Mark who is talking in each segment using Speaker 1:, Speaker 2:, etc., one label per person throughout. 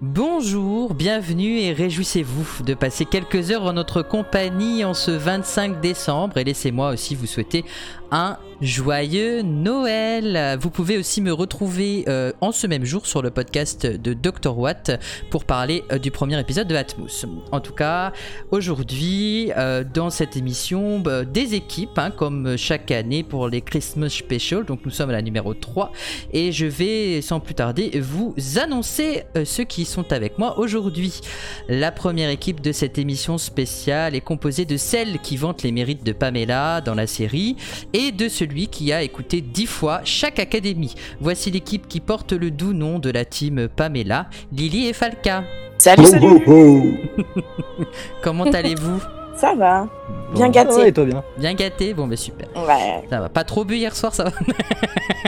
Speaker 1: Bonjour, bienvenue et réjouissez-vous de passer quelques heures en notre compagnie en ce 25 décembre et laissez-moi aussi vous souhaiter un joyeux Noël. Vous pouvez aussi me retrouver euh, en ce même jour sur le podcast de Dr Watt pour parler euh, du premier épisode de Atmos. En tout cas, aujourd'hui, euh, dans cette émission, bah, des équipes, hein, comme chaque année pour les Christmas Special, donc nous sommes à la numéro 3, et je vais sans plus tarder vous annoncer euh, ceux qui sont avec moi aujourd'hui. La première équipe de cette émission spéciale est composée de celle qui vante les mérites de Pamela dans la série et de celui qui a écouté dix fois chaque académie. Voici l'équipe qui porte le doux nom de la team Pamela, Lily et Falca.
Speaker 2: Salut, salut
Speaker 3: Ho, ho, ho.
Speaker 1: Comment allez-vous
Speaker 2: Ça va Bien
Speaker 1: Bon,
Speaker 2: gâté
Speaker 3: Ouais, et toi bien
Speaker 1: Bien gâté Bon, mais super.
Speaker 2: Ouais.
Speaker 1: Ça va. Pas trop bu hier soir, ça va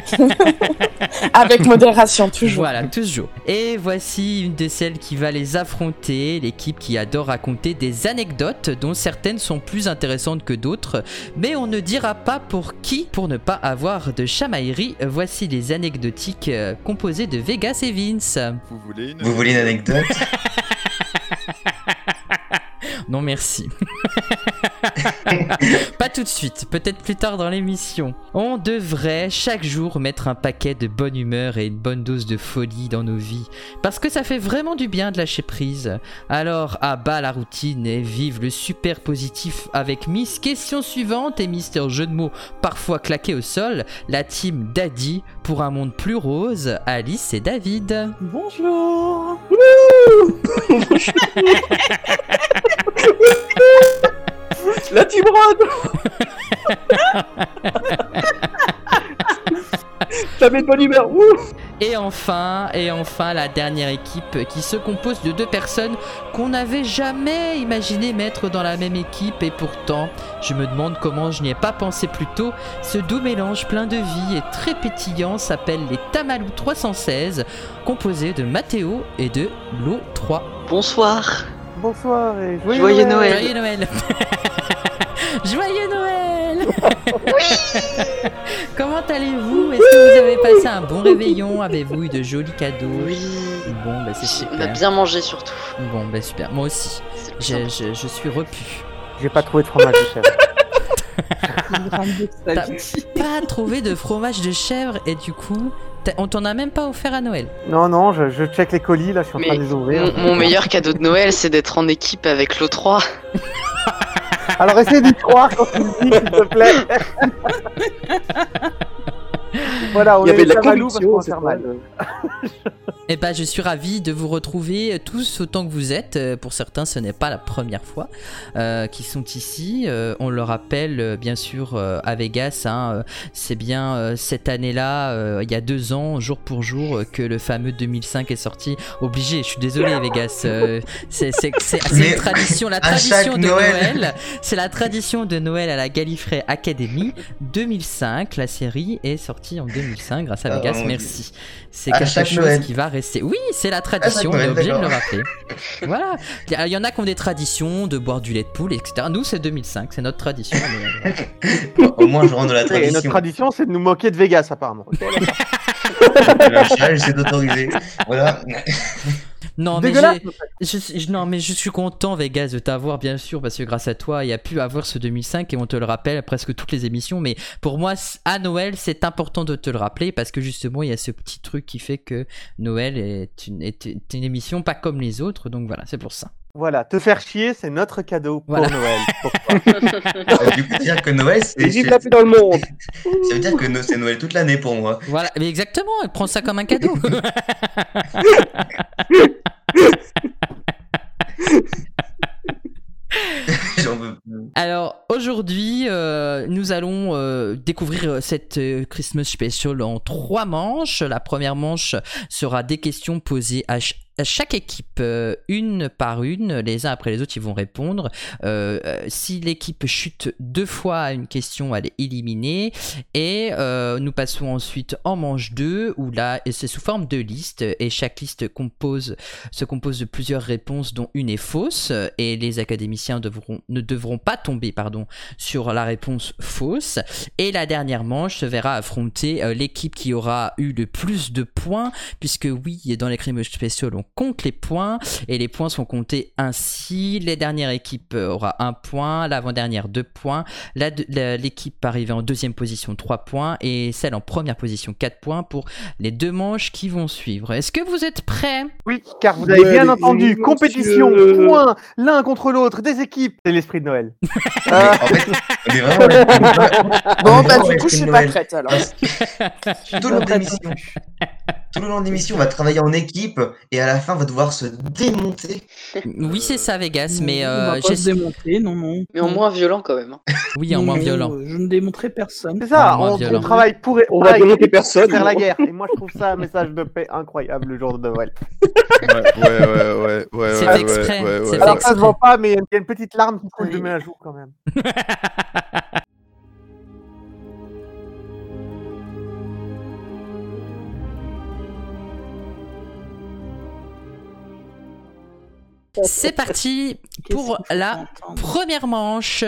Speaker 2: Avec modération, toujours.
Speaker 1: Voilà, toujours. Et voici une de celles qui va les affronter, l'équipe qui adore raconter des anecdotes dont certaines sont plus intéressantes que d'autres, mais on ne dira pas pour qui pour ne pas avoir de chamaillerie. Voici les anecdotiques euh, composées de Vegas et Vince.
Speaker 4: Vous voulez une...
Speaker 3: Vous voulez une anecdote
Speaker 1: Non merci. Pas tout de suite, peut-être plus tard dans l'émission. On devrait chaque jour mettre un paquet de bonne humeur et une bonne dose de folie dans nos vies. Parce que ça fait vraiment du bien de lâcher prise. Alors à bas la routine et vive le super positif avec Miss Question suivante et Mister Jeu de mots parfois claqué au sol, la team Daddy pour un monde plus rose, Alice et David.
Speaker 2: Bonjour
Speaker 3: La tibrone Ça met de bonne humeur
Speaker 1: Et enfin, et enfin, la dernière équipe qui se compose de deux personnes qu'on n'avait jamais imaginé mettre dans la même équipe et pourtant, je me demande comment je n'y ai pas pensé plus tôt. Ce doux mélange plein de vie et très pétillant s'appelle les Tamalou 316, composé de Mathéo et de Lo 3.
Speaker 5: Bonsoir.
Speaker 3: Bonsoir et
Speaker 5: Joyeux Noël.
Speaker 1: Joyeux Noël Joyeux Noël Comment allez-vous Est-ce que vous avez passé un bon réveillon Avez-vous eu de jolis cadeaux Bon, bah c'est
Speaker 5: On a
Speaker 1: super.
Speaker 5: bien mangé surtout.
Speaker 1: Bon, bah super. Moi aussi.
Speaker 5: C'est le plus
Speaker 1: Je,
Speaker 5: important.
Speaker 1: je- je suis repu.
Speaker 6: J'ai pas trouvé de fromage de chèvre.
Speaker 1: T'as pas trouvé de fromage de chèvre et du coup, t'as- on t'en a même pas offert à Noël.
Speaker 6: Non, non, je, je check les colis, là, je suis en train
Speaker 5: Mais
Speaker 6: de les ouvrir.
Speaker 5: Mon, mon meilleur cadeau de Noël, c'est d'être en équipe avec l'O3.
Speaker 6: Alors essayez d'y croire quand tu me dis, s'il te plaît. voilà, on
Speaker 3: Il y
Speaker 6: est
Speaker 3: avait de la
Speaker 6: les Tamalous parce
Speaker 3: conviction,
Speaker 6: qu'on va
Speaker 3: c'est
Speaker 6: faire
Speaker 3: pas
Speaker 6: mal.
Speaker 1: Eh ben, je suis ravi de vous retrouver tous autant que vous êtes. Euh, Pour certains, ce n'est pas la première fois euh, qu'ils sont ici. Euh, on le rappelle, euh, bien sûr, euh, à Vegas. hein, euh, c'est bien euh, cette année-là, euh, il y a deux ans, jour pour jour, euh, que le fameux 2005 est sorti. Obligé, je suis désolé, Vegas. euh, c'est c'est- c'est- c'est
Speaker 3: Mais
Speaker 1: une tradition, la
Speaker 3: à chaque
Speaker 1: tradition de Noël.
Speaker 3: Noël.
Speaker 1: C'est la tradition de Noël à la Gallifrey Academy. 2005, la série est sortie en 2005 grâce à
Speaker 3: Ah,
Speaker 1: Vegas.
Speaker 3: mon
Speaker 1: Merci. C'est
Speaker 3: À
Speaker 1: quelque
Speaker 3: chaque
Speaker 1: chose
Speaker 3: Noël.
Speaker 1: qui va rester. Oui, c'est la tradition, on
Speaker 3: Noël,
Speaker 1: est obligé de le
Speaker 3: d'accord.
Speaker 1: rappeler. voilà. Il y en a qui ont des traditions de boire du lait de poule, etc. Nous, c'est 2005, c'est notre tradition. mais, euh,
Speaker 7: Au moins, je rentre dans la
Speaker 6: Et notre
Speaker 7: tradition.
Speaker 6: tradition, c'est de nous moquer de Vegas, apparemment.
Speaker 7: Le lynchage, c'est autorisé. Voilà.
Speaker 1: non, mais
Speaker 6: Dégueulasse.
Speaker 1: j'ai- je, suis- je- non, mais je suis content, Vegas, de t'avoir, bien sûr, parce que grâce à toi, il y a pu avoir ce 2005 et on te le rappelle à presque toutes les émissions. Mais pour moi, c- à Noël, c'est important de te le rappeler parce que justement, il y a ce petit truc qui fait que Noël est une, est une- est une émission pas comme les autres. Donc voilà, c'est pour ça.
Speaker 6: Voilà, te faire chier, c'est notre cadeau pour
Speaker 1: Voilà.
Speaker 6: Noël. Pour toi.
Speaker 7: Euh, du coup, ça veut dire que Noël, c'est.
Speaker 3: Vive
Speaker 7: c'est-
Speaker 3: la paix dans le monde
Speaker 7: Ça veut dire que no- c'est Noël toute l'année pour moi.
Speaker 1: Voilà, mais exactement, prends ça comme un cadeau.
Speaker 7: J'en veux plus.
Speaker 1: Alors aujourd'hui, euh, nous allons euh, découvrir euh, cette euh, Christmas Special en trois manches. La première manche sera des questions posées à, ch- à chaque équipe, euh, une par une, les uns après les autres, ils vont répondre. Euh, euh, si l'équipe chute deux fois à une question, elle est éliminée. Et euh, nous passons ensuite en manche 2, où là, et c'est sous forme de liste, et chaque liste compose se compose de plusieurs réponses dont une est fausse euh, et les académiciens devront- ne devront pas tomber pardon, sur la réponse fausse et la dernière manche se verra affronter euh, l'équipe qui aura eu le plus de points puisque oui dans les crimes spéciaux on compte les points et les points sont comptés ainsi. Les dernières équipes euh, aura un point, l'avant-dernière deux points, la de- la- l'équipe arrivée en deuxième position trois points et celle en première position quatre points pour les deux manches qui vont suivre. Est-ce que vous êtes prêts
Speaker 3: Oui, car vous avez
Speaker 5: Ouais,
Speaker 3: bien
Speaker 5: mais-
Speaker 3: entendu,
Speaker 5: mais-
Speaker 3: compétition,
Speaker 5: monsieur-
Speaker 3: point, l'un contre l'autre, des équipes. C'est l'esprit de Noël. Euh,
Speaker 7: Mais en fait, on est vraiment.
Speaker 2: Bon,
Speaker 7: on est
Speaker 2: bah,
Speaker 7: vraiment
Speaker 2: du coup, je
Speaker 7: l'esprit
Speaker 2: suis pas
Speaker 7: Noël.
Speaker 2: prête alors.
Speaker 7: Parce que Tout le long de l'émission, tout le long de l'émission, on va travailler en équipe et à la fin, on va devoir se démonter.
Speaker 1: Oui, c'est ça Vegas, mais
Speaker 8: Non,
Speaker 1: euh,
Speaker 8: on va pas
Speaker 1: j'essa-
Speaker 8: se démonter, non, non.
Speaker 6: Mais au moins violent quand même. hein.
Speaker 1: oui, en moins
Speaker 8: Non,
Speaker 1: violent.
Speaker 8: euh, Je ne démontrerai personne.
Speaker 3: C'est ça,
Speaker 1: Ah, moins
Speaker 3: on, on
Speaker 1: violent.
Speaker 3: travaille pour,
Speaker 2: On
Speaker 3: pour
Speaker 2: va
Speaker 3: la-
Speaker 2: démonter personne.
Speaker 3: faire la guerre. Et moi, je trouve ça un message de paix incroyable le jour de Noël.
Speaker 9: Ouais, ouais, ouais, ouais, ouais.
Speaker 1: C'est
Speaker 9: ouais,
Speaker 1: fait exprès,
Speaker 9: ouais,
Speaker 1: c'est
Speaker 9: ouais,
Speaker 1: fait
Speaker 9: ouais.
Speaker 3: Alors, ça se voit pas, mais il y a une petite larme qui coule de
Speaker 6: Oui.
Speaker 3: mes joues quand même.
Speaker 1: C'est parti
Speaker 8: Qu'est-ce
Speaker 1: pour
Speaker 8: qu'il faut
Speaker 1: la
Speaker 8: entendre
Speaker 1: Première manche.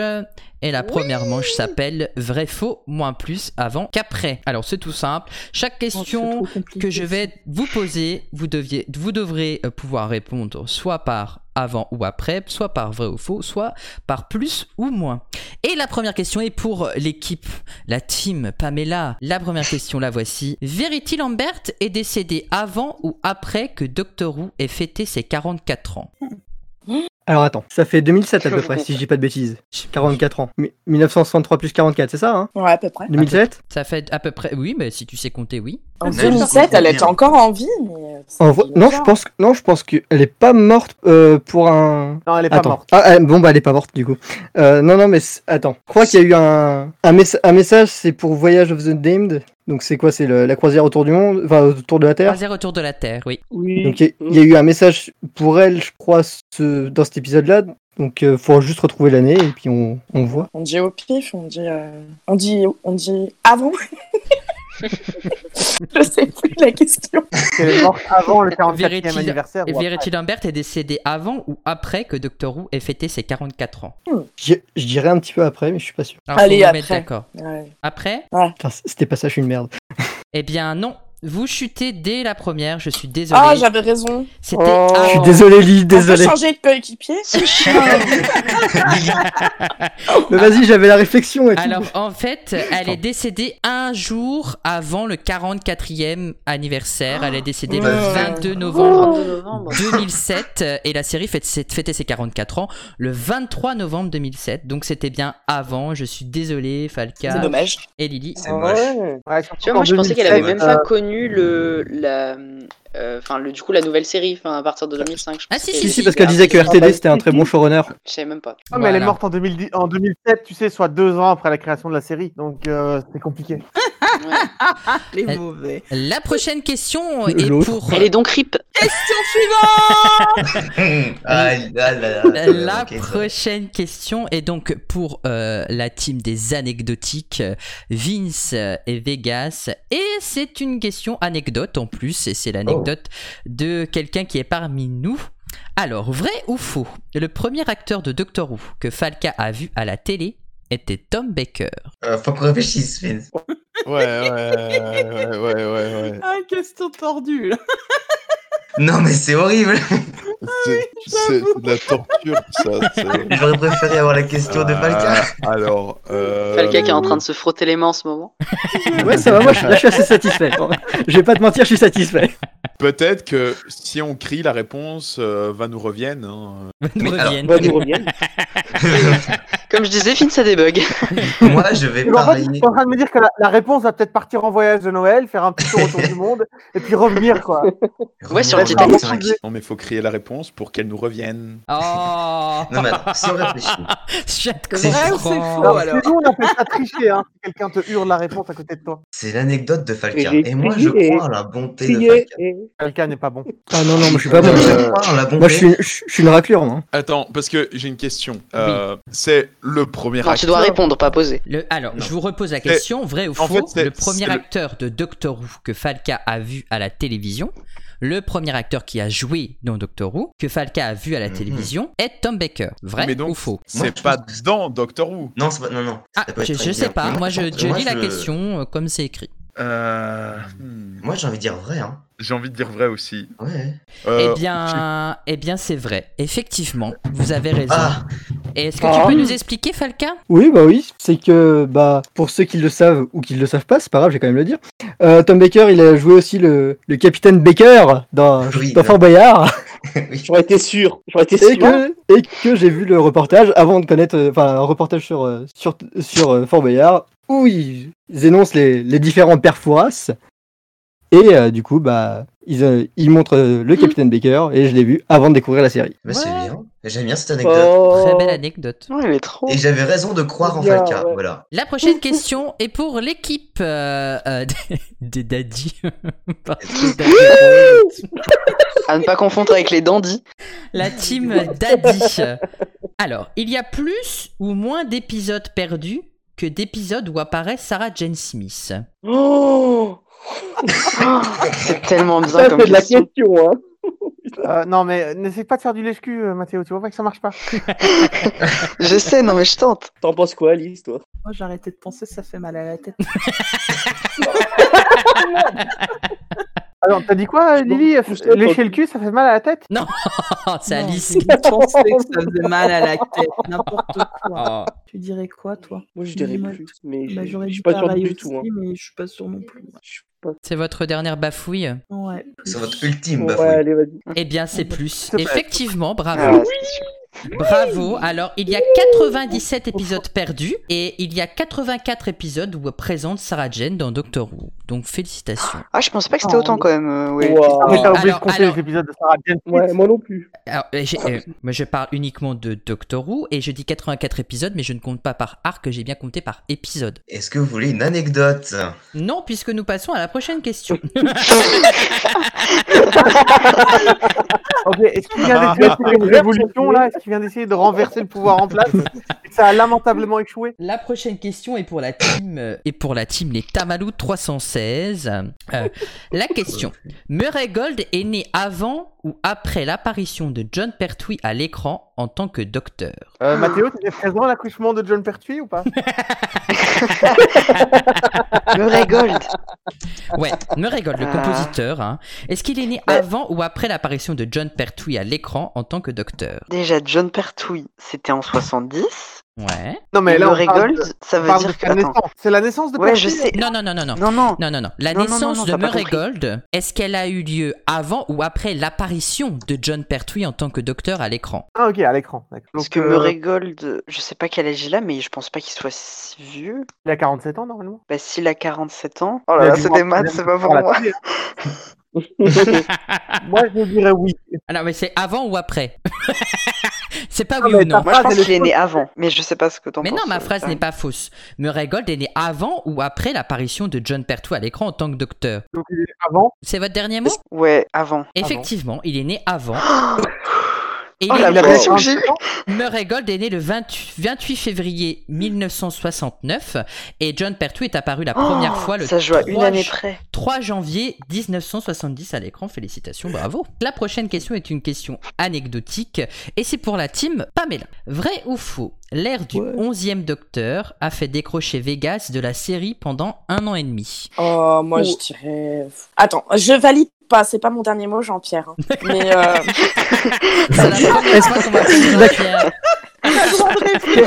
Speaker 1: Et la première manche s'appelle vrai, faux, moins plus, avant qu'après. Alors c'est tout simple. Chaque
Speaker 8: Oh, c'est
Speaker 1: question
Speaker 8: trop compliqué.
Speaker 1: que je vais vous poser, vous, deviez, vous devrez euh, pouvoir répondre soit par avant ou après, soit par vrai ou faux, soit par plus ou moins. Et la première question est pour l'équipe, la team Pamela. La première question, la voici. Verity Lambert est décédée avant ou après que Doctor Who ait fêté ses 44 ans
Speaker 10: Alors attends, ça fait 2007 à peu près, si je dis pas de bêtises. 44 ans. Mi- 1963 plus 44, c'est ça, hein
Speaker 2: Ouais, à peu près.
Speaker 10: 2007
Speaker 1: Ça fait à peu près... Oui, mais si tu sais compter, oui.
Speaker 2: En
Speaker 7: Noël,
Speaker 2: 2007, elle était
Speaker 7: bien.
Speaker 2: encore en vie, mais.
Speaker 10: En vrai- Non, je pense que- non, je pense qu'elle est pas morte euh, pour un.
Speaker 3: Non, elle est pas
Speaker 10: Attends.
Speaker 3: morte.
Speaker 10: Ah, elle- bon, bah elle est pas morte du coup. Euh, non, non, mais c'est- attends. Je crois qu'il y a eu un, un, mess- un message, c'est pour Voyage of the Damned. Donc c'est quoi C'est le- la croisière autour du monde Enfin, autour de la Terre
Speaker 1: Croisé retour de la Terre, oui.
Speaker 8: Oui.
Speaker 10: Donc il y a- il y a eu un message pour elle, je crois, ce- dans cet épisode-là. Donc euh, faut juste retrouver l'année et puis on, on voit.
Speaker 2: On dit au pif, on dit. euh, On dit. On dit avant. je sais plus la question.
Speaker 3: Elle est morte avant le 44e
Speaker 1: Vérité-
Speaker 3: anniversaire.
Speaker 1: Et
Speaker 3: ou après.
Speaker 1: Verity Lambert est décédée avant ou après que Doctor Who ait fêté ses 44 ans
Speaker 10: Je je dirais un petit peu après, mais je suis pas sûr.
Speaker 1: Alors, faut
Speaker 2: Allez,
Speaker 1: vous mettre
Speaker 2: après.
Speaker 1: d'accord.
Speaker 2: Ouais.
Speaker 1: Après
Speaker 10: Putain, c- c'était pas ça, je suis une merde.
Speaker 1: Eh bien, non. Vous chutez dès la première, je suis désolé.
Speaker 2: Ah, j'avais raison.
Speaker 1: C'était
Speaker 2: Oh.
Speaker 1: avant.
Speaker 10: Je suis désolé, Lily,
Speaker 2: On
Speaker 10: désolé.
Speaker 2: peut changer de coéquipier
Speaker 10: Mais vas-y, j'avais la réflexion et tout.
Speaker 1: Alors, en fait, elle est décédée un jour avant le 44e anniversaire. Elle est décédée le
Speaker 7: Oh.
Speaker 1: 22 novembre
Speaker 6: 22 novembre.
Speaker 1: 2007 euh, et la série fête, ses- fêtait ses 44 ans le 23 novembre 2007. Donc, c'était bien avant. Je suis désolé,
Speaker 2: C'est
Speaker 1: Falca
Speaker 2: dommage.
Speaker 1: et Lily.
Speaker 7: C'est moche.
Speaker 3: Ouais, surtout
Speaker 6: Tu vois, moi
Speaker 3: qu'en
Speaker 6: je pensais qu'elle avait
Speaker 3: 2007,
Speaker 6: même pas connu le, la, euh, enfin le, du coup la nouvelle série, enfin à partir de 2005. Je
Speaker 1: Ah,
Speaker 6: pensais
Speaker 1: si,
Speaker 6: qu'elle-
Speaker 10: Si, si, parce qu'elle disait que RTD c'était un très bon showrunner.
Speaker 6: Je savais même pas.
Speaker 3: Ah, mais elle
Speaker 1: Voilà.
Speaker 3: est morte en, 2010 en 2007, tu sais, soit deux ans après la création de la série. Donc, euh, c'est compliqué.
Speaker 6: Ouais.
Speaker 8: Les
Speaker 1: Elle-
Speaker 8: mauvais.
Speaker 1: Euh, La prochaine question
Speaker 10: Le
Speaker 1: est
Speaker 10: l'autre.
Speaker 1: pour
Speaker 6: Elle est donc rip.
Speaker 7: Ah, là, là, là.
Speaker 1: La
Speaker 7: Ok, ça va.
Speaker 1: prochaine question est donc pour euh, la team des anecdotiques, euh, Vince euh, et Vegas. Et c'est une question anecdote en plus, et c'est l'anecdote
Speaker 7: Oh.
Speaker 1: de quelqu'un qui est parmi nous. Alors, vrai ou faux, le premier acteur de Doctor Who que Falca a vu à la télé était Tom Baker.
Speaker 7: Euh, faut qu'on réfléchisse, Vince.
Speaker 9: Ouais, ouais, ouais, ouais, ouais, ouais.
Speaker 8: Ah, question tordue, là.
Speaker 7: Non, mais c'est horrible.
Speaker 9: C'est c'est de la torture, ça. c'est-
Speaker 7: J'aurais préféré avoir la question de Falca.
Speaker 9: Ah, alors. Euh...
Speaker 6: Falca qui est en train de se frotter les mains en ce moment.
Speaker 10: Ouais, ça va, moi je, là, je suis assez satisfait. Je vais pas te mentir, je suis satisfait.
Speaker 9: Peut-être que si on crie, la réponse euh, va nous revienne. hein.
Speaker 1: Nous
Speaker 7: Mais alors,
Speaker 1: reviennent.
Speaker 5: Bah, nous reviens.
Speaker 6: Comme je disais, Finn, ça débug.
Speaker 7: Moi, je vais
Speaker 3: Et en fait, je
Speaker 7: parier.
Speaker 3: suis en train de me dire que la, la réponse va peut-être partir en voyage de Noël, faire un petit tour autour du monde, et puis revenir, quoi.
Speaker 6: Ouais, sur le
Speaker 7: Revenir
Speaker 6: Titanic.
Speaker 7: en 2005.
Speaker 9: Non, mais faut crier la réponse pour qu'elle nous revienne.
Speaker 1: Oh,
Speaker 7: Non, mais attends, si on réfléchit.
Speaker 1: je te
Speaker 7: C'est vrai
Speaker 8: ou c'est
Speaker 1: comprends.
Speaker 8: faux
Speaker 3: Alors, chez nous, on appelle ça tricher, hein. Si quelqu'un te hurle la réponse à côté de toi.
Speaker 7: C'est l'anecdote de Falca.
Speaker 5: Et j'ai
Speaker 7: Et moi, je
Speaker 5: crié.
Speaker 7: crois en la bonté de
Speaker 5: Crier
Speaker 7: Falca.
Speaker 5: et
Speaker 3: Quelqu'un n'est pas bon.
Speaker 10: Ah non, non, moi je suis pas bon.
Speaker 7: Euh, Je crois en la
Speaker 10: Moi je
Speaker 7: bonté.
Speaker 10: suis, je, je suis une raclure, hein. moi.
Speaker 9: Attends, parce que j'ai une question. Euh, C'est le premier
Speaker 6: Non, tu dois
Speaker 9: acteur.
Speaker 6: répondre, pas poser.
Speaker 1: Le- alors,
Speaker 9: Non.
Speaker 1: je vous repose la question, vrai ou
Speaker 9: en
Speaker 1: faux,
Speaker 9: fait, c'est-
Speaker 1: le premier
Speaker 9: c'est le-
Speaker 1: acteur de Doctor Who que Falca a vu à la télévision, le premier acteur qui a joué dans Doctor Who que Falca a vu à la
Speaker 7: Mhm.
Speaker 1: télévision est Tom Baker. Vrai
Speaker 9: Mais donc,
Speaker 1: ou faux
Speaker 7: Moi,
Speaker 9: C'est
Speaker 7: je
Speaker 9: pas
Speaker 7: pense
Speaker 9: dans Doctor Who.
Speaker 7: Non, c'est pas... non, non.
Speaker 1: Ah,
Speaker 7: ça peut
Speaker 1: je,
Speaker 7: être
Speaker 1: je sais
Speaker 7: bien.
Speaker 1: pas, moi je, je
Speaker 7: Moi,
Speaker 1: lis la
Speaker 7: je-
Speaker 1: question euh, comme c'est écrit.
Speaker 9: Euh... hmm.
Speaker 7: Moi, j'ai envie de dire vrai. Hein.
Speaker 11: J'ai envie de dire vrai aussi.
Speaker 7: Ouais.
Speaker 11: Euh,
Speaker 1: eh bien, eh bien c'est vrai. Effectivement, vous avez raison.
Speaker 7: Ah,
Speaker 1: Et est-ce que
Speaker 6: Ah.
Speaker 1: tu peux nous expliquer, Falca
Speaker 10: Oui, bah oui, c'est que bah pour ceux qui le savent ou qui le savent pas, c'est pas grave, j'ai quand même le dire. Euh, Tom Baker, il a joué aussi le, le capitaine Baker dans,
Speaker 7: Oui,
Speaker 10: dans
Speaker 7: le-
Speaker 10: Fort Boyard
Speaker 7: oui.
Speaker 6: J'aurais été sûr. J'aurais été sûr.
Speaker 10: et
Speaker 7: hein
Speaker 10: que et que j'ai vu le reportage avant de connaître euh, enfin un reportage sur euh, sur sur euh, Fort Boyard où ils énoncent les, les différents perforas et euh, du coup bah ils, euh, ils montrent euh,
Speaker 5: Mm.
Speaker 10: le capitaine Baker et je l'ai vu avant de découvrir la série.
Speaker 7: Bah, c'est bien. J'aime bien cette anecdote.
Speaker 6: Oh.
Speaker 1: Très belle anecdote.
Speaker 5: Non, il est trop.
Speaker 7: Et j'avais raison de croire en
Speaker 6: Bien,
Speaker 7: Falca.
Speaker 6: ouais.
Speaker 7: Voilà.
Speaker 1: La prochaine question est pour l'équipe euh, euh, des- des daddies. Pardon, daddy poètes.
Speaker 5: À ne pas confondre avec les dandys. Ah,
Speaker 1: La team daddy. Alors, il y a plus ou moins d'épisodes perdus que d'épisodes où apparaît Sarah Jane Smith.
Speaker 6: Oh.
Speaker 5: Oh, c'est tellement
Speaker 6: Ça,
Speaker 5: bien
Speaker 6: c'est
Speaker 5: comme
Speaker 6: de la
Speaker 5: question.
Speaker 6: question, hein.
Speaker 3: Euh, non, mais n'essaie pas de faire du lèche-cul, euh, Mathéo. Tu vois pas que ça marche pas.
Speaker 5: Je sais, non mais je tente.
Speaker 6: T'en penses quoi, Alice, toi
Speaker 4: Moi, j'ai arrêté de penser, ça fait mal à la tête.
Speaker 3: Alors, t'as dit quoi, euh, Lily euh,
Speaker 6: Couche-toi,
Speaker 3: Lécher le cul, ça fait mal à la tête
Speaker 1: Oh, c'est
Speaker 4: Non,
Speaker 1: Alice.
Speaker 4: j'ai pensé que ça faisait mal à la tête. N'importe
Speaker 1: Oh.
Speaker 4: quoi. Tu dirais quoi, toi
Speaker 6: Moi, je dirais
Speaker 4: Moi,
Speaker 6: plus. Mais
Speaker 4: Bah,
Speaker 6: je
Speaker 4: j'aurais
Speaker 6: je suis
Speaker 4: dit
Speaker 6: pas sûr
Speaker 4: pareil
Speaker 6: du
Speaker 4: aussi,
Speaker 6: tout. Hein.
Speaker 4: mais je suis pas sûre non plus.
Speaker 6: Je suis pas
Speaker 1: C'est votre dernière bafouille
Speaker 4: Ouais.
Speaker 7: C'est votre ultime
Speaker 6: Ouais,
Speaker 7: bafouille.
Speaker 6: allez, vas-y.
Speaker 1: Eh bien, c'est plus.
Speaker 3: C'est pas-
Speaker 1: Effectivement,
Speaker 5: Ah,
Speaker 1: bravo.
Speaker 5: c'est-
Speaker 1: Bravo. Alors, il y a 97 épisodes perdus et il y a 84 épisodes où présente Sarah Jane dans Doctor Who. Donc, félicitations.
Speaker 5: Ah, je pensais pas que c'était
Speaker 4: Oh.
Speaker 5: autant quand même. euh, ouais.
Speaker 6: Wow.
Speaker 3: Ah, mais t'as
Speaker 1: Alors,
Speaker 3: oublié de compter
Speaker 1: alors-
Speaker 3: les épisodes de Sarah Jane Smith.
Speaker 6: Ouais, moi non plus.
Speaker 1: Alors, euh, j'ai- euh, moi, je parle uniquement de Doctor Who et je dis 84 épisodes, mais je ne compte pas par arc, j'ai bien compté par épisode.
Speaker 7: Est-ce que vous voulez une anecdote
Speaker 1: Non, puisque nous passons à la prochaine question.
Speaker 3: Ok, Est-ce qu'il vient d'essayer de faire une révolution là Est-ce qu'il vient d'essayer de renverser le pouvoir en place Et que Ça a lamentablement échoué.
Speaker 1: La prochaine question est pour la team euh, et pour la team les Tamalou 316. Euh, la question Murray Gold est né avant ou après l'apparition de John Pertwee à l'écran en tant que docteur
Speaker 3: Euh, Mathéo, t'étais présent à l'accouchement de John Pertwee ou pas
Speaker 5: Murray Gold.
Speaker 1: Ouais, Murray Gold, le
Speaker 5: Ah.
Speaker 1: compositeur. hein. Est-ce qu'il est né
Speaker 3: Euh.
Speaker 5: Ouais.
Speaker 1: avant ou après l'apparition de John Pertwee à l'écran en tant que docteur
Speaker 5: Déjà, John Pertwee, c'était en 70.
Speaker 1: Ouais.
Speaker 3: Non, mais là, on
Speaker 5: Murray
Speaker 3: parle
Speaker 5: Gold,
Speaker 3: de-
Speaker 5: ça
Speaker 3: on
Speaker 5: veut
Speaker 3: parle de
Speaker 5: dire que.
Speaker 3: sa
Speaker 5: Attends.
Speaker 3: naissance. C'est la naissance de
Speaker 5: Ouais, je
Speaker 3: Pertwee
Speaker 5: sais.
Speaker 1: Non, non, non, non, non.
Speaker 5: Non, non.
Speaker 1: Non, non, non. La
Speaker 5: Non, non, non,
Speaker 1: naissance
Speaker 5: non,
Speaker 1: de
Speaker 5: t'as pas
Speaker 1: Murray
Speaker 5: compris.
Speaker 1: Gold, est-ce qu'elle a eu lieu avant ou après l'apparition de John Pertwee en tant que docteur à l'écran
Speaker 3: Ah, ok, à l'écran. d'accord.
Speaker 5: Parce
Speaker 3: Donc,
Speaker 5: que
Speaker 3: euh,
Speaker 5: Murray Gold, je sais pas quel âge il a, mais je pense pas qu'il soit si vieux.
Speaker 3: Il a 47 ans normalement.
Speaker 5: Bah, s'il a 47 ans. Oh
Speaker 3: Il
Speaker 5: là
Speaker 3: a
Speaker 5: là,
Speaker 3: dû
Speaker 5: c'est
Speaker 3: voir
Speaker 5: des maths,
Speaker 3: Madame
Speaker 5: c'est pas pour
Speaker 3: Voilà.
Speaker 5: moi.
Speaker 3: Moi, je dirais oui.
Speaker 1: Alors, Ah mais c'est avant ou après C'est pas
Speaker 3: Ah,
Speaker 1: oui
Speaker 3: mais
Speaker 1: ou non.
Speaker 3: t'as
Speaker 5: Moi, je
Speaker 3: Ah,
Speaker 5: pense
Speaker 3: c'est le
Speaker 5: qu'il est né avant, mais je sais pas ce que t'en
Speaker 1: Mais
Speaker 5: penses.
Speaker 1: non, ma
Speaker 5: euh,
Speaker 1: phrase
Speaker 5: Sam.
Speaker 1: n'est pas fausse. Murray Gold est né avant ou après l'apparition de John Pertwee à l'écran en tant que docteur.
Speaker 3: Donc, il est avant.
Speaker 1: C'est votre dernier mot
Speaker 5: Ouais, avant.
Speaker 1: Effectivement, il est né avant. Et
Speaker 5: Ah Oh
Speaker 1: il
Speaker 5: la
Speaker 1: est-
Speaker 3: Il a
Speaker 5: pression que
Speaker 3: 20
Speaker 5: j'ai eue
Speaker 3: ans.
Speaker 1: Murray Gold est né le 20 28 février 1969 et John Pertwee est apparu la première
Speaker 5: Oh,
Speaker 1: fois le
Speaker 5: Ça joue à une
Speaker 1: 3
Speaker 5: année
Speaker 1: ju-
Speaker 5: près.
Speaker 1: 3 janvier 1970 à l'écran. Félicitations, bravo. La prochaine question est une question anecdotique et c'est pour la team Pamela. Vrai ou faux L'ère du 11e Docteur a fait décrocher Vegas de la série pendant un an et demi.
Speaker 2: Oh, moi,
Speaker 4: Oh.
Speaker 2: je dirais. Attends, je valide pas, c'est pas mon dernier mot, Jean-Pierre. hein. Mais euh,
Speaker 1: C'est la première fois qu'on va faire ça, Pierre.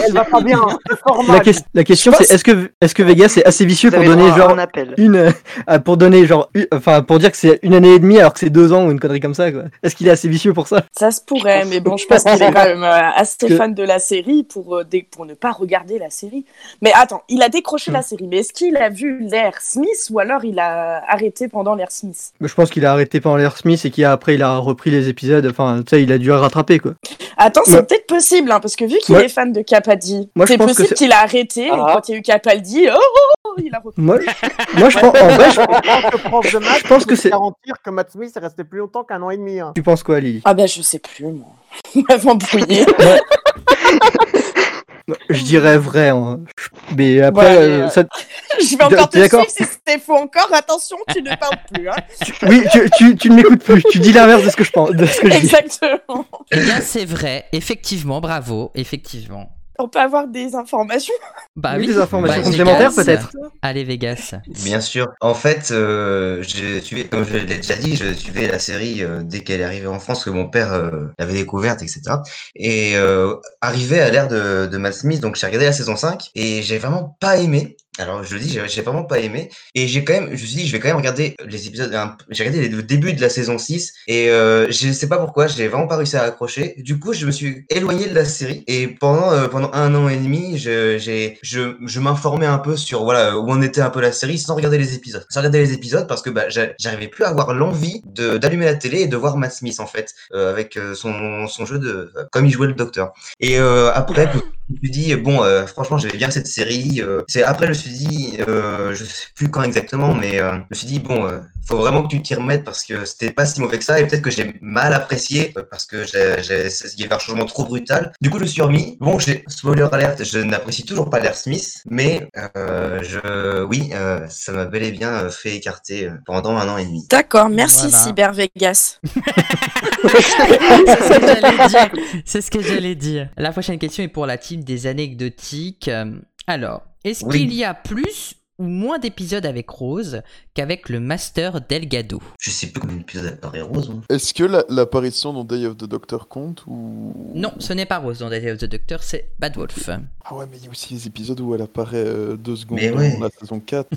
Speaker 3: Elle va pas bien. hein. C'est
Speaker 10: La,
Speaker 3: formal.
Speaker 10: que- la question c'est est-ce que est-ce que Vegas est assez vicieux
Speaker 5: Vous
Speaker 10: pour
Speaker 5: avez
Speaker 10: donner
Speaker 5: droit à
Speaker 10: genre
Speaker 5: un appel.
Speaker 10: une euh, ah, pour donner genre une- enfin pour dire que c'est une année et demie alors que c'est deux ans ou une connerie comme ça quoi. Est-ce qu'il est assez vicieux pour ça
Speaker 2: ça se pourrait, mais bon, je pense qu'il est quand même euh, assez fan de la série pour, euh, dé- pour ne pas regarder la série. Mais attends, il a décroché
Speaker 10: Hmm.
Speaker 2: la série, mais est-ce qu'il a vu l'ère Smith ou alors il a arrêté pendant l'ère Smith
Speaker 10: Bah, Je pense qu'il a arrêté pendant l'air Smith et qu'après il a repris les épisodes. Enfin tu sais il a dû rattraper quoi.
Speaker 2: Attends, c'est
Speaker 10: Ouais.
Speaker 2: peut-être possible, hein, parce que vu qu'il
Speaker 10: Ouais.
Speaker 2: est fan de Capaldi,
Speaker 10: Moi, je
Speaker 2: c'est
Speaker 10: pense que
Speaker 2: possible
Speaker 10: c'est-
Speaker 2: qu'il a arrêté,
Speaker 6: Ah.
Speaker 2: et quand il y a eu Capaldi, oh, oh, oh, il a repris.
Speaker 10: Moi je, moi je pense en vrai je,
Speaker 3: Le prof de maths,
Speaker 10: je pense que
Speaker 3: peut
Speaker 10: c'est
Speaker 3: garantir que Matt Smith est resté plus longtemps qu'un an et demi. hein.
Speaker 10: tu penses quoi Lily
Speaker 2: Ah ben, je sais plus, moi. Vous m'avez embrouillé.
Speaker 10: Je dirais vrai hein. Je- mais après
Speaker 2: Ouais,
Speaker 10: euh,
Speaker 2: mais,
Speaker 10: ça-
Speaker 2: je vais encore te
Speaker 10: T'es d'accord
Speaker 2: suivre si c'était faux encore. Attention, tu ne parles plus. Hein.
Speaker 10: oui tu, tu, tu ne m'écoutes plus. Tu dis l'inverse de ce que je pense de ce que je dis.
Speaker 2: Exactement.
Speaker 1: Eh bien, c'est vrai. Effectivement, bravo. Effectivement.
Speaker 2: On peut avoir des informations
Speaker 1: Bah
Speaker 10: Oui,
Speaker 1: oui.
Speaker 10: des informations
Speaker 1: Bah,
Speaker 10: complémentaires,
Speaker 1: Vegas.
Speaker 10: peut-être.
Speaker 1: Allez Vegas.
Speaker 7: Bien sûr. En fait, euh, je suivais, comme je l'ai déjà dit, je suivais la série euh, dès qu'elle est arrivée en France, que mon père euh, l'avait découverte, etc. Et euh, arrivé à l'ère de, de Matt Smith, donc j'ai regardé la saison 5 et j'ai vraiment pas aimé. Alors je le dis, j'ai j'ai vraiment pas aimé. Et j'ai quand même, je me suis dit, je vais quand même regarder les épisodes. un p- J'ai regardé les- le début de la saison 6 et euh, je sais pas pourquoi, j'ai vraiment pas réussi à accrocher. Du coup, je me suis éloigné de la série et pendant euh, pendant un an et demi, je j'ai je je m'informais un peu sur voilà où en était un peu la série sans regarder les épisodes. Sans regarder les épisodes parce que bah j'a- j'arrivais plus à avoir l'envie de d'allumer la télé et de voir Matt Smith en fait euh, avec euh, son son jeu de euh, comme il jouait le docteur. Et euh, après je me suis dit bon euh, franchement j'aimais bien cette série euh, c'est après je me suis dit euh, je sais plus quand exactement mais euh, je me suis dit bon euh, faut vraiment que tu t'y remettes parce que c'était pas si mauvais que ça et peut-être que j'ai mal apprécié euh, parce que j'ai j'ai- c'est- il y avait un changement trop brutal du coup je me suis remis bon j'ai spoiler alerte je n'apprécie toujours pas l'air Smith mais euh, je oui euh, ça m'a bel et bien euh, fait écarter euh, pendant un an et demi
Speaker 2: D'accord, merci
Speaker 1: Voilà.
Speaker 2: Cyber Vegas.
Speaker 1: C'est ce que j'allais dire. C'est ce que j'allais dire. La prochaine question est pour la team des anecdotiques. Euh, Alors, est-ce
Speaker 7: Oui.
Speaker 1: qu'il y a plus ou moins d'épisodes avec Rose qu'avec le Master Delgado
Speaker 7: je sais plus combien d'épisodes apparaît Rose hein. moi.
Speaker 9: Est-ce que la- l'apparition dans Day of the Doctor compte ou
Speaker 1: Non, ce n'est pas Rose dans Day of the Doctor, c'est Bad Wolf.
Speaker 9: Ah ouais, mais il y a aussi les épisodes où elle apparaît euh, deux secondes
Speaker 7: Mais
Speaker 9: dans
Speaker 7: ouais.
Speaker 9: la saison 4.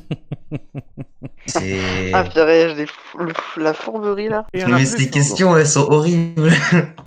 Speaker 7: c'est
Speaker 6: Ah, purée, j'ai des f- le f- la fourberie là.
Speaker 3: Et il y en a
Speaker 7: mais
Speaker 3: plus,
Speaker 7: ces
Speaker 3: hein.
Speaker 7: questions elles sont horribles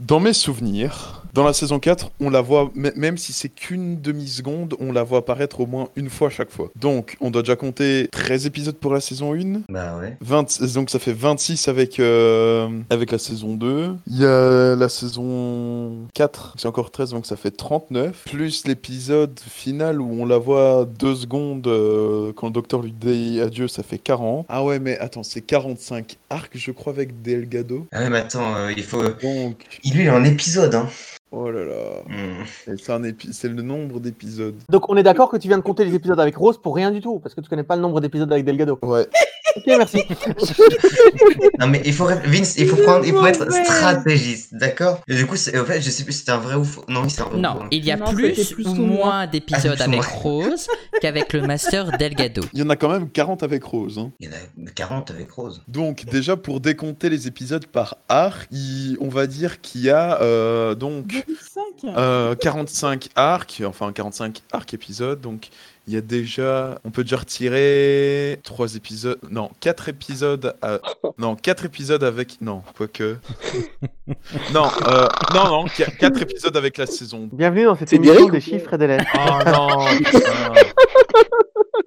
Speaker 9: Dans mes souvenirs, dans la saison 4, on la voit, m- même si c'est qu'une demi-seconde, on la voit apparaître au moins une fois à chaque fois. Donc, on doit déjà compter 13 épisodes pour la saison 1.
Speaker 7: bah ouais
Speaker 9: 20, donc ça fait 26 avec, euh, avec la saison 2. Il y a la saison 4, c'est encore 13, donc ça fait 39. Plus l'épisode final où on la voit 2 secondes euh, quand le docteur lui dit adieu, ça fait 40. Ah ouais, mais attends, c'est 45 arcs, je crois, avec Delgado.
Speaker 7: ah ouais mais attends euh, il faut
Speaker 9: Donc,
Speaker 7: il lui, il est en épisode hein
Speaker 9: oh là là.
Speaker 7: Hmm.
Speaker 9: Et C'est un épi- c'est le nombre d'épisodes.
Speaker 3: Donc on est d'accord que tu viens de compter les épisodes avec Rose pour rien du tout, parce que tu connais pas le nombre d'épisodes avec Delgado.
Speaker 9: Ouais.
Speaker 3: Ok, merci.
Speaker 7: Non mais il faut ré- Vince, il faut prendre, il faut être stratégiste, d'accord Et Du coup, c'est- en fait, je sais plus si c'était un vrai ou faux. Non, oui, c'est un vrai. ou
Speaker 1: Non,
Speaker 7: faux.
Speaker 1: il y a
Speaker 4: Non,
Speaker 1: plus,
Speaker 4: c'était plus
Speaker 1: ou
Speaker 4: ou
Speaker 1: moins
Speaker 4: moins.
Speaker 1: d'épisodes
Speaker 7: Ah, plus ou
Speaker 1: avec
Speaker 7: moins.
Speaker 1: Rose qu'avec le Master Delgado.
Speaker 9: Il y en a quand même 40 avec Rose. hein.
Speaker 7: Il y en a 40 avec Rose.
Speaker 9: Donc déjà pour décompter les épisodes par arc, il- on va dire qu'il y a euh, donc
Speaker 4: 2005
Speaker 9: euh, 45 arcs, enfin 45 arcs épisodes. Donc il y a déjà, on peut déjà retirer trois épisodes, non quatre épisodes, à- non quatre épisodes avec, non quoique, non euh, non non qu- quatre épisodes avec la saison.
Speaker 3: Bienvenue dans cette
Speaker 6: C'est
Speaker 3: émission
Speaker 6: Derek
Speaker 3: des
Speaker 6: ou-
Speaker 3: chiffres et des lettres.
Speaker 9: Oh non. putain.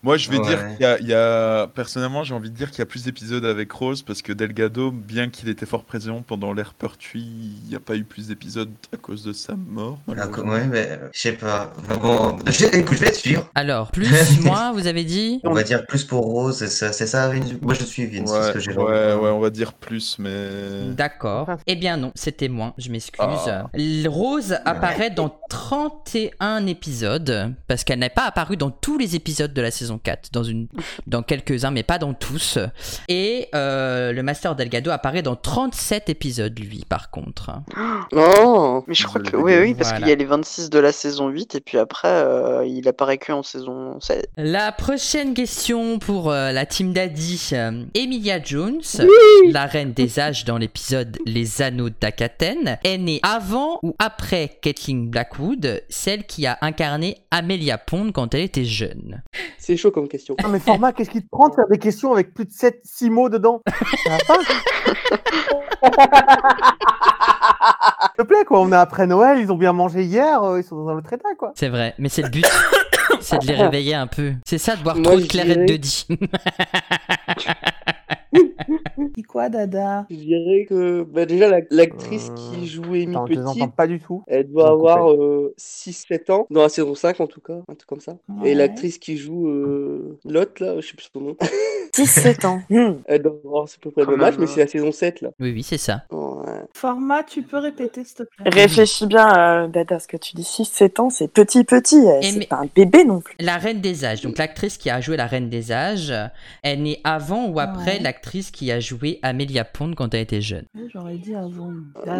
Speaker 9: Moi, je vais
Speaker 7: Ouais.
Speaker 9: dire qu'il y a- il y, a. Personnellement, j'ai envie de dire qu'il y a plus d'épisodes avec Rose parce que Delgado, bien qu'il était fort présent pendant l'ère Pertuis, il n'y a pas eu plus d'épisodes à cause de sa mort.
Speaker 7: Ah, co- ouais, mais euh, je sais pas. Enfin, Bon, je- écoute, je vais te suivre.
Speaker 1: Alors, plus, moins, vous avez dit
Speaker 7: On va dire plus pour Rose, c'est ça, c'est ça, Vince Moi, je suis Vince. parce que
Speaker 9: Ouais,
Speaker 7: j'ai
Speaker 9: ouais,
Speaker 7: l'air.
Speaker 9: ouais, on va dire plus, mais.
Speaker 1: D'accord. Eh bien non, c'était moins, je m'excuse.
Speaker 9: Ah.
Speaker 1: L- Rose apparaît dans 31 épisodes, parce qu'elle n'est pas apparue dans tous les épisodes de la saison 4, dans, une, dans quelques-uns, mais pas dans tous. Et euh, le Master Delgado apparaît dans 37 épisodes, lui, par contre.
Speaker 3: Oh.
Speaker 6: Non, mais je crois que. Oui, oui, parce
Speaker 1: Voilà.
Speaker 6: qu'il y a les 26 de la saison 8, et puis après, euh, il apparaît que en saison 7.
Speaker 1: La prochaine question pour euh, la team d'Adi. Euh, Emilia Jones, la reine des âges dans l'épisode Les Anneaux d'Akaten, est née avant ou après Caitlin Blackwood, celle qui a incarné Amelia Pond quand elle était jeune
Speaker 4: C'est chaud comme question.
Speaker 3: Non mais format, qu'est-ce qui te prend de faire des questions avec plus de 7, 6 mots dedans Ça va pas S'il te plaît quoi, on est après Noël, ils ont bien mangé hier, euh, ils sont dans un autre état quoi.
Speaker 1: C'est vrai, mais c'est le but. C'est de les réveiller un peu. C'est ça de boire
Speaker 4: Moi,
Speaker 1: trop de
Speaker 4: je
Speaker 1: clairette de
Speaker 4: dirais-
Speaker 1: dit.
Speaker 4: Dis quoi, Dada Je dirais que bah, déjà la- l'actrice qui jouait Amy
Speaker 3: Euh, Attends, je les entends
Speaker 4: Petit,
Speaker 3: pas du tout.
Speaker 4: elle doit
Speaker 3: Ils ont coupé.
Speaker 4: avoir euh, 6-7 ans, dans la saison 5 en tout cas, un truc comme ça. Et l'actrice qui joue euh, Lot, là, je sais plus son nom,
Speaker 2: 17 ans. Hmm.
Speaker 4: elle doit avoir c'est à peu près le
Speaker 6: Quand
Speaker 3: Ah,
Speaker 4: même âge,
Speaker 6: même, hein.
Speaker 4: mais c'est la saison 7 là.
Speaker 1: Oui, oui, c'est ça.
Speaker 2: Oh.
Speaker 4: Ouais.
Speaker 8: Format, tu peux répéter, s'il te plaît
Speaker 2: Réfléchis bien, euh, Dada, ce que tu dis. 6-7 ans, c'est petit, petit. euh,
Speaker 1: Et
Speaker 2: C'est
Speaker 1: mais-
Speaker 2: pas un bébé non plus.
Speaker 1: La Reine des Âges, donc l'actrice qui a joué la Reine des Âges, elle est née avant ou après
Speaker 8: Ouais.
Speaker 1: l'actrice qui a joué Amelia Pond quand elle était jeune
Speaker 8: J'aurais dit avant.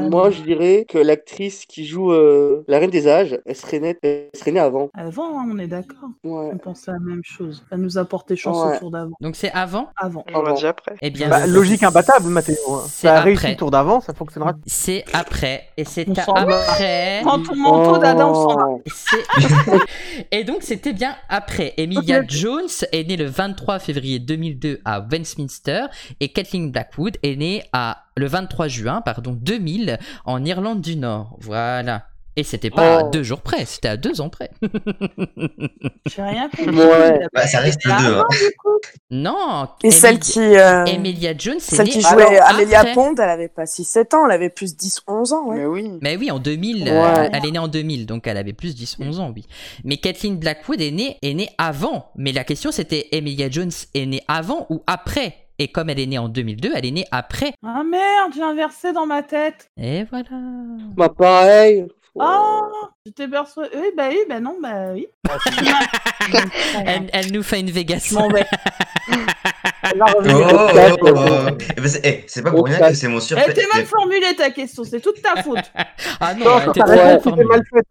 Speaker 4: Moi, je dirais que l'actrice qui joue euh, la Reine des Âges, elle serait née, elle serait née avant.
Speaker 8: Avant, hein, on est d'accord. On pensait à la même chose. Ça nous a porté chance
Speaker 1: Ouais.
Speaker 8: autour d'avant.
Speaker 1: Donc c'est avant
Speaker 8: Avant.
Speaker 1: On l'a dit après. Eh bien,
Speaker 3: Bah,
Speaker 1: c'est-
Speaker 3: logique imbattable, Mathéo. hein.
Speaker 1: c'est
Speaker 3: Ça a réussi
Speaker 1: après.
Speaker 3: le tour d'avant, ça fonctionnera.
Speaker 1: C'est après, et c'est
Speaker 3: On
Speaker 1: à-
Speaker 3: s'en va.
Speaker 1: après.
Speaker 3: Prends ton manteau, Dada, on s'en va.
Speaker 1: C'est- et donc, c'était bien après. Emilia Jones est née le 23 février 2002 à Westminster et Kathleen Blackwood est née à, le 23 juin pardon, 2000 en Irlande du Nord. Voilà. Et c'était pas
Speaker 10: Oh.
Speaker 1: à deux jours près, c'était à deux ans près.
Speaker 8: J'ai rien compris.
Speaker 1: Ouais.
Speaker 7: Bah, ça reste le
Speaker 1: Ah,
Speaker 7: 2.
Speaker 1: non,
Speaker 7: Hein.
Speaker 1: Non.
Speaker 2: Et
Speaker 1: Emily-
Speaker 2: celle qui, euh,
Speaker 1: Emilia Jones, est
Speaker 2: Celle
Speaker 1: née
Speaker 2: qui jouait
Speaker 1: alors
Speaker 2: Amélia
Speaker 1: après.
Speaker 2: Pond, elle avait pas 6-7 ans, elle avait plus 10-11 ans. Ouais.
Speaker 5: Mais oui.
Speaker 1: Mais oui, en 2000,
Speaker 2: Ouais.
Speaker 1: euh, elle est née en 2000, donc elle avait plus 10, 11 ans, oui. Mais Kathleen Blackwood est née, est née avant. Mais la question, c'était Emilia Jones est née avant ou après Et comme elle est née en 2002, elle est née après.
Speaker 8: Ah merde, j'ai inversé dans ma tête.
Speaker 1: Et voilà.
Speaker 4: Bah, pareil.
Speaker 8: Oh, j'étais persuadée. Oui, bah oui, bah non, bah oui.
Speaker 1: Elle, elle nous fait une Vegas.
Speaker 7: Oh, oh, oh, oh. Eh ben, c'est eh, c'est pas pour rien que c'est mon Eh,
Speaker 8: Elle
Speaker 7: surpère.
Speaker 8: était Eh, mal formulée ta question, c'est toute ta faute.
Speaker 1: ah
Speaker 7: non, elle était trop mal formulée.
Speaker 8: mal
Speaker 3: faite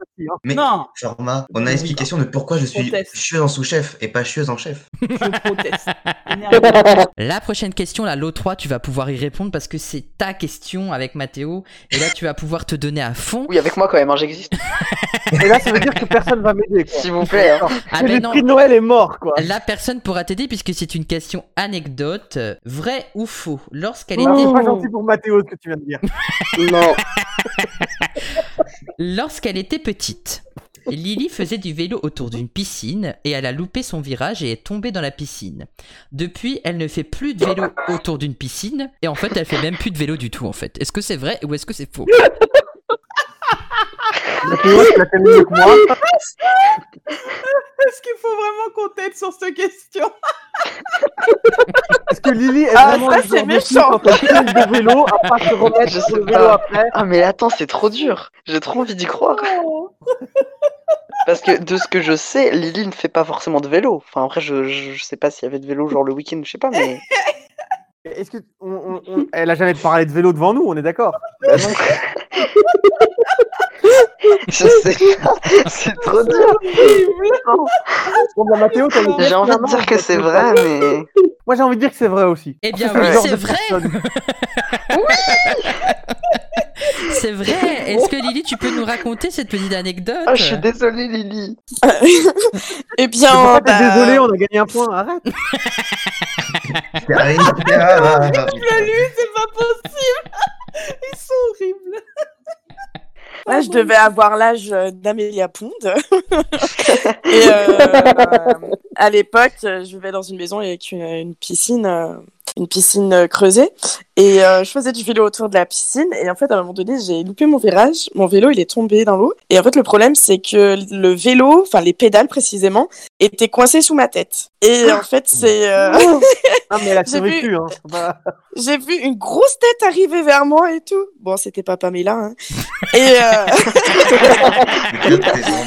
Speaker 7: Mais
Speaker 8: Non.
Speaker 7: Format, on a l'explication de pourquoi je suis
Speaker 8: Conteste.
Speaker 7: chieuse en sous-chef et pas chieuse en chef.
Speaker 1: La prochaine question, la lot 3, tu vas pouvoir y répondre parce que c'est ta question avec Mathéo. Et là, tu vas pouvoir te donner à fond.
Speaker 5: Oui, avec moi quand même, hein, j'existe.
Speaker 3: Et là, ça veut dire que personne va m'aider.
Speaker 5: S'il vous plaît. hein.
Speaker 1: Ah,
Speaker 3: Et
Speaker 1: ben
Speaker 3: le
Speaker 1: non.
Speaker 3: prix de Noël est mort, quoi.
Speaker 1: La personne pourra t'aider puisque c'est une question anecdote. euh, Vrai ou faux Lorsqu'elle
Speaker 3: C'est pas
Speaker 1: était.
Speaker 3: gentil pour Mathéo ce que tu viens de dire.
Speaker 4: Non.
Speaker 1: Lorsqu'elle était petite, Lily faisait du vélo autour d'une piscine et elle a loupé son virage et est tombée dans la piscine. Depuis, elle ne fait plus de vélo autour d'une piscine et en fait, elle fait même plus de vélo du tout en fait. Est-ce que c'est vrai ou est-ce que c'est faux
Speaker 3: Mathéo, tu la connais mieux que moi.
Speaker 8: Est-ce qu'il faut vraiment qu'on t'aide sur cette question
Speaker 3: Est-ce que Lily est
Speaker 8: Ah, ça,
Speaker 3: vraiment le genre
Speaker 8: c'est
Speaker 3: de fille,
Speaker 8: méchant.
Speaker 3: quand elle fait de vélo à pas se remettre sur le vélo après
Speaker 5: Ah mais attends, c'est trop dur. J'ai trop envie d'y croire.
Speaker 2: Oh.
Speaker 5: Parce que de ce que je sais, Lily ne fait pas forcément de vélo. Enfin après, je, je, je sais pas s'il y avait de vélo genre le week-end, je sais pas. Mais
Speaker 3: Est-ce que on- on- on- Elle a jamais parlé de vélo devant nous, on est d'accord
Speaker 5: Je sais c'est trop dur.
Speaker 3: Bon, bah, Mathéo, t'as une
Speaker 5: J'ai envie de
Speaker 3: main,
Speaker 5: dire que
Speaker 3: quoi,
Speaker 5: c'est
Speaker 3: tu vois.
Speaker 5: vrai, mais
Speaker 3: Moi, j'ai envie de dire que c'est vrai aussi.
Speaker 1: Eh bien,
Speaker 3: En fait,
Speaker 1: oui,
Speaker 3: le genre
Speaker 1: c'est
Speaker 3: de
Speaker 1: vrai.
Speaker 3: personne-
Speaker 1: C'est vrai Est-ce que Lily, tu peux nous raconter cette petite anecdote
Speaker 5: Ah, je suis désolée Lily.
Speaker 2: Eh
Speaker 3: C'est pour
Speaker 2: bien,
Speaker 3: ça que t'es
Speaker 2: bah,
Speaker 3: désolé, on a gagné un point, arrête.
Speaker 8: c'est pas possible. Ils sont horribles.
Speaker 2: Là, je devais avoir l'âge euh, d'Amelia Pond. et euh, à l'époque, euh, je vivais dans une maison avec une, une piscine, euh, une piscine euh, creusée. Et euh, je faisais du vélo autour de la piscine. Et en fait, à un moment donné, j'ai loupé mon virage. Mon vélo, il est tombé dans l'eau. Et en fait, le problème, c'est que le vélo, enfin les pédales précisément, étaient coincées sous ma tête. Et en fait, c'est... euh,
Speaker 3: Ah, mais elle a
Speaker 2: J'ai
Speaker 3: survécu,
Speaker 2: vu-
Speaker 3: hein. c'est pas-
Speaker 2: J'ai vu une grosse tête arriver vers moi et tout. Bon, c'était pas Pamela. Hein. Et euh,
Speaker 3: Elle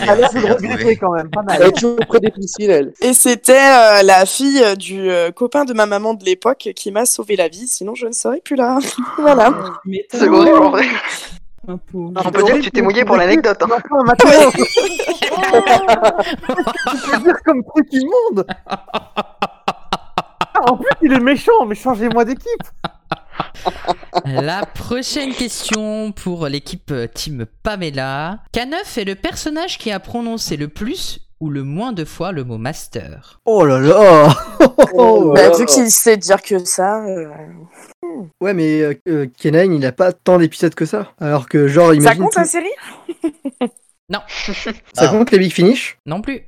Speaker 3: a l'air de le regretter quand même, pas mal.
Speaker 4: Elle est toujours près des piscines, elle.
Speaker 2: et c'était euh, la fille euh, du euh, copain de ma maman de l'époque qui m'a sauvé la vie. Sinon, je ne serais plus là. voilà.
Speaker 5: C'est horrible en vrai. On peut dire que tu t'es mouillé pour l'anecdote. hein.
Speaker 3: Enfin, Mathéo Tu peux dire comme truc immonde Ah, En plus, il est méchant, mais changez-moi d'équipe
Speaker 1: La prochaine question pour l'équipe euh, Team Pamela. K9 est le personnage qui a prononcé le plus ou le moins de fois le mot master.
Speaker 10: Oh là là
Speaker 3: Oh,
Speaker 2: Bah, vu qu'il sait dire que ça. euh,
Speaker 10: Ouais, mais euh, euh, Kenane, il a pas tant d'épisodes que ça. Alors que, genre,
Speaker 2: Ça
Speaker 10: imagine.
Speaker 2: compte
Speaker 10: tout-
Speaker 2: la série
Speaker 1: Non.
Speaker 10: Ça compte les Big Finish
Speaker 1: Ah. Non plus.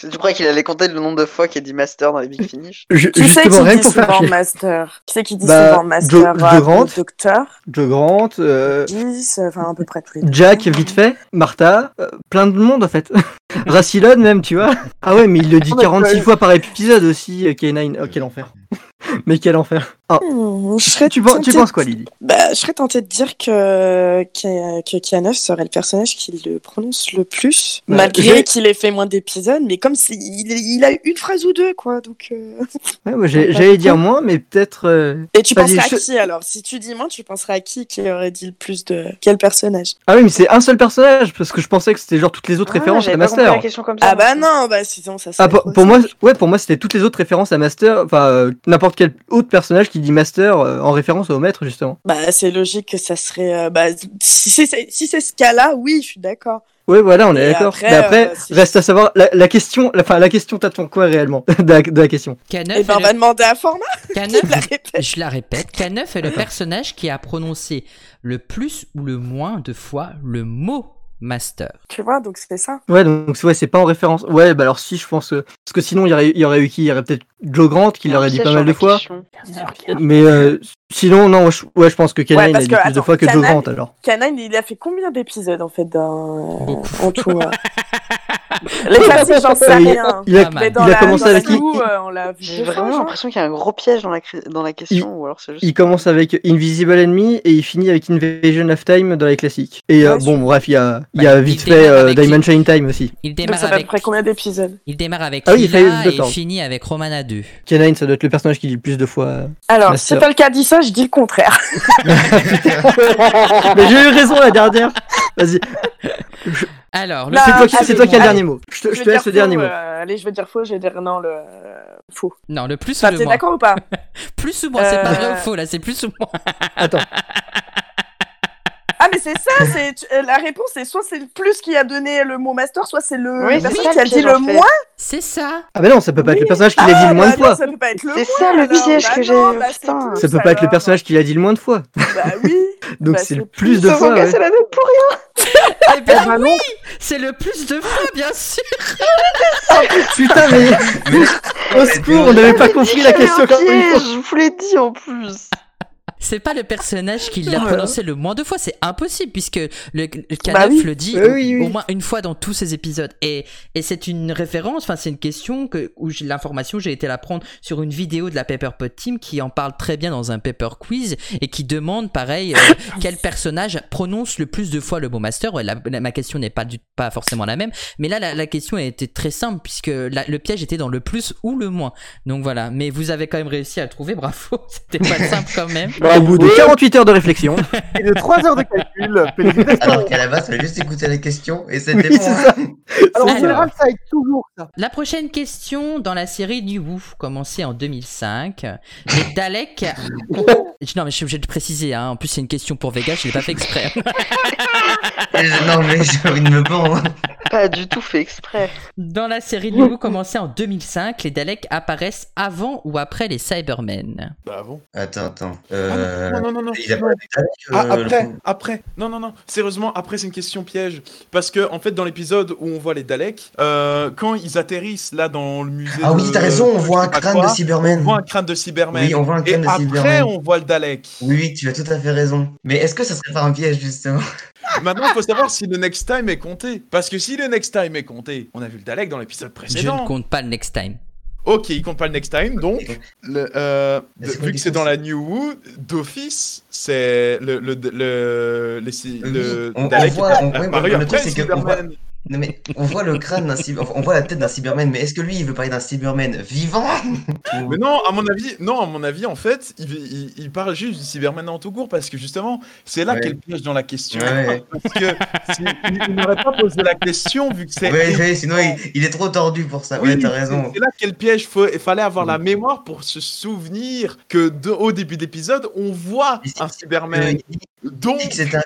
Speaker 5: Tu crois qu'il allait compter le nombre de fois qu'il a dit master dans les big finish
Speaker 10: Je-
Speaker 2: Qui c'est
Speaker 10: justement,
Speaker 2: qui
Speaker 10: rien
Speaker 2: dit
Speaker 10: que pour faire
Speaker 2: souvent
Speaker 10: chier.
Speaker 2: master Qui c'est qui dit
Speaker 10: Bah,
Speaker 2: souvent
Speaker 10: Joe-
Speaker 2: master
Speaker 10: Joe
Speaker 2: euh,
Speaker 10: Grant.
Speaker 2: Docteur
Speaker 10: Joe Grant, euh,
Speaker 2: 10, enfin à peu près tous les deux.
Speaker 10: Jack, vite fait, Martha, euh, plein de monde en fait. Racilon même, tu vois. Ah ouais, mais il le dit
Speaker 3: Ah, mais
Speaker 10: 46
Speaker 3: ouais.
Speaker 10: fois par épisode aussi, euh, K9. Oh, quel enfer. euh, mais quel enfer.
Speaker 2: Hmm, je serais
Speaker 10: tu, pen- tu
Speaker 2: tentée-
Speaker 10: penses quoi, Lily
Speaker 2: Bah, je serais tentée de dire que, que, que Keanu serait le personnage qui le prononce le plus,
Speaker 10: Ouais,
Speaker 2: malgré
Speaker 10: j'ai-
Speaker 2: qu'il ait fait moins d'épisodes, mais comme c'est- il, il a eu une phrase ou deux, quoi. Donc, euh,
Speaker 10: Ouais, moi, j'ai- J'allais dire moins, mais peut-être. euh,
Speaker 2: Et tu
Speaker 10: pas dit-
Speaker 2: penserais à
Speaker 10: je-
Speaker 2: qui alors Si tu dis moins, tu penserais à qui qui aurait dit le plus de quel personnage
Speaker 10: Ah oui, mais c'est un seul personnage, parce que je pensais que c'était genre toutes les autres références à Master.
Speaker 2: Ah bah non, bah sinon ça serait.
Speaker 10: Ah, pour, pour moi, ouais, pour moi, c'était toutes les autres références à Master, enfin euh, n'importe quel autre personnage qui dit Master euh, en référence au maître justement.
Speaker 2: Bah c'est logique que ça serait. euh, bah, si c'est si c'est ce cas-là, oui, je suis d'accord.
Speaker 10: Ouais, voilà, on est
Speaker 2: Et
Speaker 10: d'accord.
Speaker 2: après,
Speaker 10: Mais après,
Speaker 2: euh,
Speaker 10: reste à savoir la, la question, la- enfin la question t'attends quoi réellement de la, de la question.
Speaker 2: Et ben on va demander à Format.
Speaker 1: je la répète, K9 est le personnage qui a prononcé le plus ou le moins de fois le mot master.
Speaker 2: Tu vois, donc c'est ça.
Speaker 10: Ouais, donc ouais, c'est pas en référence. Ouais, bah alors si, je pense que parce que sinon il y aurait, il y aurait eu qui, il y aurait peut-être Joe Grant qui l'aurait dit pas mal de fois. Mais euh, sinon, non, je- ouais, je pense que Kenan
Speaker 2: Ouais,
Speaker 10: il a
Speaker 2: parce
Speaker 10: dit
Speaker 2: que,
Speaker 10: plus de
Speaker 2: attends,
Speaker 10: fois que Joe
Speaker 2: Kanan-
Speaker 10: Grant alors.
Speaker 2: Kanan, il a fait combien d'épisodes en fait dans euh, en tout euh Les classiques, j'en sais
Speaker 5: Euh, il-
Speaker 2: rien.
Speaker 5: il a-
Speaker 2: Mais dans
Speaker 10: il a
Speaker 2: la-
Speaker 10: commencé
Speaker 2: dans la
Speaker 10: avec-
Speaker 2: Zulu, euh, on l'a vu
Speaker 5: J'ai
Speaker 2: deux fois,
Speaker 5: vraiment
Speaker 2: genre.
Speaker 5: l'impression qu'il y a un gros piège dans la, cri- dans la question. Ou alors c'est juste...
Speaker 10: Il commence avec Invisible Enemy et il finit avec Invasion of Time dans les classiques. Et euh, bon, bref, il y a, il y a vite fait
Speaker 1: démarre
Speaker 10: euh,
Speaker 1: avec
Speaker 10: Dimension in Time aussi.
Speaker 1: Il
Speaker 2: Donc
Speaker 1: démarre
Speaker 2: ça fait à peu
Speaker 1: avec,
Speaker 2: près combien d'épisodes
Speaker 1: il démarre avec
Speaker 10: Ah oui, il
Speaker 1: Lila
Speaker 10: fait le
Speaker 1: et
Speaker 10: temps.
Speaker 1: finit avec Romana 2.
Speaker 10: Kenan, ça doit être le personnage qui dit le plus de fois. euh,
Speaker 2: Alors, si
Speaker 10: Master.
Speaker 2: pas le cas dit ça, je dis le contraire.
Speaker 10: Mais
Speaker 2: Ah,
Speaker 10: j'ai eu raison la dernière. Vas-y. Je-
Speaker 1: Alors,
Speaker 10: le- c'est toi qui, c'est toi qui as le dernier mot. Je te, je te laisse le dernier mot.
Speaker 2: euh, allez, je vais dire faux, je vais dire non, le euh, faux.
Speaker 1: Non, le plus
Speaker 2: Enfin,
Speaker 1: ou le
Speaker 2: T'es
Speaker 1: moins.
Speaker 2: d'accord ou pas
Speaker 1: Plus ou moins, c'est pas vrai
Speaker 2: Euh,
Speaker 1: ou faux là, c'est plus ou moins.
Speaker 10: Attends.
Speaker 2: Ah, mais c'est ça, c'est tu- euh, la réponse c'est soit c'est le plus qui a donné le mot master, soit c'est le
Speaker 5: Oui,
Speaker 2: le
Speaker 5: c'est ça
Speaker 2: personnage qui a
Speaker 5: le
Speaker 2: dit
Speaker 5: piège,
Speaker 2: le
Speaker 5: en fait.
Speaker 2: moins. Ah, bah,
Speaker 1: C'est ça.
Speaker 10: Ah, mais non, ça peut pas être le personnage qui l'a dit le moins de fois.
Speaker 2: Ça peut pas être le
Speaker 5: C'est
Speaker 2: moins,
Speaker 5: ça le
Speaker 2: alors.
Speaker 5: piège
Speaker 2: Bah
Speaker 5: que j'ai.
Speaker 2: non, bah, c'est
Speaker 5: Putain.
Speaker 10: Ça peut pas être le personnage qui l'a dit le moins de fois.
Speaker 2: Bah oui.
Speaker 10: Donc c'est le plus de
Speaker 5: Ils se sont
Speaker 10: fois.
Speaker 5: cassés
Speaker 10: ouais.
Speaker 5: la
Speaker 10: ben
Speaker 5: tête pour
Speaker 1: Eh
Speaker 2: ben
Speaker 1: bien oui, c'est le plus de fois, bien sûr.
Speaker 10: Putain, mais. Au secours, on n'avait pas compris la question comme il faut.
Speaker 5: Je vous l'ai dit en plus.
Speaker 1: C'est pas le personnage qui
Speaker 5: Oh
Speaker 1: l'a
Speaker 5: là là.
Speaker 1: prononcé le moins de fois, c'est impossible puisque le, le K9
Speaker 5: Bah oui.
Speaker 1: le dit
Speaker 5: Euh,
Speaker 1: au,
Speaker 5: oui,
Speaker 1: au
Speaker 5: oui.
Speaker 1: moins une fois dans tous ses épisodes. Et, et c'est une référence, enfin c'est une question que, où j'ai- l'information j'ai été la prendre sur une vidéo de la Pepperpot Team qui en parle très bien dans un paper quiz et qui demande pareil euh, quel personnage prononce le plus de fois le mot master. Ouais, la- la- ma question n'est pas, du- pas forcément la même, mais là la, la question était très simple puisque la- le piège était dans le plus ou le moins. Donc voilà, mais vous avez quand même réussi à le trouver, bravo, c'était pas simple quand même.
Speaker 10: Au bout de 48 heures de réflexion.
Speaker 3: Et de 3 heures de calcul,
Speaker 7: Alors qu'à la base, fallait juste écouter la question et c'était
Speaker 10: Oui,
Speaker 7: bon.
Speaker 10: c'est
Speaker 7: hein.
Speaker 3: Alors, en
Speaker 1: Alors.
Speaker 3: général, ça aide toujours ça.
Speaker 1: La prochaine question dans la série New Woof, commencée en 2005. Les Daleks. ont- Non, mais je suis obligé de préciser, hein. en plus, c'est une question pour Vega, je l'ai pas fait exprès.
Speaker 7: Et je- Non, mais j'ai envie de me pendre.
Speaker 5: Pas du tout fait exprès.
Speaker 1: Dans la série New Who commencée en 2005, les Daleks apparaissent avant ou après les Cybermen
Speaker 9: Bah avant.
Speaker 7: Attends, attends. Euh...
Speaker 9: Non, non, non, non.
Speaker 7: il a pas
Speaker 9: non.
Speaker 7: le-
Speaker 9: Ah,
Speaker 7: euh, le-
Speaker 9: après, après. Non, non, non. Sérieusement, après, c'est une question piège. Parce que, en fait, dans l'épisode où on voit les Daleks, euh, quand ils atterrissent là dans le musée.
Speaker 7: Ah
Speaker 9: de-
Speaker 7: oui, t'as raison, on
Speaker 9: je
Speaker 7: voit
Speaker 9: sais
Speaker 7: un
Speaker 9: pas
Speaker 7: crâne
Speaker 9: quoi,
Speaker 7: de Cyberman.
Speaker 9: On voit un crâne de Cyberman.
Speaker 7: Oui, on voit un crâne
Speaker 9: Et
Speaker 7: de
Speaker 9: Après,
Speaker 7: Cyberman.
Speaker 9: on voit le Dalek.
Speaker 7: Oui, oui, tu as tout à fait raison. Mais est-ce que ça serait pas un piège, justement
Speaker 9: Maintenant, il faut savoir si le next time est compté. Parce que si le next time est compté, on a vu le Dalek dans l'épisode
Speaker 1: Je ne
Speaker 9: précédent.
Speaker 1: compte pas le next time.
Speaker 9: Ok, il compte pas le next time, donc le, euh,
Speaker 7: Mais
Speaker 9: de-
Speaker 7: c'est quoi
Speaker 9: vu
Speaker 7: la
Speaker 9: que c'est dans la New Who, d'office, c'est le le le le, le, le-
Speaker 7: Oui, on, on
Speaker 9: Dalek
Speaker 7: voit,
Speaker 9: est
Speaker 7: on- oui,
Speaker 9: apparu
Speaker 7: mais le
Speaker 9: après
Speaker 7: truc c'est que on voit,
Speaker 9: Superman.
Speaker 7: non, mais on voit le crâne d'un cyber, enfin, on voit la tête d'un cyberman, mais est-ce que lui il veut parler d'un cyberman vivant
Speaker 9: Mais non, à mon avis, non, à mon avis, en fait, il, il, il parle juste du Cyberman en tout court parce que justement, c'est là
Speaker 7: Ouais.
Speaker 9: qu'elle piège dans la question.
Speaker 7: Ouais.
Speaker 9: Parce que si- il, il n'aurait pas posé la question vu que c'est.
Speaker 7: Ouais, ouais, sinon il, il est trop tordu pour ça.
Speaker 9: Oui,
Speaker 7: ouais, t'as
Speaker 9: c'est-
Speaker 7: raison. Mm.
Speaker 9: C'est là quel piège faut- il fallait avoir la mémoire pour se souvenir que de- au début d'épisode, on voit un Cyberman.
Speaker 7: Oui,
Speaker 9: Donc
Speaker 7: c'est un-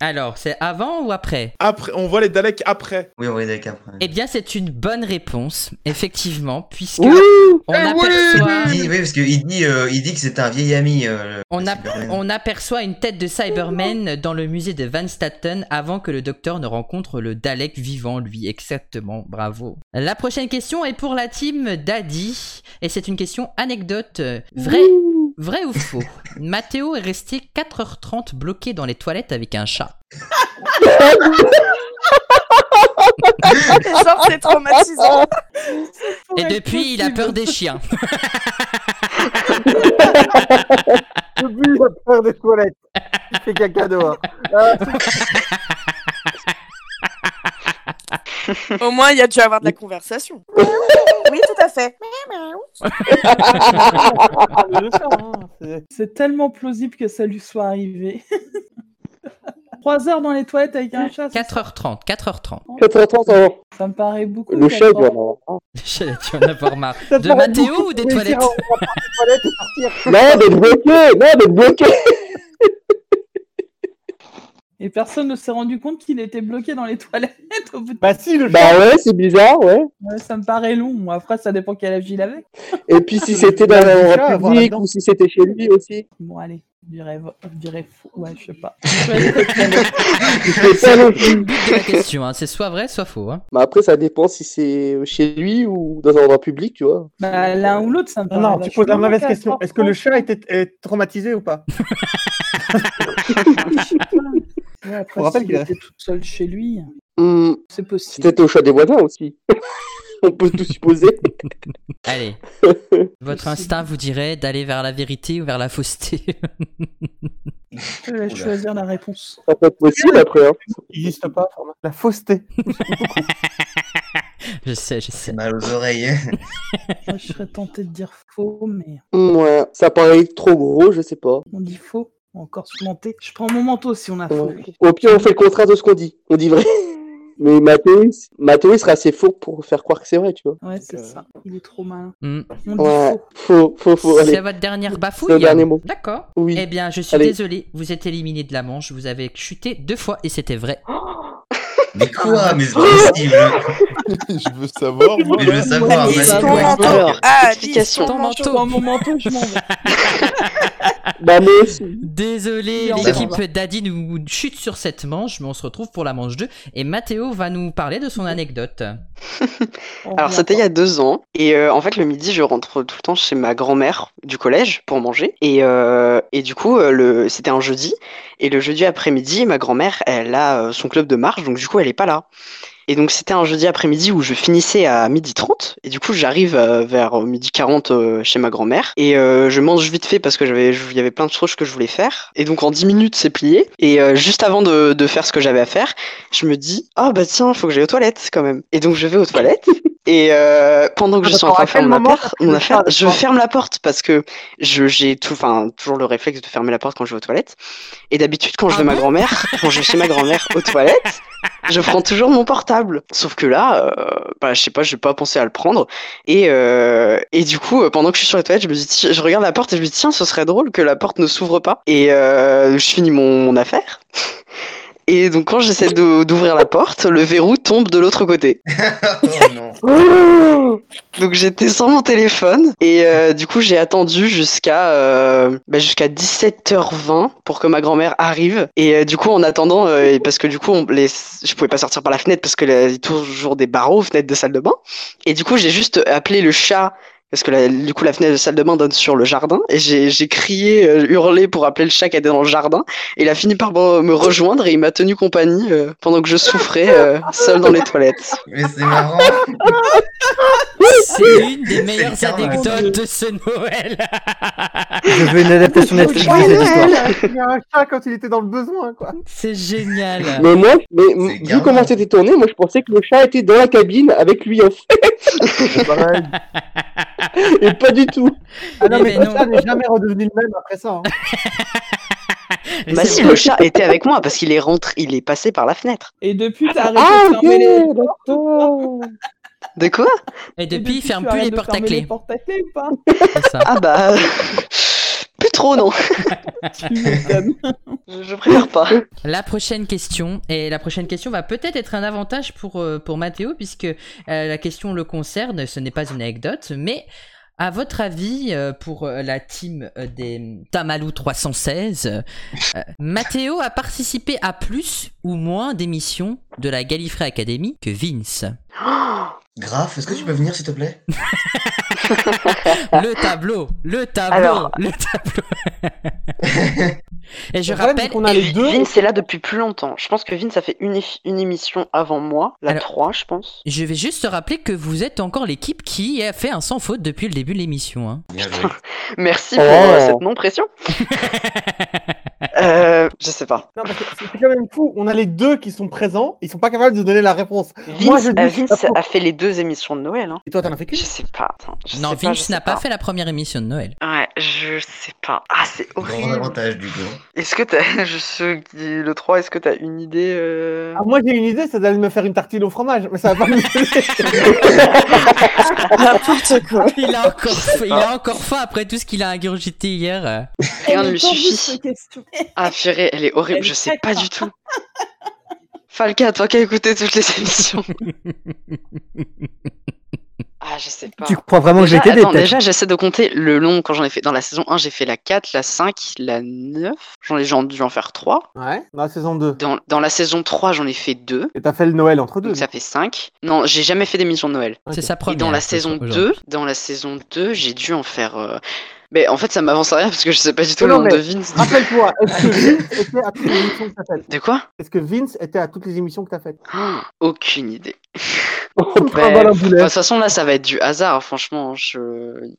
Speaker 1: Alors, c'est avant ou après
Speaker 9: après, on voit les Daleks après.
Speaker 7: Oui, on voit les après.
Speaker 1: Eh bien, c'est une bonne réponse, effectivement, puisque
Speaker 10: Ouh
Speaker 1: on aperçoit.
Speaker 7: Il dit- Eh oui, parce qu'il dit, euh, il dit que c'était un vieil ami. euh,
Speaker 1: On,
Speaker 7: le
Speaker 1: ap-
Speaker 7: Cyberman.
Speaker 1: on aperçoit une tête de Cyberman dans le musée de Van Staten avant que le docteur ne rencontre le Dalek vivant, lui. Exactement, bravo. La prochaine question est pour la team Daddy. Et c'est une question anecdote. Vrai, vrai ou faux Matteo est resté 4h30 bloqué dans les toilettes avec un chat.
Speaker 2: Genre, c'est traumatisant.
Speaker 1: Et depuis, il a peur des chiens.
Speaker 3: Le but, il a peur des toilettes. Il fait caca dehors. Euh,
Speaker 2: Au moins, il y a dû avoir de la conversation. oui, tout à fait.
Speaker 8: Ah, hein, C'est tellement plausible que ça lui soit arrivé. 3 heures dans les toilettes avec un chat.
Speaker 1: 4h30, 4h30.
Speaker 4: 4h30 avant.
Speaker 8: Ça me paraît beaucoup.
Speaker 4: Le chef,
Speaker 8: d'accord.
Speaker 1: Chat, tu en as pas remarqué.
Speaker 8: Ça
Speaker 1: De
Speaker 8: paraît
Speaker 1: Mathéo
Speaker 8: beaucoup
Speaker 1: ou des
Speaker 8: de
Speaker 1: toilettes
Speaker 8: plaisir
Speaker 4: Non,
Speaker 11: Eh,
Speaker 4: mais bloqué Non, mais bloqué
Speaker 8: Et personne ne s'est rendu compte qu'il était bloqué dans les toilettes au bout de...
Speaker 3: Bah si, le
Speaker 4: Bah ouais, c'est bizarre, ouais.
Speaker 8: Ouais, ça me paraît long. Moi, après, ça dépend quel âge il avait.
Speaker 4: Et
Speaker 1: Ah,
Speaker 4: puis si c'était dans
Speaker 8: Bah, déjà,
Speaker 4: la
Speaker 8: avoir
Speaker 4: public ou si c'était chez lui aussi.
Speaker 8: Bon, allez, je dirais, vo- je dirais fou. Ouais, je sais pas.
Speaker 4: C'est pas non plus.
Speaker 1: Le but de la question, hein, c'est soit vrai, soit faux. hein.
Speaker 4: Bah après, ça dépend si c'est euh, chez lui ou dans un endroit public, tu vois.
Speaker 8: Bah, l'un ou l'autre, ça me
Speaker 3: Non,
Speaker 8: paraît.
Speaker 3: non, tu poses la
Speaker 8: vachement
Speaker 3: mauvaise
Speaker 8: local,
Speaker 3: question.
Speaker 8: par
Speaker 3: Est-ce que le
Speaker 8: contre.
Speaker 3: chat était est traumatisé ou pas
Speaker 8: Ouais,
Speaker 3: On
Speaker 8: après,
Speaker 3: rappelle
Speaker 8: s'il
Speaker 3: qu'il a-
Speaker 8: était tout seul chez lui,
Speaker 4: Hmm,
Speaker 8: c'est possible.
Speaker 4: C'était au choix des voisins aussi. On peut tout supposer.
Speaker 1: Allez. Votre instinct vous dirait d'aller vers la vérité ou vers la fausseté.
Speaker 8: Je vais choisir la réponse.
Speaker 4: Ça peut être possible après. Hein.
Speaker 3: Il n'existe pas. format. La fausseté.
Speaker 1: je sais, je sais.
Speaker 7: Mal aux oreilles.
Speaker 8: Moi, je serais tenté de dire faux, mais
Speaker 4: Hmm, ouais, ça paraît trop gros, je sais pas.
Speaker 8: on dit faux. On va Encore se planter. Je prends mon manteau si on a faux.
Speaker 4: Ouais. Au pire, on fait le contraire de ce qu'on dit. On dit vrai. Mais Mathéo, il- Mathéo, il sera assez faux pour faire croire que c'est vrai, tu vois.
Speaker 8: Ouais, c'est ça. Il est trop malin.
Speaker 1: Hmm.
Speaker 8: On dit
Speaker 4: Ouais,
Speaker 8: faux.
Speaker 4: faux, faux, faux. Allez.
Speaker 1: C'est votre dernière
Speaker 4: C'est
Speaker 1: bafouille.
Speaker 4: le dernier mot.
Speaker 1: D'accord.
Speaker 4: Oui.
Speaker 1: Eh bien, je suis
Speaker 4: Allez.
Speaker 1: désolé, vous êtes éliminé de la manche, vous avez chuté deux fois et c'était vrai.
Speaker 7: Oh, Mais quoi Mais c'est pas possible
Speaker 9: Je veux savoir. moi.
Speaker 7: Mais je veux savoir.
Speaker 2: Alice,
Speaker 7: vas-y,
Speaker 2: ton
Speaker 7: ouais.
Speaker 2: menton. Ah, Alice,
Speaker 5: Explication.
Speaker 2: ton
Speaker 1: Ton
Speaker 2: menton.
Speaker 1: manteau.
Speaker 8: Dans mon manteau, je m'en vais.
Speaker 4: Bah, moi aussi.
Speaker 1: Désolé,
Speaker 8: Il est en
Speaker 1: l'équipe d'Adi nous chute sur cette manche, mais on se retrouve pour la manche 2 et Mathéo va nous parler de son anecdote.
Speaker 8: On
Speaker 5: Alors,
Speaker 8: revient
Speaker 5: c'était il y
Speaker 8: pas.
Speaker 5: a deux ans. Et euh, en fait, le midi, je rentre tout le temps chez ma grand-mère du collège pour manger. Et, euh, et du coup, euh, le, c'était un jeudi. Et le jeudi après-midi, ma grand-mère, elle a euh, son club de marche. Donc, du coup, elle est pas là. Et donc, c'était un jeudi après-midi où je finissais à midi 30. Et du coup, j'arrive euh, vers midi 40 euh, chez ma grand-mère. Et euh, je mange vite fait parce que j'avais, je- il y avait plein de choses que je voulais faire. Et donc, en 10 minutes, c'est plié. Et euh, juste avant de, de faire ce que j'avais à faire, je me dis, ah bah tiens, faut que j'aille aux toilettes quand même. Et donc, je vais aux toilettes. Et euh, pendant que je suis en train
Speaker 3: Attends, à
Speaker 5: de
Speaker 3: quel
Speaker 5: faire mon
Speaker 3: moment
Speaker 5: affaire,
Speaker 3: t'as
Speaker 5: mon
Speaker 3: fait
Speaker 5: affaire,
Speaker 3: ça,
Speaker 5: je
Speaker 3: toi
Speaker 5: ferme la porte parce que je j'ai tout, enfin toujours le réflexe de fermer la porte quand je vais aux toilettes. Et d'habitude, quand je
Speaker 1: Ah
Speaker 5: vais à ma
Speaker 1: bon
Speaker 5: grand-mère, quand je vais chez ma grand-mère aux toilettes, je prends toujours mon portable. Sauf que là, euh, bah, je sais pas, je vais pas penser à le prendre. Et, euh, et du coup, euh, pendant que je suis sur les toilettes, je me dis, ti- je regarde la porte et je me dis, tiens, ce serait drôle que la porte ne s'ouvre pas. Et euh, je finis mon, mon affaire. Et donc, quand j'essaie de- d'ouvrir la porte, le verrou tombe de l'autre côté.
Speaker 7: Oh non.
Speaker 5: Donc j'étais sans mon téléphone et euh, du coup j'ai attendu jusqu'à euh, bah, jusqu'à 17h20 pour que ma grand-mère arrive et euh, du coup en attendant euh, et parce que du coup on, les, je pouvais pas sortir par la fenêtre parce que là, il y a toujours des barreaux aux fenêtres de salle de bain et du coup j'ai juste appelé le chat parce que la- du coup la fenêtre de salle de bain donne sur le jardin et j'ai j'ai crié euh, hurlé pour appeler le chat qui était dans le jardin et il a fini par me me rejoindre et il m'a tenu compagnie euh, pendant que je souffrais euh, seul dans les toilettes.
Speaker 7: Mais c'est marrant.
Speaker 1: C'est l'une des meilleures
Speaker 7: C'est le karma.
Speaker 1: anecdotes de ce Noël.
Speaker 5: Ah
Speaker 10: Je veux une adaptation
Speaker 4: Ah,
Speaker 10: Netflix
Speaker 3: Oh,
Speaker 10: de cette histoire.
Speaker 3: Il y a un chat quand il était dans le besoin, quoi.
Speaker 1: C'est génial.
Speaker 4: Mais moi, mais, m- vu
Speaker 7: égarant.
Speaker 4: comment c'était tourné, moi je pensais que le chat était dans la cabine avec lui en fait. Et pas du tout.
Speaker 3: Ah non,
Speaker 1: Mais
Speaker 3: mais
Speaker 1: ben
Speaker 3: le
Speaker 1: non.
Speaker 3: chat n'est jamais redevenu le même après ça. hein.
Speaker 1: Mais
Speaker 5: Bah
Speaker 1: c'est-
Speaker 5: si, le chat était avec moi parce qu'il est rentré, il est passé par la fenêtre.
Speaker 8: Et depuis, t'as arrêté
Speaker 4: Ah,
Speaker 8: de
Speaker 4: ok,
Speaker 8: fermer les.
Speaker 4: d'accord.
Speaker 5: De quoi
Speaker 1: Et
Speaker 8: Et
Speaker 1: depuis, il
Speaker 8: tu
Speaker 1: ferme plus
Speaker 8: arrêtes
Speaker 1: les
Speaker 8: de
Speaker 1: portes à
Speaker 8: fermer les
Speaker 1: clés.
Speaker 8: portes à clés ou pas
Speaker 1: C'est ça.
Speaker 5: Ah bah plus trop non.
Speaker 8: Tu m'étonnes.
Speaker 5: Je préfère pas.
Speaker 1: La prochaine question, et la prochaine question va peut-être être un avantage pour, euh, pour Mathéo, puisque euh, la question le concerne, ce n'est pas une anecdote, mais à votre avis, euh, pour euh, la team euh, des Tamalou 316, euh, euh, Mathéo a participé à plus ou moins d'émissions de la Gallifrey Academy que Vince.
Speaker 7: Graf, est-ce que tu peux venir s'il te plaît
Speaker 1: Le tableau, le tableau,
Speaker 5: Alors-
Speaker 1: le tableau. Et je
Speaker 5: Le problème,
Speaker 1: rappelle,
Speaker 5: c'est qu'on a les deux. Vin, c'est là depuis plus longtemps. Je pense que Vin, ça fait une, éf- une émission avant moi, la 3, je pense.
Speaker 1: je vais juste te rappeler que vous êtes encore l'équipe qui a fait un sans faute depuis le début de l'émission. hein.
Speaker 5: Merci
Speaker 3: Oh.
Speaker 5: pour
Speaker 1: Oh.
Speaker 5: euh, cette non-pression. euh, je sais pas.
Speaker 3: Non, parce que c'est quand même fou. On a les deux qui sont présents, ils sont pas capables de donner la réponse.
Speaker 5: Vince, euh,
Speaker 3: c'est
Speaker 5: Vince
Speaker 3: pas faux.
Speaker 5: a fait les deux émissions de Noël. Hein.
Speaker 3: Et toi, t'en as fait qu'une
Speaker 5: Je sais pas. attends, je
Speaker 1: non,
Speaker 5: sais pas, je
Speaker 1: Vince
Speaker 5: sais
Speaker 1: n'a pas fait la première émission de Noël.
Speaker 5: Ouais, je sais pas. Ah, c'est horrible.
Speaker 7: Grand avantage du coup.
Speaker 5: Est-ce que t'as. Je sais, qui- le 3, est-ce que t'as une idée euh,
Speaker 3: Ah, moi j'ai une idée, c'est d'aller me faire une tartine au fromage, mais ça va pas me
Speaker 2: N'importe quoi.
Speaker 1: Il a encore faim, il a encore faim après tout ce qu'il a ingurgité hier. euh.
Speaker 5: Rien ne lui suffit. Ah, purée, elle est horrible, je sais pas du tout. Falca, toi qui as écouté toutes les émissions. ah, je sais pas.
Speaker 10: Tu crois vraiment que
Speaker 5: Déjà,
Speaker 10: j'ai été des
Speaker 5: attends,
Speaker 10: têtes
Speaker 5: Déjà, j'essaie de compter le long quand j'en ai fait. Dans la saison 1, j'ai fait la 4, la 5, la 9. J'en ai j'en ai dû en faire 3.
Speaker 3: Ouais, dans la saison 2.
Speaker 5: Dans, dans la saison 3, j'en ai fait 2.
Speaker 3: Et t'as fait le Noël entre deux.
Speaker 5: Donc ça fait 5. Non, j'ai jamais fait d'émission de Noël.
Speaker 1: C'est sa
Speaker 5: Et dans
Speaker 1: première,
Speaker 5: la
Speaker 1: c'est
Speaker 5: saison
Speaker 1: aujourd'hui.
Speaker 5: 2, dans la saison 2, j'ai dû en faire. euh, Mais en fait, ça m'avance à rien parce que je sais pas du tout le
Speaker 3: Oh Non,
Speaker 5: nombre
Speaker 3: mais
Speaker 5: de Vince.
Speaker 3: Rappelle-toi, est-ce que Vince était à toutes les émissions que t'as faites
Speaker 5: De quoi Ah,
Speaker 3: Est-ce que Vince était à toutes les émissions que t'as faites
Speaker 5: Aucune idée.
Speaker 3: trimballe
Speaker 5: Ben,
Speaker 3: un
Speaker 5: de
Speaker 3: boulet.
Speaker 5: toute façon, là, ça va être du hasard, franchement. Je,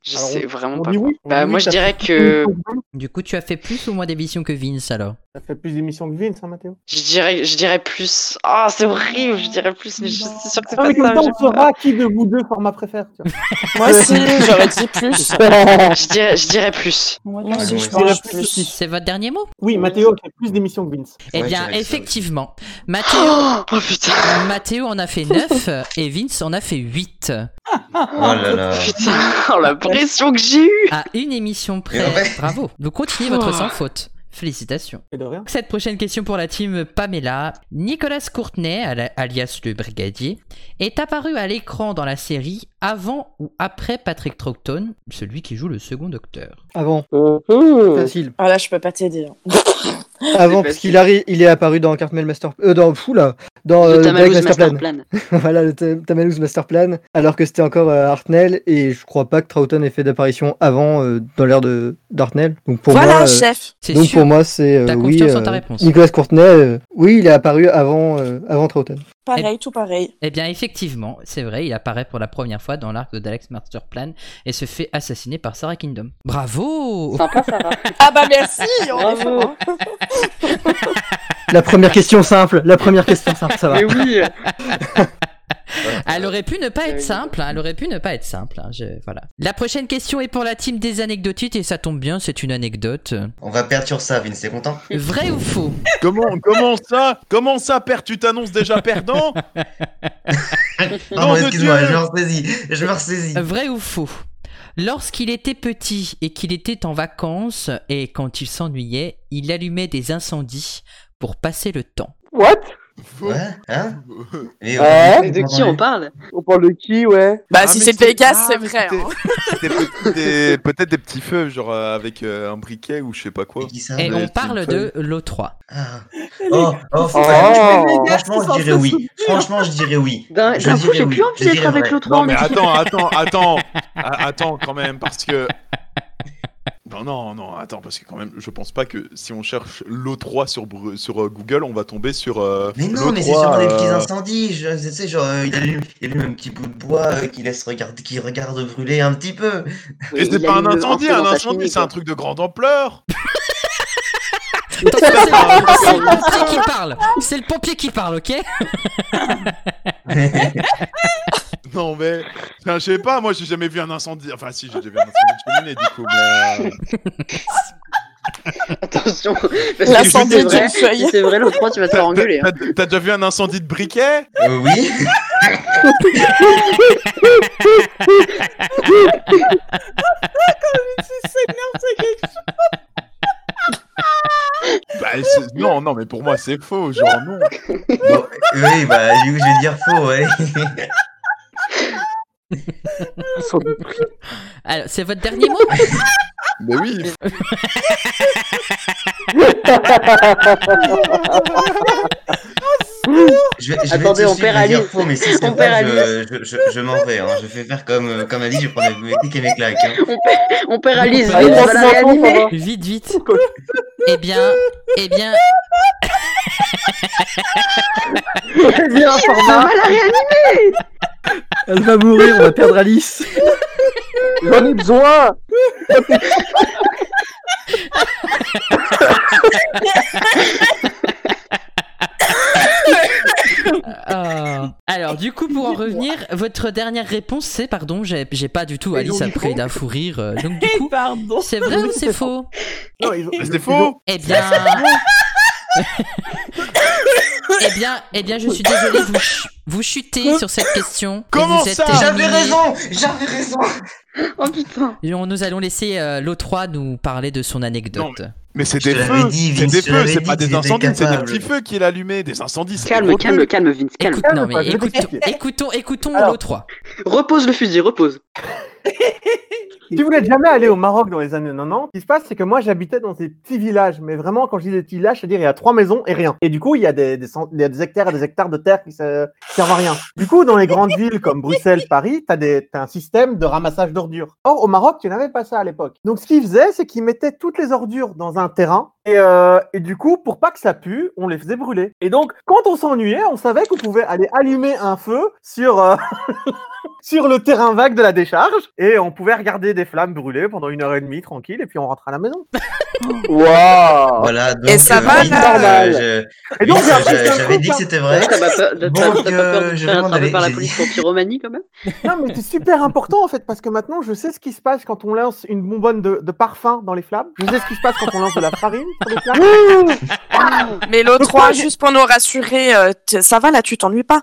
Speaker 5: je
Speaker 3: Alors,
Speaker 5: sais
Speaker 3: on-
Speaker 5: vraiment
Speaker 3: on
Speaker 5: pas.
Speaker 3: dit
Speaker 5: quoi.
Speaker 3: oui, on
Speaker 5: bah,
Speaker 3: dit
Speaker 5: moi,
Speaker 3: oui,
Speaker 5: je
Speaker 3: t'as
Speaker 5: dirais
Speaker 3: fait
Speaker 5: que.
Speaker 3: une
Speaker 1: Du coup, tu as fait plus ou moins d'émissions que Vince alors
Speaker 3: T'as fait plus d'émissions que Vince, hein, Mathéo
Speaker 5: Je dirais, je dirais plus. Ah, c'est horrible, je dirais plus, mais je suis sûr que c'est pas
Speaker 3: Non, Ah, mais comme
Speaker 5: ça.
Speaker 3: ça,
Speaker 5: je-
Speaker 3: on saura qui de vous deux format préfère. tu vois.
Speaker 2: Moi aussi, j'aurais dit plus.
Speaker 5: je, dirais, je dirais plus.
Speaker 2: Moi aussi, je
Speaker 3: Je dirais
Speaker 2: pense
Speaker 3: plus
Speaker 2: plus.
Speaker 3: aussi.
Speaker 1: Ah, C'est votre dernier mot
Speaker 3: Oui, Mathéo a fait plus d'émissions que Vince.
Speaker 1: Eh bien, effectivement, Mathéo, Mathéo en a fait 9 et Vince en a fait 8.
Speaker 7: Oh là là.
Speaker 5: Oh, la pression que j'ai eue
Speaker 1: À une émission près. Bravo. Vous continuez
Speaker 2: Ah.
Speaker 1: votre sans faute. Félicitations. Cette prochaine question pour la team Pamela. Nicolas Courtenay, al- alias le brigadier, est apparu à l'écran dans la série avant ou après Patrick Troughton, celui qui joue le second docteur.
Speaker 10: Avant.
Speaker 5: Mhm.
Speaker 10: Facile.
Speaker 2: Ah là, je peux pas t'aider. hein.
Speaker 10: Avant, parce qu'il arrive, il est apparu dans Cartmel Master, euh, dans fou là, dans
Speaker 5: Le
Speaker 10: euh,
Speaker 5: Tamalouz
Speaker 10: Black
Speaker 5: Masterplan.
Speaker 10: voilà le Ta- Tamalouz Master Plan, alors que c'était encore euh, Hartnell et je crois pas que Troughton ait fait d'apparition avant euh, dans l'ère de d'Hartnell. Donc pour
Speaker 2: Voilà,
Speaker 10: moi,
Speaker 2: chef.
Speaker 10: euh,
Speaker 1: C'est
Speaker 10: donc
Speaker 1: sûr.
Speaker 10: pour moi c'est euh,
Speaker 1: T'as
Speaker 10: oui,
Speaker 1: confiance en ta
Speaker 10: euh,
Speaker 1: réponse.
Speaker 10: Nicolas Courtenay, euh, oui il est apparu avant euh, avant Troughton.
Speaker 2: Pareil, tout pareil.
Speaker 1: Eh bien, effectivement, c'est vrai, il apparaît pour la première fois dans l'arc de Daleks Master Plan et se fait assassiner par Sarah Kingdom. Bravo
Speaker 2: Ah bah merci. en effet.
Speaker 10: La première question simple, la première question simple, ça va.
Speaker 5: Mais oui Euh,
Speaker 1: Elle aurait pu ne pas être simple, hein, elle aurait pu ne pas être simple. hein, je- voilà. La prochaine question est pour la team des anecdotites et ça tombe bien, c'est une anecdote.
Speaker 7: On va perdre sur ça, Vince, t'es content
Speaker 1: Vrai ou faux
Speaker 11: Comment, comment ça Comment ça, perd Tu t'annonces déjà perdant
Speaker 7: Pardon,
Speaker 11: Nom de
Speaker 7: Ah, excuse-moi,
Speaker 11: Dieu
Speaker 7: je me ressaisis. Je me ressaisis.
Speaker 1: Euh, Vrai ou faux Lorsqu'il était petit et qu'il était en vacances et quand il s'ennuyait, il allumait des incendies pour passer le temps.
Speaker 6: What
Speaker 7: Ouais, hein Mais
Speaker 6: Ouais.
Speaker 4: Ah.
Speaker 7: euh,
Speaker 5: De qui on parle
Speaker 6: On parle de qui, ouais
Speaker 2: Bah
Speaker 11: Ah,
Speaker 2: si
Speaker 11: mais
Speaker 2: c'est
Speaker 11: c'était-
Speaker 2: Vegas,
Speaker 11: ah,
Speaker 2: c'est
Speaker 11: mais
Speaker 2: vrai.
Speaker 11: c'était-
Speaker 2: hein.
Speaker 11: C'était peut- des- peut-être des petits feux, genre euh, avec euh, un briquet ou je sais pas quoi.
Speaker 1: Et
Speaker 11: Des
Speaker 1: on
Speaker 11: petits
Speaker 1: parle
Speaker 11: feux.
Speaker 1: de l'O3.
Speaker 7: Ah. Oh, oh, faut
Speaker 6: Oh.
Speaker 7: pas-
Speaker 6: Oh.
Speaker 7: Franchement, je dirais oui. Franchement, je dirais oui.
Speaker 5: D'un
Speaker 7: Je
Speaker 5: d'un coup,
Speaker 7: dirais
Speaker 5: j'ai
Speaker 7: oui.
Speaker 5: plus envie
Speaker 7: Je
Speaker 5: d'être
Speaker 7: dirais
Speaker 5: avec
Speaker 7: vrai.
Speaker 5: le
Speaker 11: Non
Speaker 5: 3.
Speaker 11: mais attends, attends, attends, A- attends quand même parce que non non non attends parce que quand même je pense pas que si on cherche l'O3 sur Bru- sur euh, Google on va tomber sur euh,
Speaker 7: Mais non, mais c'est
Speaker 11: l'O3,
Speaker 7: sûrement des petits
Speaker 11: euh,
Speaker 7: incendies. Je, tu sais, genre, euh, il allume, il allume un petit bout de bois euh, qui laisse regarder, qui regarde brûler un petit peu.
Speaker 11: Mais c'est pas un incendie, un incendie c'est un truc de grande ampleur.
Speaker 1: Attends, C'est c'est le pompier qui parle C'est le pompier qui parle, ok
Speaker 11: Non mais enfin, je sais pas, moi j'ai jamais vu un incendie. Enfin si j'ai déjà vu un incendie de cheminée du coup. Mais... euh,
Speaker 5: Attention,
Speaker 2: La
Speaker 5: parce que si
Speaker 2: santé
Speaker 5: c'est
Speaker 2: d'une
Speaker 5: vrai,
Speaker 2: feuille.
Speaker 5: si c'est vrai, le 3, tu vas te faire engueuler. hein.
Speaker 11: T'as t'as déjà vu un incendie de briquet
Speaker 7: Euh, oui.
Speaker 11: Bah, c'est- non non mais pour moi c'est faux genre non.
Speaker 7: Bon, oui, bah, du coup, je vais dire faux, ouais.
Speaker 1: Alors, c'est votre dernier mot
Speaker 11: Mais oui.
Speaker 7: je vais, je vais
Speaker 12: Attendez,
Speaker 7: être
Speaker 12: on
Speaker 7: aussi
Speaker 12: perd
Speaker 7: de dire
Speaker 12: Alice.
Speaker 7: faux, mais si c'est
Speaker 12: On
Speaker 7: vrai,
Speaker 12: perd
Speaker 7: je, je, je, je m'en vais. hein. Je vais faire comme, euh, comme Alice, je prends mes- mes clics et mes claques. hein.
Speaker 6: On perd
Speaker 7: Alice,
Speaker 6: Alice,
Speaker 7: vite, on va la réanimer.
Speaker 1: Vite, vite. Eh bien, eh bien.
Speaker 11: Eh bien,
Speaker 1: Yes,
Speaker 11: Forma.
Speaker 1: on va la
Speaker 6: réanimer
Speaker 4: Elle va mourir, on va perdre Alice.
Speaker 11: J'en ai besoin
Speaker 1: Ah. Alors, du coup, pour en revenir, votre dernière réponse, c'est pardon, j'ai j'ai pas du tout. Alice a pris d'un fou rire. euh, Donc, du coup, c'est vrai ou c'est faux
Speaker 9: C'était faux
Speaker 1: Eh bien. eh bien, eh bien, je suis désolé, vous, ch- vous chutez sur cette question. et vous êtes
Speaker 7: J'avais
Speaker 1: éliminé.
Speaker 7: raison J'avais raison
Speaker 6: Oh putain
Speaker 1: Et on- Nous allons laisser l'O3 nous parler de son anecdote.
Speaker 9: Mais c'est des
Speaker 1: l'avais
Speaker 9: feux,
Speaker 1: dit,
Speaker 9: c'est
Speaker 1: Vince,
Speaker 9: des
Speaker 1: je te l'avais
Speaker 9: feux, c'est
Speaker 1: dit
Speaker 9: pas des
Speaker 1: qu'ils étaient
Speaker 9: incendies, c'est des
Speaker 1: capables.
Speaker 9: petits feux qu'il allumait, des incendies. c'est des
Speaker 6: Calme,
Speaker 9: gros
Speaker 6: calme,
Speaker 9: feux.
Speaker 6: calme, Vince, calme.
Speaker 1: Écoute, non, mais écoutons, écoutons, écoutons
Speaker 6: Alors.
Speaker 1: l'O3.
Speaker 6: Repose le fusil, repose.
Speaker 3: Si vous n'êtes jamais allé au Maroc dans les années 90, ce qui se passe, c'est que moi j'habitais dans des petits villages, mais vraiment quand je dis des petits villages, c'est-à-dire il y a trois maisons et rien. Et du coup, il y a des, des cent- il y a des hectares et des hectares de terre qui, se- qui servent à rien. Du coup, dans les grandes villes comme Bruxelles, Paris, t'as des- t'as un système de ramassage d'ordures. Or, au Maroc, tu n'avais pas ça à l'époque. Donc ce qu'ils faisaient, c'est qu'ils mettaient toutes les ordures dans un terrain. Et, euh, et du coup, pour pas que ça pue, on les faisait brûler. Et donc, quand on s'ennuyait, on savait qu'on pouvait aller allumer un feu sur, euh, sur le terrain vague de la décharge et on pouvait regarder des flammes brûler pendant une heure et demie tranquille et puis on rentre à la maison.
Speaker 7: Waouh Voilà, donc,
Speaker 3: Et ça
Speaker 7: euh,
Speaker 3: va,
Speaker 7: Vince,
Speaker 3: là
Speaker 7: euh, je-
Speaker 3: Et donc,
Speaker 7: Vince,
Speaker 3: j'ai appris
Speaker 7: euh,
Speaker 3: plein de
Speaker 7: J'avais dit que
Speaker 3: trucs,
Speaker 7: c'était
Speaker 3: hein.
Speaker 7: vrai.
Speaker 6: T'as pas peur t'as- t'as- t'as pas peur de
Speaker 7: euh,
Speaker 6: te
Speaker 7: je
Speaker 6: faire
Speaker 7: vais m'en
Speaker 6: attraper
Speaker 7: aller,
Speaker 6: par la
Speaker 7: j'ai
Speaker 6: police pour pyromanie quand même
Speaker 3: Non mais c'est super important en fait parce que maintenant je sais ce qui se passe quand on lance une bonbonne de, de parfum dans les flammes. Je sais ce qui se passe quand on lance de la farine sur les flammes.
Speaker 2: Mais l'autre
Speaker 3: Donc, moi,
Speaker 2: 3,
Speaker 3: j'ai-
Speaker 2: juste pour nous rassurer, euh, t- ça va là, tu t'ennuies pas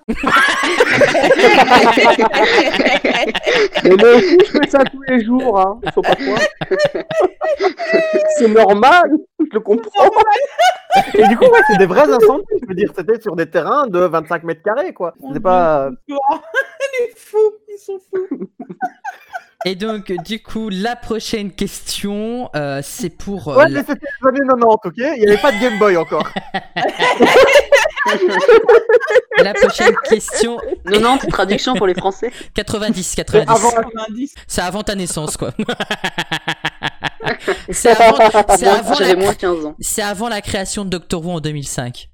Speaker 2: Eh
Speaker 11: Mais bon,
Speaker 2: ben.
Speaker 11: je fais ça tous les jours, hein. Faut pas croire. C'est normal, je le comprends.
Speaker 3: Et du coup ouais, c'est des vrais incendies. Je veux dire c'était sur des terrains de 25 mètres carrés quoi.
Speaker 11: Ah
Speaker 3: C'était pas. euh,
Speaker 13: Les fous, ils sont fous.
Speaker 1: Et donc, du coup, la prochaine question, euh, c'est pour. euh,
Speaker 3: Ouais
Speaker 1: la-
Speaker 3: mais c'était les années 90 ok. Il n'y avait pas de Game Boy encore.
Speaker 1: La prochaine question.
Speaker 6: Non, non, traduction pour les Français.
Speaker 1: 90, 90.
Speaker 6: Avant-
Speaker 1: C'est avant ta naissance, quoi. c'est avant, c'est avant
Speaker 6: J'avais
Speaker 1: la...
Speaker 6: moins 15 ans.
Speaker 1: C'est avant la création de Doctor Who en 2005.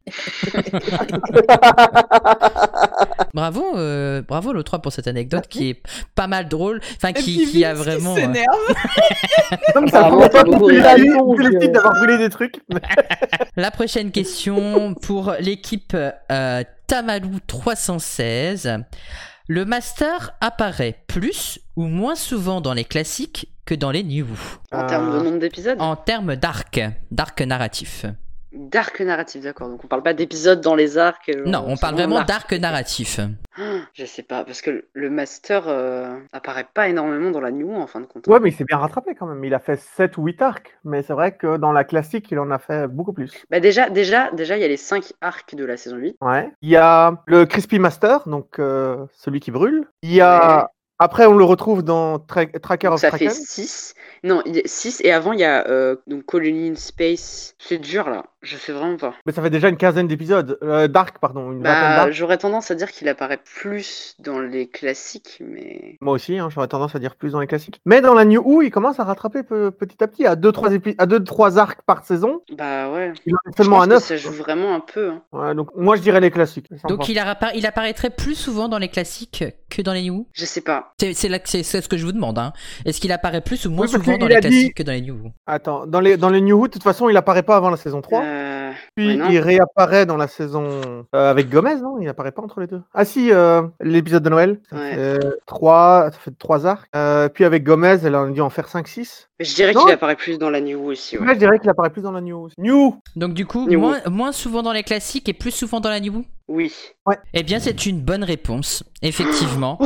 Speaker 1: bravo, euh, bravo le 3 pour cette anecdote qui est pas mal drôle, enfin qui, qui a vraiment. euh,
Speaker 3: Non mais ça
Speaker 11: Ah
Speaker 1: Apparemment,
Speaker 3: prend pas
Speaker 1: t'as beaucoup
Speaker 3: beaucoup de
Speaker 1: raison,
Speaker 3: c'est le
Speaker 1: je-
Speaker 3: type d'avoir brûlé des trucs.
Speaker 1: La prochaine question pour l'équipe euh, Tamalou 316. Le master apparaît plus ou moins souvent dans les classiques que dans les new.
Speaker 6: En termes de nombre d'épisodes Euh,
Speaker 1: En termes d'arc, d'arc narratif.
Speaker 6: D'arc narratif, d'accord. Donc on parle pas d'épisodes dans les arcs. euh, genre,
Speaker 1: Non, on parle
Speaker 6: souvent
Speaker 1: vraiment
Speaker 6: l'arc.
Speaker 1: d'arc narratif.
Speaker 6: Ah, Je sais pas, parce que le master euh, apparaît pas énormément dans la New en fin de compte.
Speaker 3: Ouais, mais il s'est bien rattrapé quand même. Il a fait 7 ou 8 arcs, mais c'est vrai que dans la classique, il en a fait beaucoup plus.
Speaker 6: Bah déjà, déjà, déjà, il y a les 5 arcs de la saison 8.
Speaker 3: Ouais. Il y a le Crispy Master, donc euh, celui qui brûle. Il y a. Après, on le retrouve dans Tra- Tracker
Speaker 6: Donc
Speaker 3: of
Speaker 6: ça fait
Speaker 3: Kraken.
Speaker 6: 6. Non, 6 et avant il y a euh, donc Colony in Space. C'est dur là, je sais vraiment pas.
Speaker 3: Mais ça fait déjà une quinzaine d'épisodes. Euh, Dark, pardon, une vingtaine
Speaker 6: Bah,
Speaker 3: d'arcs.
Speaker 6: j'aurais tendance à dire qu'il apparaît plus dans les classiques, mais.
Speaker 3: Moi aussi, hein, j'aurais tendance à dire plus dans les classiques. Mais dans la New Who, il commence à rattraper peu- petit à petit, à 2-3 épi... à deux, trois arcs par saison.
Speaker 6: Bah ouais.
Speaker 3: Il en est
Speaker 6: Je
Speaker 3: seulement
Speaker 6: pense
Speaker 3: à
Speaker 6: que
Speaker 3: 9.
Speaker 6: Ça joue vraiment un peu. hein.
Speaker 3: Ouais, donc moi, je dirais les classiques.
Speaker 1: Donc il, appara- il apparaîtrait plus souvent dans les classiques que dans les new.
Speaker 6: Je sais pas.
Speaker 1: C'est c'est là que c'est- c'est ce que je vous demande. hein. Est-ce qu'il apparaît plus ou moins
Speaker 3: Oui, parce
Speaker 1: souvent dans les
Speaker 3: qu'il a dit-
Speaker 1: classiques que dans les new
Speaker 3: Attends, dans les, dans les New Who, de toute façon, il apparaît pas avant la saison 3.
Speaker 6: Euh, ouais,
Speaker 3: Puis
Speaker 6: non.
Speaker 3: il réapparaît dans la saison euh, avec Gomez, non Il apparaît pas entre les deux. Ah si, euh, l'épisode de Noël. Ça
Speaker 6: Ouais.
Speaker 3: fait, euh, trois, ça fait trois arcs. Euh, puis avec Gomez, elle en a dû en faire 5-6.
Speaker 6: Mais je dirais
Speaker 3: Non.
Speaker 6: qu'il apparaît plus dans la New Who aussi. Ouais.
Speaker 3: Là, je dirais qu'il apparaît plus dans la news. New
Speaker 1: Donc du coup,
Speaker 6: New.
Speaker 1: moins, moins souvent dans les classiques et plus souvent dans la new
Speaker 6: Oui.
Speaker 1: Eh bien, c'est une bonne réponse, effectivement.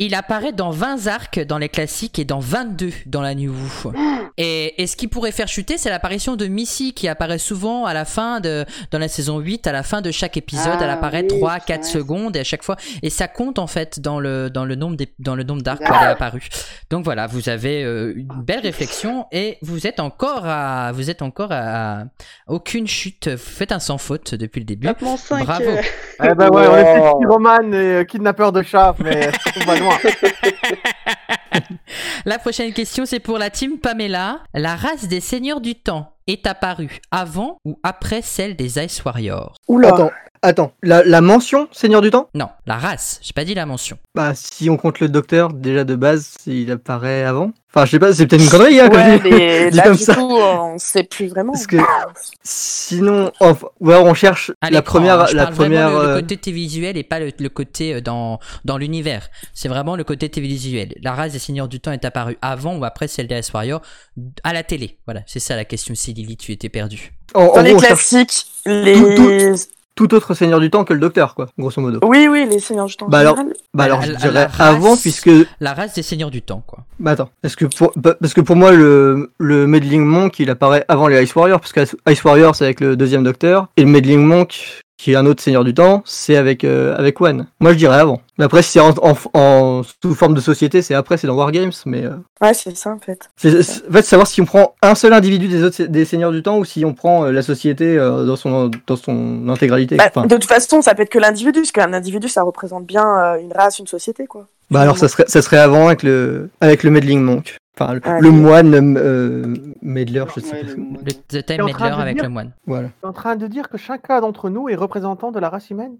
Speaker 1: Il apparaît dans 20 arcs dans les classiques et dans 22 dans la New Who. Et, et ce qui pourrait faire chuter, c'est l'apparition de Missy qui apparaît souvent à la fin de dans la saison 8, à la fin de chaque épisode,
Speaker 6: Ah
Speaker 1: elle apparaît
Speaker 6: oui,
Speaker 1: 3
Speaker 6: c'est
Speaker 1: 4
Speaker 6: vrai.
Speaker 1: secondes et à chaque fois et ça compte en fait dans le dans le nombre d'ép- dans le nombre d'arcs où
Speaker 6: Ah.
Speaker 1: elle est apparue. Donc voilà, vous avez euh, une belle réflexion et vous êtes encore à vous êtes encore à aucune chute. Vous faites un sans faute depuis le début.
Speaker 3: Tape mon cinq.
Speaker 1: Bravo.
Speaker 3: Eh ben ouais, on est
Speaker 1: Oh.
Speaker 3: plus pyromane et euh, kidnappeur de chat, mais on va loin.
Speaker 1: La prochaine question, c'est pour la team Pamela. La race des seigneurs du temps est apparue avant ou après celle des Ice Warriors
Speaker 10: Attends, attends. La, la mention, Seigneur du Temps
Speaker 1: Non, la race. J'ai pas dit la mention.
Speaker 10: Bah, si on compte le docteur, déjà de base, il apparaît avant. Enfin, je sais pas, c'est peut-être une connerie, hein,
Speaker 2: Ouais,
Speaker 10: comme
Speaker 2: mais
Speaker 10: dit
Speaker 2: là,
Speaker 10: comme
Speaker 2: du
Speaker 10: ça.
Speaker 2: coup, euh, on sait plus vraiment.
Speaker 10: Sinon, enfin, ou alors on cherche
Speaker 1: À
Speaker 10: la
Speaker 1: l'écran,
Speaker 10: première.
Speaker 1: hein, je
Speaker 10: la
Speaker 1: parle vraiment
Speaker 10: première
Speaker 1: le- le,
Speaker 10: euh,
Speaker 1: côté télévisuel et pas le, le côté euh, dans, dans l'univers. C'est vraiment le côté télévisuel. La race des seigneurs du temps est apparue avant ou après celle des Ice Warriors à la télé. Voilà, c'est ça la question. Si Lily, tu étais perdue.
Speaker 10: en- en
Speaker 2: les
Speaker 10: gros, on cherche
Speaker 2: classiques,
Speaker 10: tout- tout-
Speaker 2: les.
Speaker 10: tout autre Seigneur du Temps que le docteur, quoi, grosso modo.
Speaker 2: Oui, oui, les seigneurs du temps. en
Speaker 10: Bah alors,
Speaker 2: général.
Speaker 10: bah alors
Speaker 1: La-
Speaker 10: je
Speaker 1: la-
Speaker 10: dirais
Speaker 1: la race-
Speaker 10: avant, puisque.
Speaker 1: La race des seigneurs du temps, quoi.
Speaker 10: Bah attends, parce que pour, pa- parce que pour moi, le, le Meddling Monk, il apparaît avant les Ice Warriors, parce que Ice Warriors, c'est avec le deuxième docteur, et le Meddling Monk, qui est un autre Seigneur du Temps, c'est avec, euh, avec One. Moi, je dirais avant. Mais après, si c'est en, en- en- sous forme de société, c'est après, c'est dans Wargames, mais. euh,
Speaker 2: Ouais, c'est ça en fait.
Speaker 10: c'est- c'est- en fait, savoir si on prend un seul individu des autres des seigneurs du temps ou si on prend euh, la société euh, dans son dans son intégralité.
Speaker 2: Bah,
Speaker 10: Enfin,
Speaker 2: de toute façon, ça peut être que l'individu, parce qu'un individu, ça représente bien euh, une race, une société, quoi.
Speaker 10: Bah alors ça serait ça serait avant avec le avec le meddling monk. Enfin le,
Speaker 2: Ah,
Speaker 10: le
Speaker 2: oui.
Speaker 10: moine euh, meddler, je sais pas.
Speaker 1: Le The
Speaker 3: T'es
Speaker 1: Time
Speaker 3: en train
Speaker 1: Meddler
Speaker 3: de
Speaker 1: avec
Speaker 3: dire-
Speaker 1: le moine.
Speaker 10: Voilà.
Speaker 3: T'es en train de dire que chacun d'entre nous est représentant de la race humaine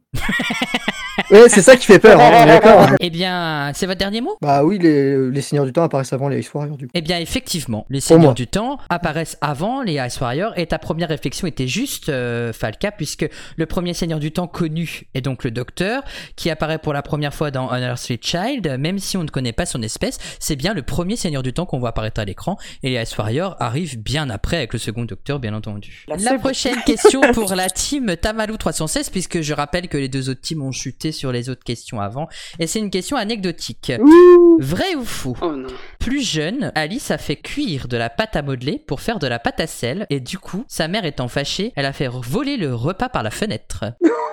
Speaker 10: Ouais, c'est ça qui fait peur. hein, on est d'accord.
Speaker 1: Eh bien, c'est votre dernier mot
Speaker 10: Bah oui, les, les seigneurs du temps apparaissent avant les Ice Warriors du coup.
Speaker 1: Eh bien, effectivement, les
Speaker 10: Pour moi.
Speaker 1: Seigneurs du Temps apparaissent avant les Ice Warriors et ta première réflexion était juste, euh, Falca, puisque le premier Seigneur du Temps connu est donc le Docteur, qui apparaît pour la première fois dans Unearthly Child. Même si on ne connaît pas son espèce, c'est bien le premier Seigneur du Temps qu'on voit apparaître à l'écran et les Ice Warriors arrivent bien après avec le second Docteur, bien entendu.
Speaker 2: La
Speaker 1: La
Speaker 2: seule-
Speaker 1: prochaine question pour la team Tamalou 316, puisque je rappelle que les deux autres teams ont chuté sur les autres questions avant, et c'est une question anecdotique. Vrai ou faux Plus jeune, Alice a fait cuire de la pâte à modeler pour faire de la pâte à sel, et du coup, sa mère étant fâchée, elle a fait voler le repas par la fenêtre.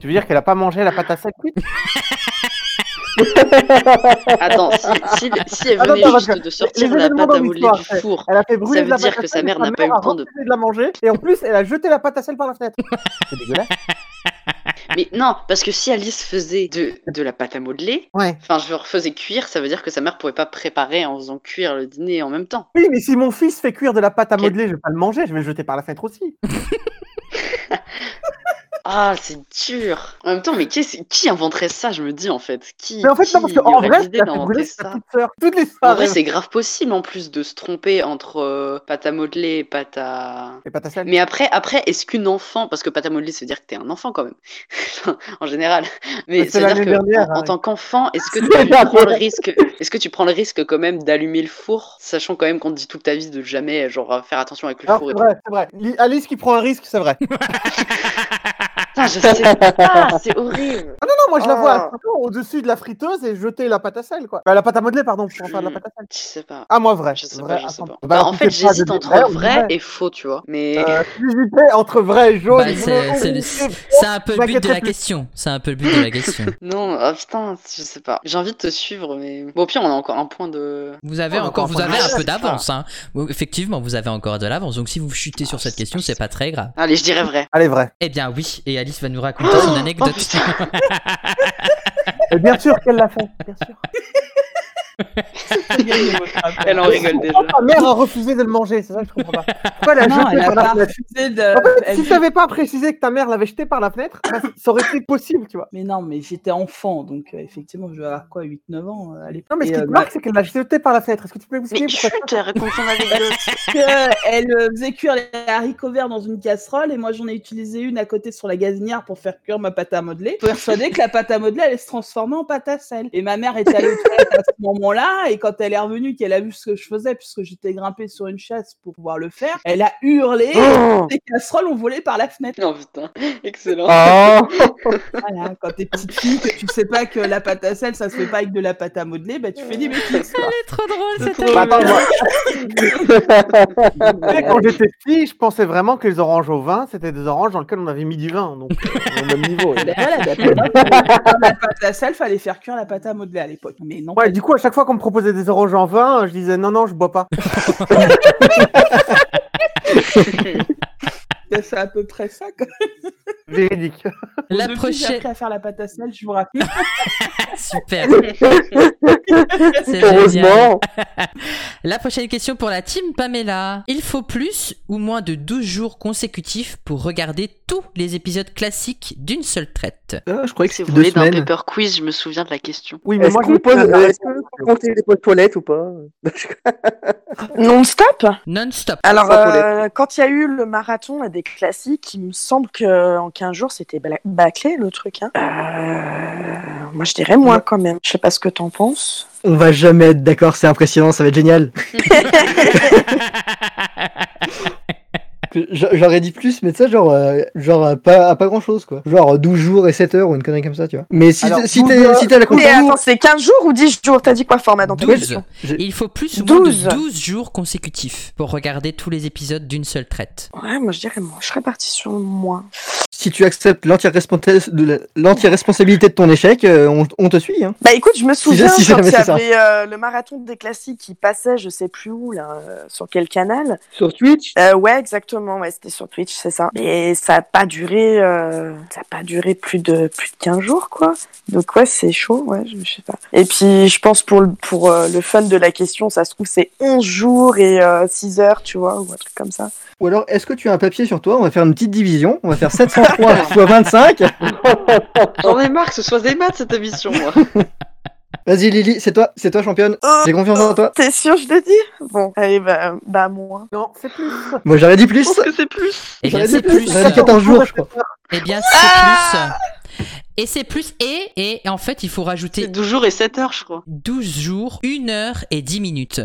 Speaker 3: Tu veux dire qu'elle a pas mangé la pâte à sel cuite
Speaker 5: Attends, si, si- si elle
Speaker 3: Attends,
Speaker 5: venait
Speaker 3: attends, parce
Speaker 5: juste
Speaker 3: que
Speaker 5: de sortir
Speaker 3: les
Speaker 5: la
Speaker 3: événements
Speaker 5: pâte à
Speaker 3: dans
Speaker 5: modeler
Speaker 3: l'histoire,
Speaker 5: du four,
Speaker 3: Elle a fait brûler
Speaker 5: ça
Speaker 3: de
Speaker 5: veut
Speaker 3: la
Speaker 5: dire
Speaker 3: pâte à
Speaker 5: que sa
Speaker 3: sel,
Speaker 5: mère n'a pas eu
Speaker 3: a
Speaker 5: le temps de.
Speaker 3: refusé la manger et en plus elle a jeté la pâte à sel par la fenêtre. C'est dégueulasse.
Speaker 5: Mais non, parce que si Alice faisait de, de la pâte à modeler, enfin je leur faisais cuire, ça veut dire que sa mère pouvait pas préparer en faisant cuire le dîner en même temps.
Speaker 3: Oui, mais si mon fils fait cuire de la pâte à modeler, je vais pas le manger, je vais le jeter par la fenêtre aussi.
Speaker 5: Ah, c'est dur. En même temps, mais qui, est- qui inventerait ça, je me dis en fait Qui
Speaker 3: Mais en fait,
Speaker 5: qui
Speaker 3: non, parce qu'en
Speaker 5: aurait
Speaker 3: vrai,
Speaker 5: l'idée
Speaker 3: elle a fait
Speaker 5: d'inventer
Speaker 3: brûler
Speaker 5: ça
Speaker 3: sa petite sœur. Toutes les
Speaker 5: En
Speaker 3: soirs.
Speaker 5: vrai, c'est grave possible en plus de se tromper entre euh, pâte à modeler et pâte à.
Speaker 3: Et pâte à sel.
Speaker 5: Mais après, après est-ce qu'une enfant, parce que pâte à modeler, ça veut dire que t'es un enfant quand même, en général. Mais
Speaker 3: C'était
Speaker 5: ça veut dire
Speaker 3: l'année
Speaker 5: que
Speaker 3: dernière,
Speaker 5: en, en
Speaker 3: hein.
Speaker 5: tant qu'enfant, est-ce que
Speaker 3: C'est
Speaker 5: tu
Speaker 3: la
Speaker 5: prends le
Speaker 3: dernière.
Speaker 5: risque, est-ce que tu prends le risque quand même d'allumer le four, sachant quand même qu'on te dit toute ta vie de jamais genre faire attention avec le
Speaker 3: Non,
Speaker 5: four.
Speaker 3: Ah, c'est
Speaker 5: Et
Speaker 3: vrai, c'est vrai. Li- Alice qui prend un risque, c'est vrai.
Speaker 5: Putain, je sais pas, c'est horrible.
Speaker 3: Ah non, non, moi je la
Speaker 5: Ah.
Speaker 3: vois à cinq ans, au-dessus de la friteuse et jeter la pâte à sel, quoi. Bah, la pâte à modeler, pardon, pour en faire de la pâte à sel.
Speaker 5: Hmm, Je sais pas.
Speaker 3: Ah, moi, vrai.
Speaker 5: Je sais
Speaker 3: vrai,
Speaker 5: pas, je
Speaker 3: à
Speaker 5: sais
Speaker 3: 100%.
Speaker 5: pas.
Speaker 3: Bah,
Speaker 5: Bah,
Speaker 3: alors,
Speaker 5: en
Speaker 3: tu
Speaker 5: fait,
Speaker 3: fais pas
Speaker 5: j'hésite
Speaker 3: de
Speaker 5: entre
Speaker 3: vrai ou de
Speaker 5: vrai et faux, tu vois. Mais
Speaker 3: Euh, J'hésitais entre vrai et jaune.
Speaker 1: Bah, c'est c'est le- c'est un peu le but de la question. C'est un peu le but de la question.
Speaker 5: Non, ah, putain, je sais pas. J'ai envie de te suivre, mais bon, au pire, on a encore un point de.
Speaker 1: Vous avez
Speaker 5: On a
Speaker 1: encore, vous
Speaker 5: point de
Speaker 1: avez un
Speaker 5: reste,
Speaker 1: peu
Speaker 5: putain.
Speaker 1: d'avance, hein. Vous- Effectivement, vous avez encore de l'avance. Donc si vous chutez sur cette question, c'est pas très grave.
Speaker 5: Allez, je dirais vrai. Oh,
Speaker 3: Allez, vrai.
Speaker 1: Eh bien oui, et Alice va nous raconter son anecdote.
Speaker 3: Et bien sûr qu'elle l'a fait. Bien sûr.
Speaker 5: Elle en
Speaker 3: Ah,
Speaker 5: rigole déjà.
Speaker 3: Pourquoi ta Oh, mère a refusé de le manger C'est ça que je comprends pas.
Speaker 11: Ah
Speaker 3: Pourquoi elle a
Speaker 8: Non,
Speaker 3: jeté
Speaker 8: elle a
Speaker 3: par la
Speaker 8: pas
Speaker 3: fenêtre
Speaker 8: refusé de-
Speaker 3: En fait,
Speaker 8: elle
Speaker 3: si
Speaker 8: dit-
Speaker 3: t'avais pas précisé que ta mère l'avait jeté par la fenêtre, bah, ça aurait été possible, tu vois.
Speaker 8: Mais non, mais j'étais enfant, donc euh, effectivement, je devais avoir quoi, 8-9 ans euh, à l'époque.
Speaker 3: Non, mais ce
Speaker 8: Et,
Speaker 3: qui te
Speaker 8: euh,
Speaker 3: marque, c'est qu'elle l'a jeté par la fenêtre. Est-ce que tu peux m'expliquer pourquoi
Speaker 8: Parce que elle euh, faisait cuire les haricots verts dans une casserole et moi j'en ai utilisé une à côté sur la gazinière pour faire cuire ma pâte à modeler. Persuadée que la pâte à modeler allait se transformer en pâte à sel. Et ma mère était allée aux toilettes à ce moment-là et quand elle est revenue, qu'elle a vu ce que je faisais puisque j'étais grimpée sur une chaise pour pouvoir le faire, elle a hurlé.
Speaker 5: Oh
Speaker 8: les casseroles ont volé par la fenêtre.
Speaker 5: Non Oh, putain, excellent.
Speaker 3: Ah.
Speaker 8: Voilà, quand t'es petite fille, que tu sais pas que la pâte à sel, ça se fait pas avec de la pâte à modeler, bah tu fais des bêtises. Elle
Speaker 1: est trop drôle
Speaker 8: cette
Speaker 3: Tu sais, Quand j'étais petit, je pensais vraiment que les oranges au vin, c'était des oranges dans lesquelles on avait mis du vin, donc euh, au même niveau.
Speaker 8: Ah, bah, Ben voilà, ben, pendant que- pendant la pâte à sel, fallait faire cuire la pâte à modeler à l'époque. Mais hein. non.
Speaker 3: Ouais, du coup, à chaque fois qu'on me proposait des oranges en vin, je disais non, non, je bois pas.
Speaker 8: C'est à peu près ça. Quand même.
Speaker 3: Véridique.
Speaker 1: La
Speaker 8: Depuis,
Speaker 1: prochaine-
Speaker 8: J'ai appris à faire la pâte à sel, je vous raconte.
Speaker 1: Super. C'est
Speaker 8: Heureusement.
Speaker 1: génial. La prochaine question pour la team Pamela. Il faut plus ou moins de 12 jours consécutifs pour regarder tous les épisodes classiques d'une seule traite.
Speaker 10: je croyais que
Speaker 5: c'est
Speaker 1: c'était
Speaker 5: volé
Speaker 1: deux
Speaker 5: d'un
Speaker 1: semaines.
Speaker 5: paper quiz, je me souviens de la question.
Speaker 3: Oui,
Speaker 4: Est-ce qu'on pose- est-ce qu'on peut compter les pots toilettes ou pas
Speaker 2: Non-stop
Speaker 1: Non-stop.
Speaker 2: Alors, euh, quand il y a eu le marathon là, des classiques, il me semble qu'en 15 jours, c'était bla- bâclé le truc. hein. Euh, moi, je dirais moins quand même. Je sais pas ce que t'en penses.
Speaker 10: On va jamais être d'accord, c'est impressionnant, ça va être génial. J'a- J'aurais dit plus, mais tu sais, genre, euh, genre euh, pas, à pas grand chose, quoi. Genre euh, 12 jours et 7 heures ou une connerie comme ça, tu vois. Mais si
Speaker 2: Alors,
Speaker 10: t'es- si
Speaker 2: 12
Speaker 10: t'es si t'as la
Speaker 2: Mais
Speaker 10: compagnie-
Speaker 2: attends, c'est 15 jours ou 10 jours T'as dit quoi, format dans ta
Speaker 1: 12.
Speaker 2: question
Speaker 1: Il faut plus ou moins
Speaker 2: 12.
Speaker 1: de 12 jours consécutifs pour regarder tous les épisodes d'une seule traite.
Speaker 2: Ouais, moi, je dirais moins. Je serais partie sur moins.
Speaker 10: si tu acceptes l'entière responsa- de la- l'entière responsabilité de ton échec, euh, on, on te suit. Hein.
Speaker 2: Bah écoute, je me souviens
Speaker 10: si
Speaker 2: quand
Speaker 10: jamais
Speaker 2: il y
Speaker 10: c'est ça.
Speaker 2: avait euh, le marathon des classiques qui passait, je sais plus où, là, euh, sur quel canal. Euh,
Speaker 4: Sur Twitch
Speaker 2: Ouais, exactement, ouais, c'était sur Twitch, c'est ça. Et ça a pas duré, euh, ça a pas duré plus de, plus de 15 jours, quoi. Donc ouais, c'est chaud, ouais, je, je sais pas. Et puis je pense pour, le- pour euh, le fun de la question, ça se trouve c'est 11 jours et 6 heures, tu vois, ou un truc comme ça.
Speaker 10: Ou alors, est-ce que tu as un papier sur toi On va faire une petite division. On va faire 703 fois 25.
Speaker 5: J'en ai marre que ce soit des maths cette émission, moi.
Speaker 10: Vas-y, Lily, c'est toi, c'est toi championne. J'ai confiance en toi.
Speaker 2: Oh, T'es sûr, je te dis Bon, allez, bah, bah moi.
Speaker 3: Non, c'est plus.
Speaker 10: Moi, j'aurais dit plus.
Speaker 5: c'est plus.
Speaker 2: Bah,
Speaker 1: Eh bien,
Speaker 10: J'aurais
Speaker 1: c'est
Speaker 10: dit
Speaker 1: plus.
Speaker 10: J'aurais dit 14 jours, je crois.
Speaker 1: Eh bien, c'est plus. euh, Et c'est plus. Et, et en fait, il faut rajouter.
Speaker 5: 12 jours et 7 heures, je crois.
Speaker 1: 12 jours, 1 heure et 10 minutes.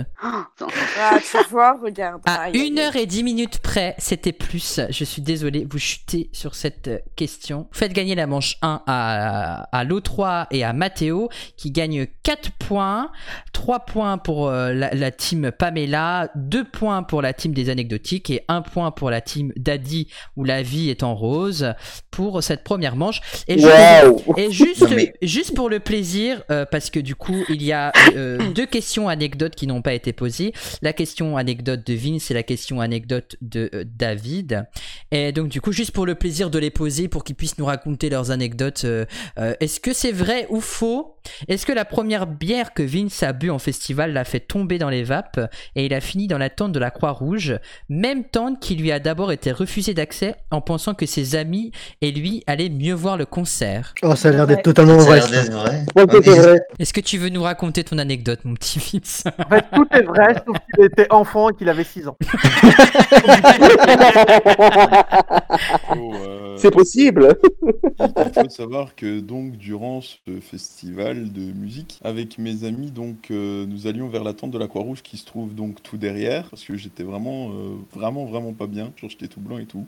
Speaker 2: Ah, tu vois, regarde.
Speaker 1: À 1 heure et 10 minutes près, c'était plus. Je suis désolé, vous chutez sur cette euh, question. Vous Faites gagner la manche 1 à, à l'O3 et à Matteo qui gagne 4 points. 3 points pour euh, la, la team Pamela, 2 points pour la team des anecdotiques et 1 point pour la team Daddy où la vie est en rose pour cette première manche. Et, je-
Speaker 6: Wow.
Speaker 1: et juste,
Speaker 6: Non, mais-
Speaker 1: juste pour le plaisir, euh, parce que du coup, il y a euh, deux questions anecdotes qui n'ont pas été posées. La question anecdote de Vince et la question anecdote de euh, David. Et donc, du coup, juste pour le plaisir de les poser pour qu'ils puissent nous raconter leurs anecdotes. euh, euh, Est-ce que c'est vrai ou faux Est-ce que la première bière que Vince a bu en festival l'a fait tomber dans les vapes et il a fini dans la tente de la Croix-Rouge Même tente qui lui a d'abord été refusée d'accès en pensant que ses amis et lui allaient mieux voir le concert.
Speaker 10: Oh, ça a l'air d'être totalement
Speaker 7: Ça a
Speaker 10: vrai.
Speaker 7: l'air d'être vrai.
Speaker 10: Ouais, c'est vrai.
Speaker 1: Est-ce que tu veux nous raconter ton anecdote, mon petit Vince
Speaker 3: Tout est vrai, sauf qu'il était enfant et qu'il avait 6 ans.
Speaker 4: C'est possible
Speaker 9: Il euh, faut savoir que donc durant ce festival de musique, avec mes amis, donc euh, nous allions vers la tente de la Croix-Rouge qui se trouve donc tout derrière, parce que j'étais vraiment, euh, vraiment, vraiment pas bien. Genre, J'étais tout blanc et tout.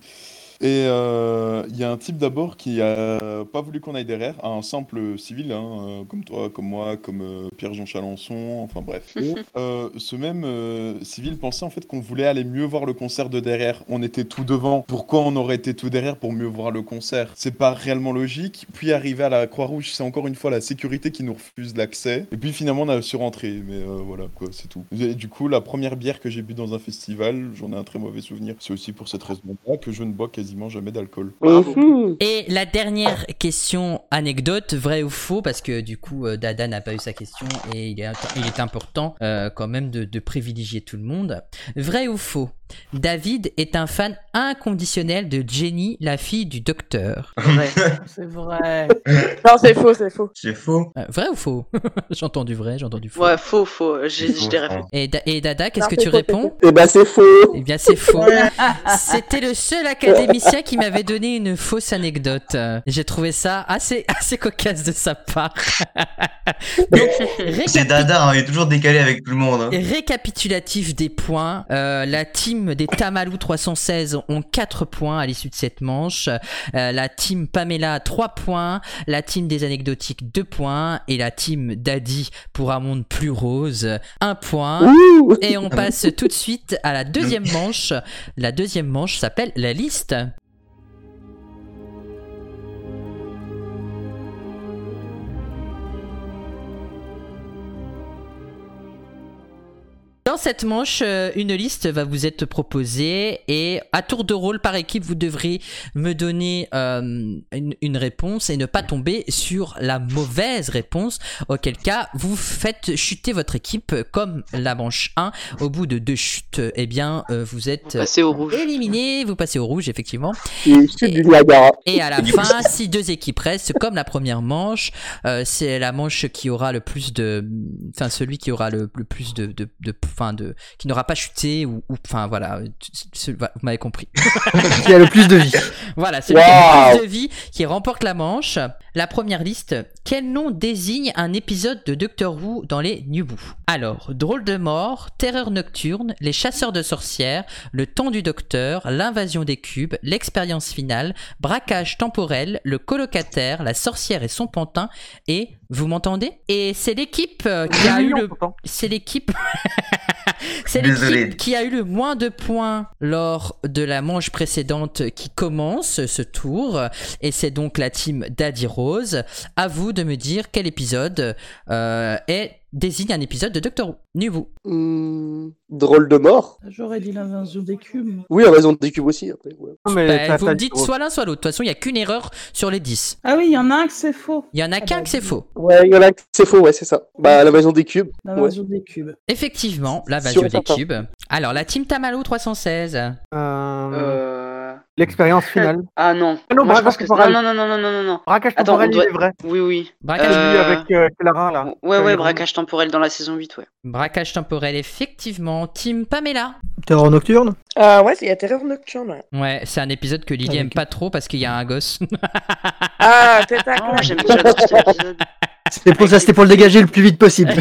Speaker 9: Et euh, il y a un type d'abord qui a pas voulu qu'on aille derrière, un simple civil, hein, euh, comme toi, comme moi, comme euh, Pierre-Jean Chalençon, enfin bref. Et, euh, ce même euh, civil pensait en fait qu'on voulait aller mieux voir le concert de derrière. On était tout devant. Pourquoi on aurait été tout derrière pour mieux voir le concert C'est pas réellement logique. Puis arrivé à la Croix-Rouge, c'est encore une fois la sécurité qui nous refuse l'accès. Et puis finalement, on a su rentrer. Mais euh, voilà, quoi, c'est tout. Et du coup, la première bière que j'ai bu dans un festival, j'en ai un très mauvais souvenir. C'est aussi pour cette raison-là que je ne bois quasiment jamais d'alcool.
Speaker 1: Et la dernière question anecdote, vrai ou faux, parce que du coup euh, Dada n'a pas eu sa question et il est, il est important euh, quand même de, de privilégier tout le monde. Vrai ou faux, David est un fan inconditionnel de Jenny, la fille du docteur.
Speaker 8: C'est vrai.
Speaker 2: Non, c'est faux, c'est faux.
Speaker 7: C'est faux.
Speaker 1: Euh, vrai ou faux J'ai entendu vrai, j'ai entendu faux.
Speaker 5: Ouais, faux, faux. J'ai
Speaker 1: faux,
Speaker 5: je dirais
Speaker 1: je
Speaker 5: faux.
Speaker 1: crois. Et, Da- et Dada, qu'est-ce
Speaker 5: Non,
Speaker 1: que
Speaker 5: c'est
Speaker 1: tu
Speaker 5: faux,
Speaker 1: réponds
Speaker 4: Eh ben c'est faux
Speaker 1: Eh bien c'est faux. C'était le seul académicien qui m'avait donné une fausse anecdote. Euh, J'ai trouvé ça assez, assez cocasse de sa part. Donc, récapi-
Speaker 7: C'est dada, hein, il est toujours décalé avec tout le monde. hein.
Speaker 1: Récapitulatif des points, Euh, la team des Tamalou 316 ont 4 points à l'issue de cette manche, Euh, la team Pamela 3 points, la team des anecdotiques 2 points et la team Daddy pour un monde plus rose 1 point.
Speaker 6: Ouh
Speaker 1: et on passe tout de suite à la deuxième manche. La deuxième manche s'appelle la liste. Dans cette manche, euh, une liste va vous être proposée et à tour de rôle par équipe, vous devrez me donner euh, une, une réponse et ne pas tomber sur la mauvaise réponse, auquel cas vous faites chuter votre équipe euh, comme la manche 1. Au bout de deux chutes, euh, eh bien, euh, vous êtes
Speaker 5: passez au rouge.
Speaker 1: éliminé, vous passez au rouge, effectivement.
Speaker 5: Et chute du Niagara.
Speaker 1: Et à la fin, si deux équipes restent, comme la première manche, euh, c'est la manche qui aura le plus de, enfin celui qui aura le, le plus de, de, de, enfin de, qui n'aura pas chuté ou, ou- enfin voilà, euh, ce- ce- voilà, vous m'avez compris.
Speaker 10: Qui a le plus de vie.
Speaker 1: Voilà, celui qui a le
Speaker 10: Waouh.
Speaker 1: plus de vie qui remporte la manche. La première liste. Quel nom désigne un épisode de Doctor Who dans les New Who Alors, drôle de mort, terreur nocturne, les chasseurs de sorcières, le temps du docteur, l'invasion des cubes, l'expérience finale, braquage temporel, le colocataire, la sorcière et son pantin et vous m'entendez Et c'est l'équipe euh, qui a eu le c'est l'équipe c'est
Speaker 7: Désolé.
Speaker 1: l'équipe qui a eu le moins de points lors de la manche précédente qui commence ce tour. Et c'est donc la team Daddy Rose. À vous de me dire quel épisode euh, est, désigne un épisode de Doctor Who. Nu vous.
Speaker 4: Drôle de mort.
Speaker 8: J'aurais dit l'invasion des cubes.
Speaker 4: Oui, invasion des cubes aussi. Après, ouais.
Speaker 1: Bah, vous me dites soit l'un, soit l'autre. De toute façon, il n'y a qu'une erreur sur les 10.
Speaker 8: Ah oui, il y en a un que c'est faux. Ah bah,
Speaker 1: Il y en a qu'un que c'est faux.
Speaker 4: Ouais, il y en a que c'est faux, ouais, c'est ça. Bah, l'invasion des cubes. Ouais.
Speaker 8: L'invasion des cubes.
Speaker 1: Effectivement, l'invasion des
Speaker 4: Sur Tintin.
Speaker 1: cubes. Alors, la team Tamalo 316. Euh,
Speaker 3: L'expérience Euh, finale.
Speaker 5: Euh, Ah non.
Speaker 3: Ah non,
Speaker 5: Moi, je pense
Speaker 3: braquage
Speaker 5: que
Speaker 3: temporel.
Speaker 5: non, non, non, non, non, non, non, non.
Speaker 3: Braquage
Speaker 5: Attends,
Speaker 3: temporel,
Speaker 5: on doit-
Speaker 3: il est vrai.
Speaker 5: Oui, oui.
Speaker 1: Braquage
Speaker 5: Euh,
Speaker 3: Celui avec euh, Clara, là.
Speaker 5: Ouais, ouais,
Speaker 3: Euh,
Speaker 5: braquage temporel dans la saison 8, ouais.
Speaker 1: Braquage temporel, effectivement. Team Pamela.
Speaker 10: Terreur nocturne
Speaker 2: Ah ouais, il y a Terreur Nocturne. ouais.
Speaker 1: Ouais, c'est un épisode que
Speaker 10: Ah,
Speaker 1: Lily aime pas trop parce qu'il y a un gosse.
Speaker 2: Ah, tête à claque.
Speaker 10: C'était pour ça, c'était pour le dégager le plus vite possible.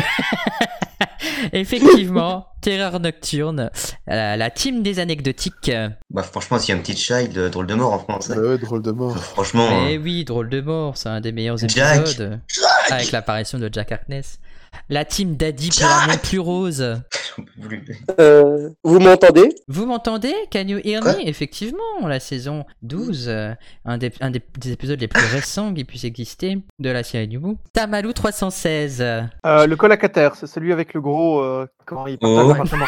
Speaker 1: Effectivement, Terreur Nocturne, euh, la team des anecdotiques.
Speaker 7: Bah, franchement, s'il y a un petit child, euh, drôle de mort en français.
Speaker 9: ouais, drôle de mort.
Speaker 7: Franchement. hein.
Speaker 1: Eh oui, drôle de mort, c'est un des meilleurs
Speaker 7: Jack.
Speaker 1: épisodes. euh, Avec l'apparition de Jack Harkness. La team Daddy pour la main plus rose.
Speaker 4: Euh, vous m'entendez
Speaker 1: Vous m'entendez Can you hear
Speaker 4: Quoi
Speaker 1: me Effectivement, la saison
Speaker 4: Mm.
Speaker 1: 12, euh, un, des, un des- des épisodes les plus récents qui puisse exister de la série du bout. Tamalou 316.
Speaker 4: Eh
Speaker 3: Euh, le colocataire, c'est celui avec le gros. euh, comment il partage
Speaker 7: Oh.
Speaker 3: l'appartement.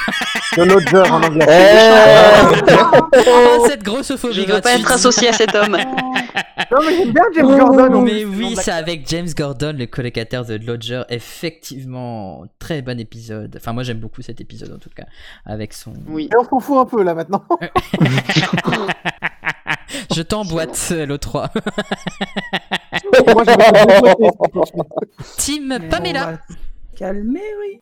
Speaker 3: The Lodger en anglais.
Speaker 1: Eh Oh, cette grossophobie
Speaker 5: Je veux pas
Speaker 1: gratuite. Euh,
Speaker 5: être associé à cet homme.
Speaker 3: Non, mais j'aime bien
Speaker 4: Oh,
Speaker 3: James Gordon. en
Speaker 1: Mais
Speaker 3: plus.
Speaker 1: oui, c'est avec James Gordon, le colocataire de Lodger. Effectivement, très bon épisode. Enfin, moi j'aime beaucoup cet épisode en tout cas. Avec son.
Speaker 5: Oui.
Speaker 3: Et on s'en fout un peu là maintenant.
Speaker 1: Euh, Je t'emboîte, euh, l'autre 3.
Speaker 3: Moi, j'ai beaucoup de
Speaker 1: Team Pamela.
Speaker 8: Calmé, oui.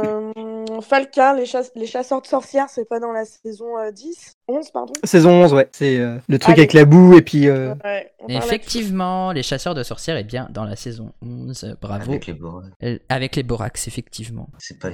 Speaker 2: Euh, Falcon, les, chasse- les chasseurs de sorcières, c'est pas dans la saison euh, 10 11, pardon
Speaker 10: Saison 11, ouais. C'est euh, le truc
Speaker 2: Allez.
Speaker 10: avec la boue et puis. euh,
Speaker 2: Ouais, on parle
Speaker 1: Effectivement, les chasseurs de sorcières, est bien, dans la saison 11, bravo.
Speaker 7: Avec les bords,
Speaker 1: Euh, Avec les borax, effectivement.
Speaker 7: c'est pas.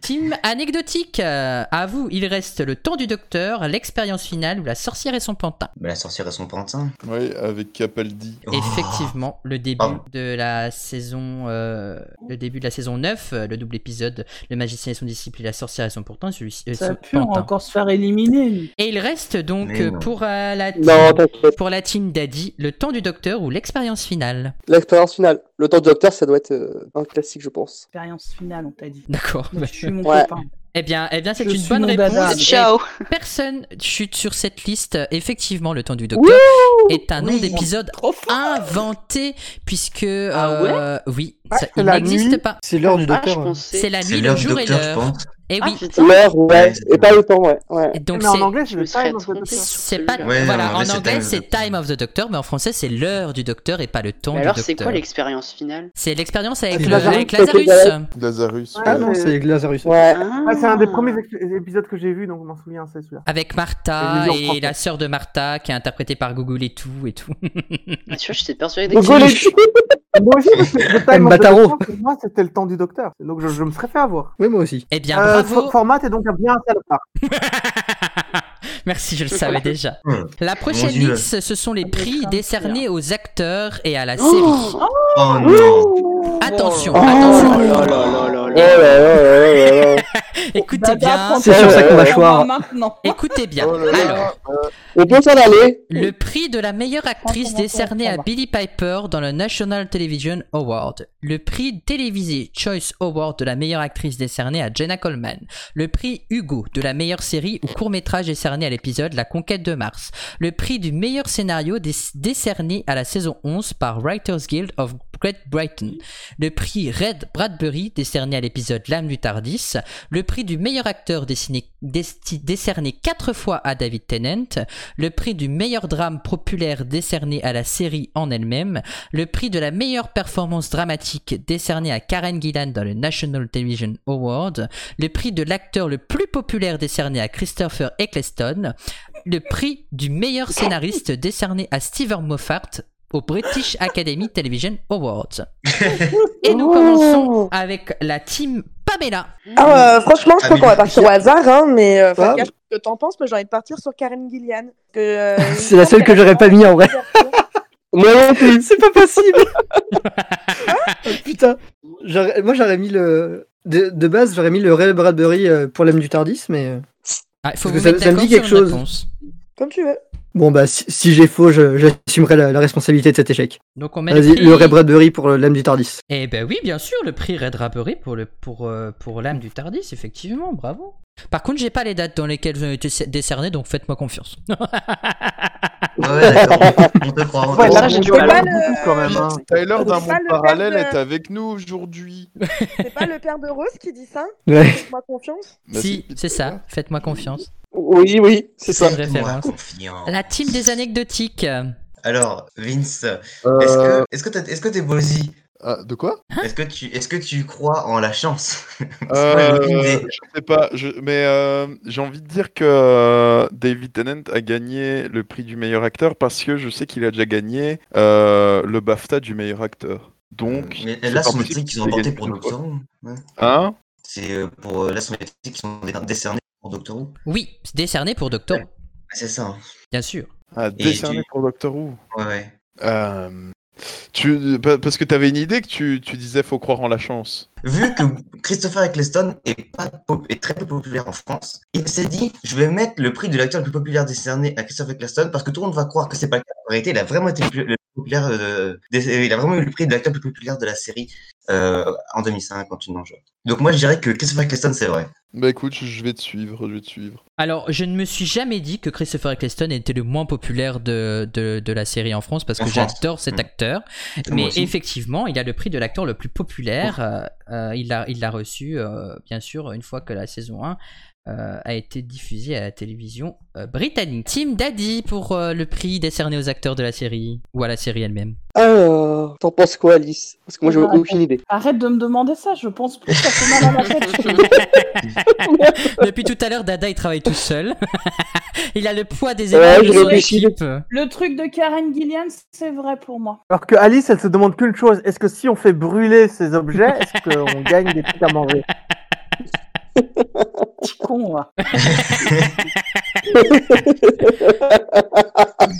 Speaker 1: Team anecdotique, euh, à vous, il reste le temps du docteur, l'expérience finale ou la sorcière et son pantin.
Speaker 7: Mais la sorcière et son pantin.
Speaker 9: Ouais, avec Capaldi.
Speaker 7: Oh.
Speaker 1: Effectivement, le début
Speaker 7: Pardon.
Speaker 1: de la saison euh, le début de la saison 9, euh, le double épisode le magicien et son disciple et la sorcière et son pantin, celui euh,
Speaker 8: Ça
Speaker 1: son
Speaker 8: pue, on va
Speaker 1: pantin.
Speaker 8: encore se faire éliminer. lui.
Speaker 1: Et il reste donc
Speaker 7: Mais
Speaker 1: euh,
Speaker 7: non.
Speaker 1: pour euh, la team,
Speaker 4: Non, t'inquiète.
Speaker 1: pour la team Daddy, le temps du docteur ou l'expérience finale.
Speaker 4: L'expérience finale. Le temps de docteur, ça doit être euh, un classique, je pense.
Speaker 8: Expérience finale, on t'a dit.
Speaker 1: D'accord. bah.
Speaker 8: Je suis mon
Speaker 4: Ouais.
Speaker 8: copain.
Speaker 1: Eh bien, eh bien c'est
Speaker 8: Je
Speaker 1: une
Speaker 8: suis
Speaker 1: bonne
Speaker 8: mon
Speaker 1: réponse.
Speaker 8: dada.
Speaker 1: Et
Speaker 5: Ciao.
Speaker 1: Personne chute sur cette liste. Effectivement, le temps du docteur est un nom
Speaker 8: Oui.
Speaker 1: d'épisode
Speaker 8: Trop fort.
Speaker 1: inventé puisque euh, oui, ça,
Speaker 3: c'est
Speaker 1: il
Speaker 3: la
Speaker 1: n'existe
Speaker 3: nuit.
Speaker 1: pas.
Speaker 10: C'est l'heure du
Speaker 5: Ah, je
Speaker 10: docteur. hein.
Speaker 5: pensais.
Speaker 1: C'est la
Speaker 7: C'est
Speaker 1: nuit, le
Speaker 7: l'heure du
Speaker 1: jour et
Speaker 7: docteur, je
Speaker 1: l'heure.
Speaker 7: pense.
Speaker 1: Et
Speaker 5: Ah,
Speaker 1: oui.
Speaker 5: putain.
Speaker 4: L'heure, ouais,
Speaker 7: Ouais, c'est
Speaker 4: et pas le temps, ouais. ouais.
Speaker 1: Et donc
Speaker 3: Mais en
Speaker 1: c'est-
Speaker 3: anglais, je
Speaker 5: Je me
Speaker 3: vais pas
Speaker 5: serais
Speaker 3: être dans cette
Speaker 5: trompée.
Speaker 3: option.
Speaker 1: c'est
Speaker 5: Celui-là.
Speaker 1: pas
Speaker 7: Ouais,
Speaker 1: voilà
Speaker 7: en
Speaker 1: en
Speaker 7: anglais, c'est
Speaker 1: anglais
Speaker 7: Time of the
Speaker 1: c'est
Speaker 7: Doctor.
Speaker 1: time of the doctor mais en français c'est l'heure du docteur et pas le temps
Speaker 5: Mais alors,
Speaker 1: du
Speaker 5: c'est
Speaker 1: docteur.
Speaker 5: quoi l'expérience finale
Speaker 1: C'est l'expérience avec,
Speaker 10: Ah,
Speaker 1: le-
Speaker 10: Lazarus,
Speaker 1: avec
Speaker 4: c'est que
Speaker 9: Lazarus.
Speaker 1: Lazarus.
Speaker 3: Ouais,
Speaker 10: Ah
Speaker 9: ouais.
Speaker 10: non,
Speaker 3: c'est-
Speaker 10: c'est Lazarus. ouais.
Speaker 4: Ouais.
Speaker 3: Ouais, Ah, c'est un des premiers ép- épisodes que j'ai vu, donc je m'en souviens, c'est celui-là.
Speaker 1: Avec Martha
Speaker 3: Je l'ai vu en
Speaker 1: et
Speaker 3: français.
Speaker 1: la sœur de Martha qui est interprétée par Google et tout et tout.
Speaker 5: Ah, Tu vois, j'étais persuadé que
Speaker 4: Le goal est-
Speaker 3: Moi aussi, parce que le time of the
Speaker 10: Mbataro.
Speaker 3: Doctor, pour moi, c'était le temps du docteur. Donc, je, je me serais fait avoir.
Speaker 10: Oui, moi aussi.
Speaker 1: Eh bien
Speaker 3: Euh,
Speaker 1: bravo.
Speaker 3: fo- format est donc un bien salopard.
Speaker 1: Merci, je le savais déjà.
Speaker 7: Mmh.
Speaker 1: La prochaine
Speaker 7: Mon Dieu.
Speaker 1: X, ce sont les prix décernés aux acteurs et à la série.
Speaker 7: Oh Oh non
Speaker 1: Attention,
Speaker 7: Oh
Speaker 1: attention.
Speaker 7: là là
Speaker 1: Écoutez bien.
Speaker 10: C'est sur sa mâchoire.
Speaker 1: Écoutez bien. Alors,
Speaker 5: On peut s'en aller.
Speaker 1: le prix de la meilleure actrice décerné à Billie Piper dans le National Television Award. Le prix télévisé Choice Award de la meilleure actrice décerné à Jenna Coleman. Le prix Hugo de la meilleure série ou court-métrage décerné à l'épisode La Conquête de Mars. Le prix du meilleur scénario dé- décerné à la saison 11 par Writers Guild of Great Britain. Le prix Red Bradbury décerné à l'épisode L'âme du Tardis. Le prix du meilleur acteur dessiné- desti- décerné quatre fois à David Tennant. Le prix du meilleur drame populaire décerné à la série en elle-même. Le prix de la meilleure performance dramatique décerné à Karen Gillan dans le National Television Award. Le prix de l'acteur le plus populaire décerné à Christopher Eccleston. Le prix du meilleur scénariste décerné à Steven Moffat au British Academy Television Awards. Et nous commençons avec la team Pamela.
Speaker 2: Oh. Ah, euh, franchement,
Speaker 1: Ah,
Speaker 2: je crois
Speaker 1: mais
Speaker 2: qu'on va partir au hasard, hein, mais euh,
Speaker 10: Ah,
Speaker 2: enfin,
Speaker 10: mais-
Speaker 2: qu'est-ce que t'en penses, mais j'ai envie de partir sur Karen Gillian. que, euh,
Speaker 10: C'est la seule que j'aurais pas mis en vrai.
Speaker 5: Moi non plus.
Speaker 10: C'est pas possible. Oh, Putain. J'aurais- Moi j'aurais mis le. De, de base, j'aurais mis le Ray Bradbury euh, pour l'âme du Tardis, mais. euh,
Speaker 1: Ah, il faut
Speaker 10: Parce
Speaker 1: vous
Speaker 10: que
Speaker 1: mettre
Speaker 10: ça- ça me
Speaker 1: d'accord
Speaker 10: dit
Speaker 1: sur
Speaker 10: quelque
Speaker 1: une
Speaker 10: chose.
Speaker 1: réponse.
Speaker 2: Comme tu veux.
Speaker 10: Bon bah, si, si j'ai faux, je- j'assumerai la, la responsabilité de cet échec.
Speaker 1: Donc on met le
Speaker 10: Vas-y,
Speaker 1: prix-
Speaker 10: le Ray Bradbury pour l'âme du Tardis.
Speaker 1: Eh ben oui, bien sûr, le prix Red Drapery pour le pour euh, pour l'âme du Tardis, effectivement, bravo. Par contre, j'ai pas les dates dans lesquelles ont été décernés, donc faites-moi confiance.
Speaker 7: Ah Ouais, d'accord, on te croit. on te
Speaker 2: Ouais,
Speaker 7: croit.
Speaker 2: là, j'ai du mal. Pas le-
Speaker 9: quand même. hein. Tyler d'un monde
Speaker 2: C'est pas le euh,
Speaker 9: parallèle
Speaker 2: père de-
Speaker 9: est avec nous aujourd'hui.
Speaker 2: C'est pas le père de Rose qui dit ça
Speaker 10: Ouais.
Speaker 2: Fais-moi confiance.
Speaker 1: si, c'est ça, faites-moi confiance.
Speaker 5: Bah, Oui, oui, c'est ça.
Speaker 1: Une référence.
Speaker 7: Confiance.
Speaker 1: La team des anecdotiques.
Speaker 7: Alors, Vince, est-ce que est-ce que t'as- est-ce que t'es bossy
Speaker 9: Euh. Ah, de quoi
Speaker 7: Est-ce que tu est-ce que tu crois en la chance
Speaker 9: Euh,
Speaker 7: C'est pas une idée.
Speaker 9: je sais pas, je- mais euh, j'ai envie de dire que euh, David Tennant a gagné le prix du meilleur acteur parce que je sais qu'il a déjà gagné euh, le BAFTA du meilleur acteur. Donc,
Speaker 7: Euh, Mais
Speaker 9: c'est pas
Speaker 7: là, ce sont des
Speaker 9: possible
Speaker 7: trucs qui
Speaker 9: qu'il
Speaker 7: sont
Speaker 9: ait
Speaker 7: inventés
Speaker 9: gagné
Speaker 7: pour
Speaker 9: deux fois.
Speaker 7: Doctor Who. ouais.
Speaker 9: Hein
Speaker 7: C'est euh, pour euh, là, ce sont des trucs qui sont dé- décernés pour Doctor Who.
Speaker 1: Oui, c'est décerné pour Doctor,
Speaker 7: C'est ça.
Speaker 1: bien sûr.
Speaker 9: Ah,
Speaker 7: Et
Speaker 9: décerné
Speaker 7: tu-
Speaker 9: pour Doctor Who.
Speaker 7: Ouais, ouais.
Speaker 9: Euh, tu, pa- parce que tu avais une idée que tu, tu disais faut croire en la chance.
Speaker 7: Vu que Christopher Eccleston est, pas pop- est très peu populaire en France, il s'est dit je vais mettre le prix de l'acteur le plus populaire décerné à Christopher Eccleston parce que tout le monde va croire que c'est pas le cas. En réalité, il a vraiment été le plus, le plus populaire. euh, des- il a vraiment eu le prix de l'acteur le plus populaire de la série euh, en 2005 quand il en joue. Donc moi, je dirais que Christopher Eccleston, c'est vrai.
Speaker 9: Bah écoute, je- je vais te suivre, je vais te suivre.
Speaker 1: Alors, je ne me suis jamais dit que Christopher Eccleston était le moins populaire de, de, de la série en France parce
Speaker 7: En
Speaker 1: que
Speaker 7: France.
Speaker 1: j'adore cet
Speaker 7: Mm.
Speaker 1: acteur.
Speaker 7: Moi
Speaker 1: Mais
Speaker 7: aussi. Oh.
Speaker 1: effectivement, il a le prix de l'acteur le plus populaire. euh, euh, il l'a il l'a reçu, euh, bien sûr, une fois que la saison 1 euh, a été diffusée à la télévision euh, britannique. Team Daddy pour euh, le prix décerné aux acteurs de la série ou à la série elle-même.
Speaker 6: Ah,
Speaker 5: Alors, t'en penses quoi, Alice Parce que moi, j'ai
Speaker 8: Non,
Speaker 5: aucune idée.
Speaker 8: Arrête de me demander ça, je pense plus ça fait mal à la tête.
Speaker 1: Depuis tout à l'heure, Dada, il travaille tout seul. il a le poids des
Speaker 5: Ouais,
Speaker 1: énergies
Speaker 5: je
Speaker 1: de son
Speaker 5: réfléchis.
Speaker 1: équipe.
Speaker 8: Le truc de Karen Gillian, c'est vrai pour moi.
Speaker 3: Alors que Alice, elle se demande qu'une chose est-ce que si on fait brûler ces objets, est-ce qu'on gagne des trucs à manger
Speaker 8: Petit con, va.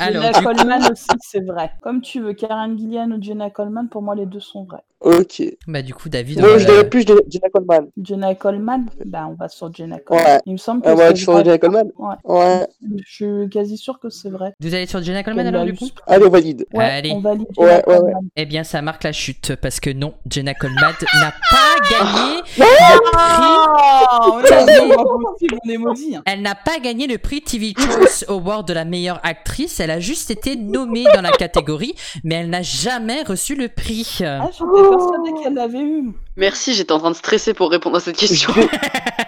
Speaker 1: Alors,
Speaker 8: Jenna
Speaker 1: du coup-
Speaker 8: Coleman aussi, c'est vrai. Comme tu veux, Karen Gillian ou Jenna Coleman, pour moi, les deux sont vrais.
Speaker 5: Ok.
Speaker 1: Bah, du coup, David. on
Speaker 5: Moi,
Speaker 1: va-
Speaker 5: je dirais plus de Jenna Coleman.
Speaker 8: Jenna Coleman Ben, on va sur Jenna Coleman.
Speaker 5: Ouais.
Speaker 8: Il me semble que
Speaker 5: Ah ouais,
Speaker 8: c'est
Speaker 5: tu sens
Speaker 8: vrai.
Speaker 5: Jenna Coleman
Speaker 8: Ouais.
Speaker 5: Ouais.
Speaker 8: Je suis quasi sûr que c'est vrai.
Speaker 1: Vous allez sur Jenna Coleman alors, du coup
Speaker 5: Allez, on valide.
Speaker 8: Ouais,
Speaker 1: Allez.
Speaker 8: on valide
Speaker 5: Ouais,
Speaker 8: Jenna
Speaker 5: ouais, ouais.
Speaker 8: Coleman.
Speaker 1: Eh bien, ça marque la chute parce que non, Jenna Coleman n'a pas
Speaker 8: Ah
Speaker 1: gagné le prix.
Speaker 8: Oh, là, c'est pas possible, on est maudits. hein.
Speaker 1: Elle n'a pas gagné le prix TV Choice Award de la meilleure actrice. Elle a juste été nommée dans la catégorie, mais elle n'a jamais reçu le prix.
Speaker 8: Ah, j'étais persuadée qu'elle l'avait eu.
Speaker 5: Merci, j'étais en train de stresser pour répondre à cette question.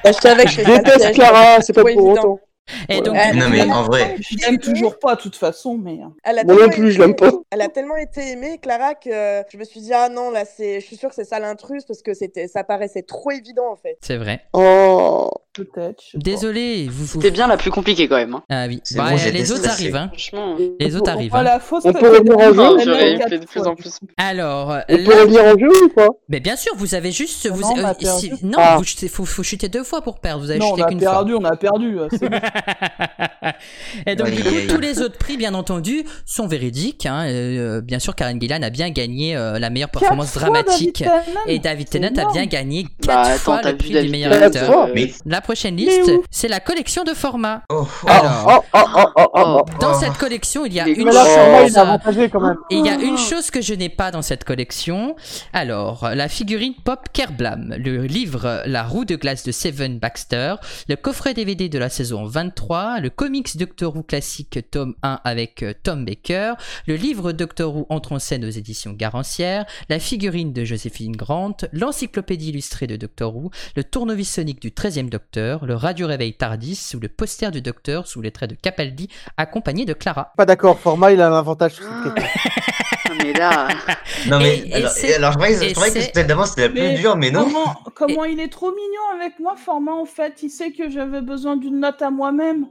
Speaker 2: Bah, je savais que
Speaker 5: Je
Speaker 2: c'était un
Speaker 5: déteste
Speaker 2: piège,
Speaker 5: Clara, c'est pas
Speaker 2: trop
Speaker 5: pour
Speaker 2: évident.
Speaker 5: autant.
Speaker 1: Et donc,
Speaker 2: Elle-
Speaker 7: Non,
Speaker 2: elle
Speaker 7: mais
Speaker 2: a
Speaker 7: en vrai.
Speaker 8: Je l'aime toujours pas, de toute façon, mais. hein.
Speaker 2: Elle a
Speaker 5: Moi non
Speaker 2: tellement
Speaker 5: plus, je
Speaker 2: été-
Speaker 5: l'aime pas.
Speaker 2: Elle a tellement été aimée, Clara, que je me suis dit ah non là c'est, je suis sûre que c'est ça l'intruse parce que c'était, ça paraissait trop évident en fait.
Speaker 1: c'est vrai.
Speaker 5: Oh.
Speaker 8: Peut-être. je sais pas.
Speaker 1: Désolé, vous.
Speaker 6: C'était bien la plus compliquée quand même. hein.
Speaker 1: Ah oui.
Speaker 6: C'est
Speaker 1: Bah,
Speaker 6: bon, j'ai
Speaker 1: les autres
Speaker 6: déstressé.
Speaker 1: arrivent. hein.
Speaker 6: Franchement.
Speaker 1: Les
Speaker 8: Oh,
Speaker 1: autres arrivent. hein.
Speaker 6: On peut revenir en jeu J'aurais fait de plus en plus.
Speaker 1: Alors, euh,
Speaker 6: On peut
Speaker 1: là-
Speaker 6: revenir en jeu ou pas
Speaker 1: Mais bien sûr, vous avez juste. Vous,
Speaker 8: Ah non, on a
Speaker 1: euh, si-
Speaker 8: perdu.
Speaker 1: non,
Speaker 8: Ah.
Speaker 1: vous chutez- faut, faut chuter deux fois pour perdre. Vous avez
Speaker 8: Non, on
Speaker 1: chuté
Speaker 8: a
Speaker 1: qu'une fois.
Speaker 8: perdu, on a perdu. euh, c'est bon.
Speaker 1: Et donc,
Speaker 8: Oui,
Speaker 1: du coup,
Speaker 8: oui, oui.
Speaker 1: tous les autres prix, bien entendu, sont véridiques. hein. Euh, bien sûr, Karen Gillan a bien gagné euh, la meilleure
Speaker 8: Quatre
Speaker 1: performance
Speaker 8: fois
Speaker 1: dramatique.
Speaker 8: David Tennant,
Speaker 1: et David Tennant a
Speaker 8: énorme.
Speaker 1: bien gagné 4
Speaker 6: Bah, attends,
Speaker 1: fois
Speaker 6: t'as
Speaker 1: le
Speaker 6: vu
Speaker 1: prix du
Speaker 6: David
Speaker 1: meilleur
Speaker 6: Tennant,
Speaker 1: acteur.
Speaker 6: euh, Mais-
Speaker 1: La prochaine liste, c'est la collection de formats.
Speaker 11: Oh, oh, oh, oh, oh, oh.
Speaker 1: Dans cette collection, il y a
Speaker 11: Il est
Speaker 1: une
Speaker 11: malade, sûrement, il
Speaker 1: chose.
Speaker 11: est avantagé, quand même.
Speaker 1: Et il y a une chose que je n'ai pas dans cette collection. Alors, la figurine Pop Kerblam, le livre La roue de glace de Seven Baxter, le coffret DVD de la saison 23, le comics Doctor Who classique tome 1 avec euh, Tom Baker, le livre Doctor Who entre en scène aux éditions Garancière, la figurine de Joséphine Grant, l'encyclopédie illustrée de Doctor Who, le tournevis sonique du 13e Docteur, le radio réveil Tardis ou le poster du Docteur sous les traits de Capaldi accompagné de Clara. Ah.
Speaker 3: Pas d'accord, format, il a un avantage sur cette question.
Speaker 6: Mais là.
Speaker 7: Non, mais
Speaker 1: Et- et
Speaker 7: alors,
Speaker 1: c'est-
Speaker 7: et alors, je croyais je
Speaker 1: et
Speaker 7: croyais que
Speaker 1: c'est-
Speaker 7: c'était d'avant, c'était la plus
Speaker 8: Mais
Speaker 7: dure, mais non.
Speaker 8: Comment, comment il est trop mignon avec moi, Format, en fait. Il sait que j'avais besoin d'une note à moi-même.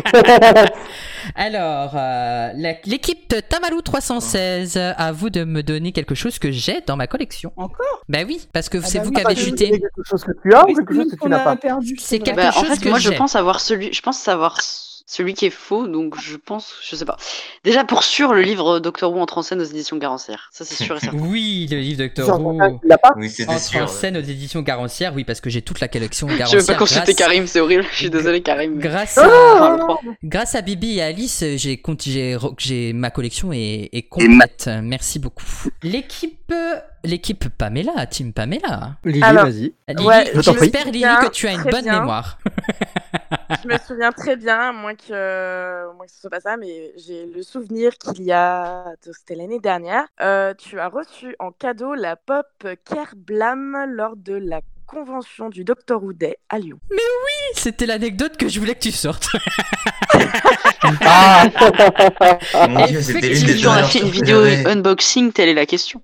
Speaker 1: Alors, euh, la- l'équipe de Tamalou 316, euh, à vous de me donner quelque chose que j'ai dans ma collection.
Speaker 8: Encore
Speaker 1: Bah oui, parce que
Speaker 8: Ah
Speaker 1: c'est
Speaker 8: bah
Speaker 1: vous
Speaker 8: oui,
Speaker 1: qui avez
Speaker 8: parce que
Speaker 1: chuté.
Speaker 8: c'est
Speaker 3: quelque chose que tu as ou quelque chose que tu
Speaker 8: On
Speaker 3: n'as
Speaker 8: a
Speaker 3: pas
Speaker 8: perdu.
Speaker 1: C'est
Speaker 8: vrai.
Speaker 1: quelque
Speaker 6: Bah, en
Speaker 1: chose
Speaker 6: fait,
Speaker 1: que
Speaker 6: moi, je
Speaker 1: j'ai.
Speaker 6: pense avoir celui, je pense savoir c- celui qui est faux, donc je pense, je sais pas. Déjà pour sûr, le livre Doctor Who entre en scène aux éditions Garancière, ça c'est sûr et certain.
Speaker 1: Oui, le livre
Speaker 6: Sur
Speaker 1: Doctor
Speaker 6: ton
Speaker 1: Who.
Speaker 6: cas, tu l'as pas Oui, c'était
Speaker 1: Entre
Speaker 6: sûr,
Speaker 1: en
Speaker 6: ouais.
Speaker 1: scène aux éditions Garancières, oui, parce que j'ai toute la collection
Speaker 6: Je
Speaker 1: Garancière.
Speaker 6: veux pas consulter
Speaker 1: grâce-
Speaker 6: Karim, c'est horrible. Je suis désolé Karim.
Speaker 1: Grâce
Speaker 6: Ah,
Speaker 1: à,
Speaker 2: Oh.
Speaker 6: non,
Speaker 1: grâce à Bibi et Alice, j'ai, cont- j'ai, re- j'ai- ma collection est, est complète. Merci beaucoup. L'équipe, euh, l'équipe Pamela, team Pamela.
Speaker 14: Lily, Alors, vas-y.
Speaker 1: Lily,
Speaker 14: ouais, je t'en prie.
Speaker 1: j'espère Lily que tu as une
Speaker 2: Très
Speaker 1: bonne
Speaker 2: bien.
Speaker 1: mémoire.
Speaker 2: Je me souviens très bien, à moins que, à moins que ce soit pas ça, mais j'ai le souvenir qu'il y a, c'était l'année dernière, euh, tu as reçu en cadeau la pop Kerblam lors de la convention du Docteur Houdet à Lyon.
Speaker 1: Mais oui, c'était l'anecdote que je voulais que tu sortes.
Speaker 6: Ah
Speaker 7: Mon dieu, c'était l'une des
Speaker 6: Si on a
Speaker 7: dernières
Speaker 6: fait une
Speaker 7: choses que
Speaker 6: vidéo
Speaker 7: j'avais.
Speaker 6: unboxing, telle est la question.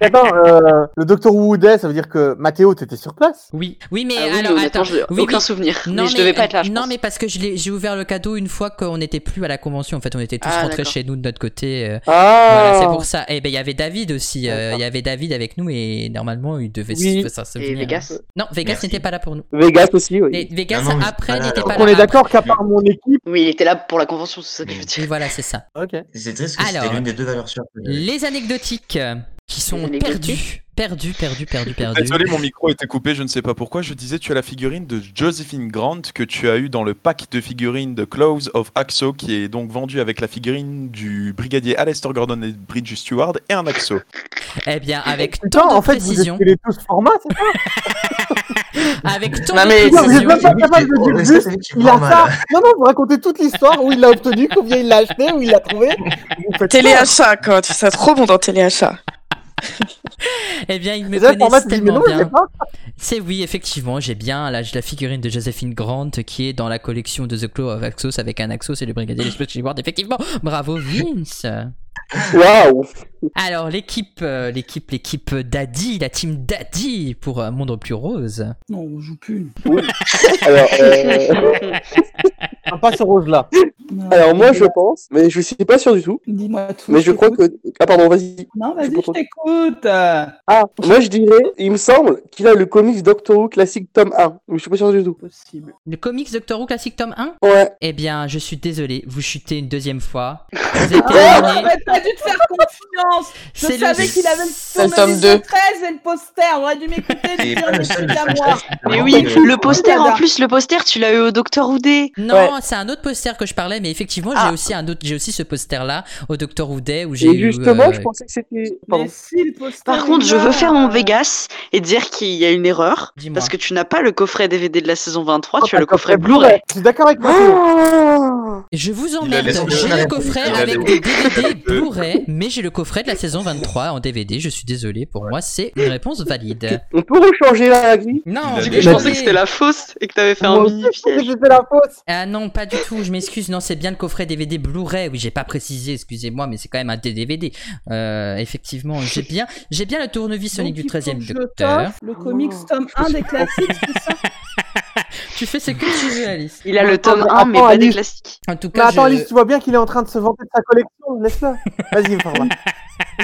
Speaker 3: Attends, euh, le Dr Woodet, ça veut dire que Mathéo, t'étais sur place
Speaker 1: Oui. Oui, mais
Speaker 6: Ah oui,
Speaker 1: alors,
Speaker 6: honnêtement,
Speaker 1: attends.
Speaker 6: je- aucun souvenir.
Speaker 1: Non,
Speaker 6: Mais je devais pas être là, je
Speaker 1: Non,
Speaker 6: pense.
Speaker 1: mais parce que je l'ai- j'ai ouvert le cadeau une fois qu'on n'était plus à la convention. En fait, on était tous
Speaker 6: Ah,
Speaker 1: rentrés
Speaker 6: d'accord.
Speaker 1: chez nous de notre côté. euh,
Speaker 6: Ah.
Speaker 1: Voilà, c'est pour ça. Et ben, il y avait David aussi. euh, Il y avait David avec nous et normalement, il devait
Speaker 6: Oui.
Speaker 1: se- s'en souvenir.
Speaker 6: Et Vegas.
Speaker 1: Non, Vegas
Speaker 6: Merci.
Speaker 1: n'était pas là pour nous.
Speaker 6: Vegas aussi, oui.
Speaker 1: Mais Vegas,
Speaker 6: Ah non, mais-
Speaker 1: après,
Speaker 6: Ah,
Speaker 1: n'était
Speaker 6: alors
Speaker 1: pas là.
Speaker 6: qu'on est
Speaker 3: d'accord qu'à part mon équipe.
Speaker 6: Oui, il était là pour la convention, c'est ça que je veux dire.
Speaker 1: Oui, voilà, c'est ça.
Speaker 7: C'est triste que c'était
Speaker 1: Alors,
Speaker 7: l'une des deux valeurs sûres. que j'avais.
Speaker 1: Les anecdotiques euh, qui sont
Speaker 6: Les
Speaker 1: perdues. Perdues, perdues, perdues, perdues.
Speaker 9: Désolé, mon micro était coupé, je ne sais pas pourquoi. Je disais, tu as la figurine de Josephine Grant que tu as eu dans le pack de figurines de Clothes of Axo, qui est donc vendu avec la figurine du brigadier Alistair Gordon et Bridget Stewart et un Axo.
Speaker 1: Eh bien, avec
Speaker 3: Putain,
Speaker 1: tant de
Speaker 3: en fait, vous
Speaker 1: précision.
Speaker 3: êtes les tous formats, c'est ça
Speaker 1: Avec tant
Speaker 6: Non,
Speaker 1: de
Speaker 6: mais-
Speaker 3: Non, vous êtes
Speaker 1: précision.
Speaker 3: même pas capable de dire juste, il a ça. Non, non, vous racontez toute l'histoire, où il l'a obtenu, combien il l'a acheté, où il l'a trouvé. Vous faites
Speaker 2: Téléachat, quoi, tu sais, trop bon dans Téléachat.
Speaker 1: Eh bien, ils me
Speaker 3: Les autres formats,
Speaker 1: connaissent
Speaker 3: tu dis, mais
Speaker 1: tellement
Speaker 3: non, je
Speaker 1: bien.
Speaker 3: sais pas.
Speaker 1: C'est oui, effectivement, j'ai bien la, la figurine de Josephine Grant qui est dans la collection de The Claw of Axos avec un Axos et le brigadier de Split Ward. Effectivement, bravo Vince.
Speaker 6: Waouh
Speaker 1: Alors l'équipe, euh, l'équipe, l'équipe Daddy, la team Daddy pour un monde plus rose.
Speaker 8: Non, on joue plus.
Speaker 6: Alors, euh,
Speaker 3: Ah, pas ce rose-là.
Speaker 6: Alors moi je pense, mais je suis pas sûr du tout.
Speaker 8: Dis-moi tout.
Speaker 6: Mais je crois que ah pardon vas-y.
Speaker 8: Non, vas-y, je t'écoute.
Speaker 6: Ah moi je dirais, il me semble qu'il a le comics Doctor Who classique tome 1. Mais je suis pas sûr du tout.
Speaker 8: Possible.
Speaker 1: Le comics Doctor Who classique tome 1
Speaker 6: Ouais.
Speaker 1: Eh bien, je suis désolé, vous chutez une deuxième fois.
Speaker 8: Ah, mais t'as dû te faire confiance. Je
Speaker 1: C'est le-
Speaker 8: savais qu'il avait
Speaker 1: C'est
Speaker 8: le
Speaker 1: le tome
Speaker 8: tome
Speaker 1: deux.
Speaker 8: 13 et le poster. On aurait dû m'écouter et
Speaker 7: Et
Speaker 8: dire
Speaker 7: pas le
Speaker 8: des
Speaker 7: seul
Speaker 8: trucs
Speaker 7: de
Speaker 8: à
Speaker 7: Flash
Speaker 8: moi.
Speaker 7: Test.
Speaker 6: Mais oui,
Speaker 7: Euh,
Speaker 6: le poster en plus, le poster tu l'as eu au Docteur Who Day.
Speaker 1: Non,
Speaker 6: Ouais.
Speaker 1: c'est un autre poster que je parlais, mais effectivement, j'ai aussi un autre, j'ai aussi ce poster là au Doctor Who Day où j'ai
Speaker 6: Et
Speaker 1: eu,
Speaker 6: justement
Speaker 1: euh,
Speaker 6: je pensais que c'était.
Speaker 8: Mais
Speaker 6: Pardon.
Speaker 8: si, le poster.
Speaker 6: Par contre,
Speaker 8: est
Speaker 6: je
Speaker 8: là.
Speaker 6: veux faire mon Vegas et dire qu'il y a une erreur
Speaker 1: Dis-moi.
Speaker 6: parce que tu n'as pas le coffret DVD de la saison 23, tu
Speaker 3: Oh,
Speaker 6: as le
Speaker 3: t'as
Speaker 6: coffret
Speaker 3: compris, ouais.
Speaker 6: Blu-ray.
Speaker 3: Je suis d'accord avec Mathéo.
Speaker 6: Ah
Speaker 1: Je vous
Speaker 2: Il a
Speaker 1: emmerde,
Speaker 2: laissé
Speaker 1: j'ai
Speaker 2: le
Speaker 1: le coffret
Speaker 2: il a
Speaker 1: avec des
Speaker 2: laissé-
Speaker 1: DVD
Speaker 2: il a laissé-
Speaker 1: Blu-ray, mais j'ai le coffret de la saison 23 en DVD, je suis désolé, pour moi c'est une réponse valide. Ah,
Speaker 4: On peut rechanger la grille
Speaker 1: Non,
Speaker 5: Du coup, je pensais que c'était la fausse et que t'avais fait un mini piège.
Speaker 1: la fausse. Ah non, pas du tout, je m'excuse. Non, c'est bien le coffret DVD Blu-ray. Oui, j'ai pas précisé, excusez-moi, mais c'est quand même un DVD. Euh, effectivement, j'ai bien, j'ai bien le tournevis Sonic du 13e
Speaker 8: Je
Speaker 1: Docteur.
Speaker 8: t'offre le comics tome 1 des classiques.
Speaker 1: Tu fais ce que tu veux, Alice.
Speaker 5: Il a
Speaker 8: Ah,
Speaker 5: le
Speaker 3: Attends,
Speaker 5: tome 1, mais
Speaker 3: attends,
Speaker 5: pas des
Speaker 3: Alice.
Speaker 5: classiques.
Speaker 1: En tout
Speaker 3: Mais
Speaker 1: cas,
Speaker 3: attends,
Speaker 1: je-
Speaker 3: Alice, tu vois bien qu'il est en train de se vanter de sa collection, laisse-le. Vas-y, parle.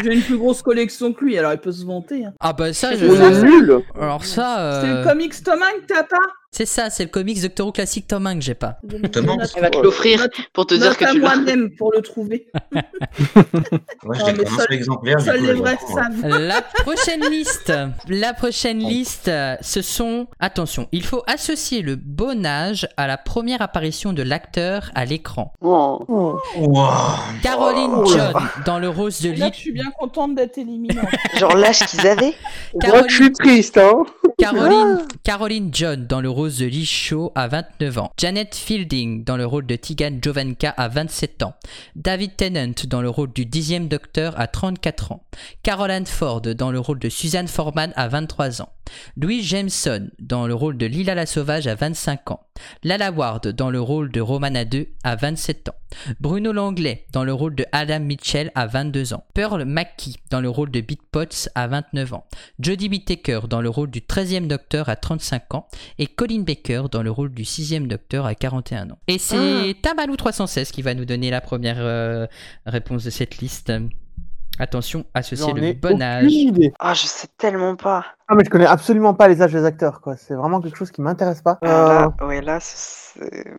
Speaker 8: J'ai une plus grosse collection que lui, alors il peut se vanter. hein.
Speaker 1: Ah bah ça,
Speaker 8: C'est
Speaker 1: je.
Speaker 8: ça,
Speaker 1: je-
Speaker 8: c'est- nul.
Speaker 1: Alors ça.
Speaker 8: C'est
Speaker 1: euh,
Speaker 8: le comics tome 1 que t'as pas
Speaker 1: C'est ça, c'est le comics Doctor Who classique tome 1 que j'ai pas.
Speaker 8: Note-
Speaker 5: Elle va te l'offrir
Speaker 8: note-
Speaker 5: pour te dire
Speaker 8: note
Speaker 5: que
Speaker 8: à
Speaker 5: tu l'as.
Speaker 8: moi-même pour le trouver. Non,
Speaker 7: Moi, je
Speaker 8: mais
Speaker 7: l'ai commencé
Speaker 8: seul-
Speaker 7: exemplaire. du
Speaker 8: seuls
Speaker 7: coup,
Speaker 8: les
Speaker 7: je
Speaker 8: vrais
Speaker 7: comprends, hein.
Speaker 8: savent.
Speaker 1: La prochaine liste. La prochaine liste, euh, ce sont. Attention, il faut associer le bon âge à la première apparition de l'acteur à l'écran.
Speaker 5: Oh.
Speaker 1: Caroline
Speaker 8: Oh là
Speaker 1: John dans le rose de
Speaker 8: Là,
Speaker 1: lit.
Speaker 8: je suis bien contente d'être éliminée.
Speaker 5: Genre l'âge qu'ils avaient. Ah.
Speaker 1: Caroline-
Speaker 4: triste, hein
Speaker 1: Caroline, Caroline John dans le rose de Lee Shaw à 29 ans. Janet Fielding dans le rôle de Tigan Jovanka à 27 ans. David Tennant dans le rôle du dixième docteur à 34 ans. Carol Ann Ford dans le rôle de Suzanne Foreman à 23 ans. Louis Jameson dans le rôle de Lila la Sauvage à 25 ans. Lala Ward dans le rôle de Romana 2 à 27 ans. Bruno Langlais dans le rôle de Adam Mitchell à 22 ans. Pearl Mackie dans le rôle de Big Potts à 29 ans. Jodie Whittaker dans le rôle du 13e Docteur à 35 ans. Et Colin Baker dans le rôle du 6e Docteur à 41 ans. Et
Speaker 3: Ah.
Speaker 1: c'est Tamalou 316 qui va nous donner la première euh, réponse de cette liste. Attention, associer
Speaker 3: J'en
Speaker 1: le
Speaker 3: ai
Speaker 1: bon
Speaker 3: aucune
Speaker 1: âge.
Speaker 3: idée.
Speaker 5: Ah, je sais tellement pas.
Speaker 3: Ah, mais je connais absolument pas les âges des acteurs, quoi. C'est vraiment quelque chose qui m'intéresse pas. Euh,
Speaker 2: Oh.
Speaker 5: Ah, Là, ouais, là, c'est-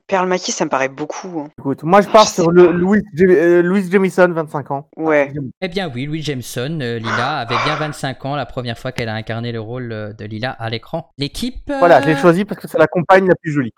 Speaker 5: Perle Maquis, ça me paraît beaucoup. hein.
Speaker 3: Écoute, moi je pars sur le Louis, J- euh, Louis Jamison, 25 ans.
Speaker 5: Ouais.
Speaker 1: Eh bien oui, Louis Jameson, euh, Lila, avait bien 25 ans la première fois qu'elle a incarné le rôle euh, de Lila à l'écran. L'équipe... euh,
Speaker 3: Voilà, je l'ai choisi parce que c'est la compagne la plus jolie.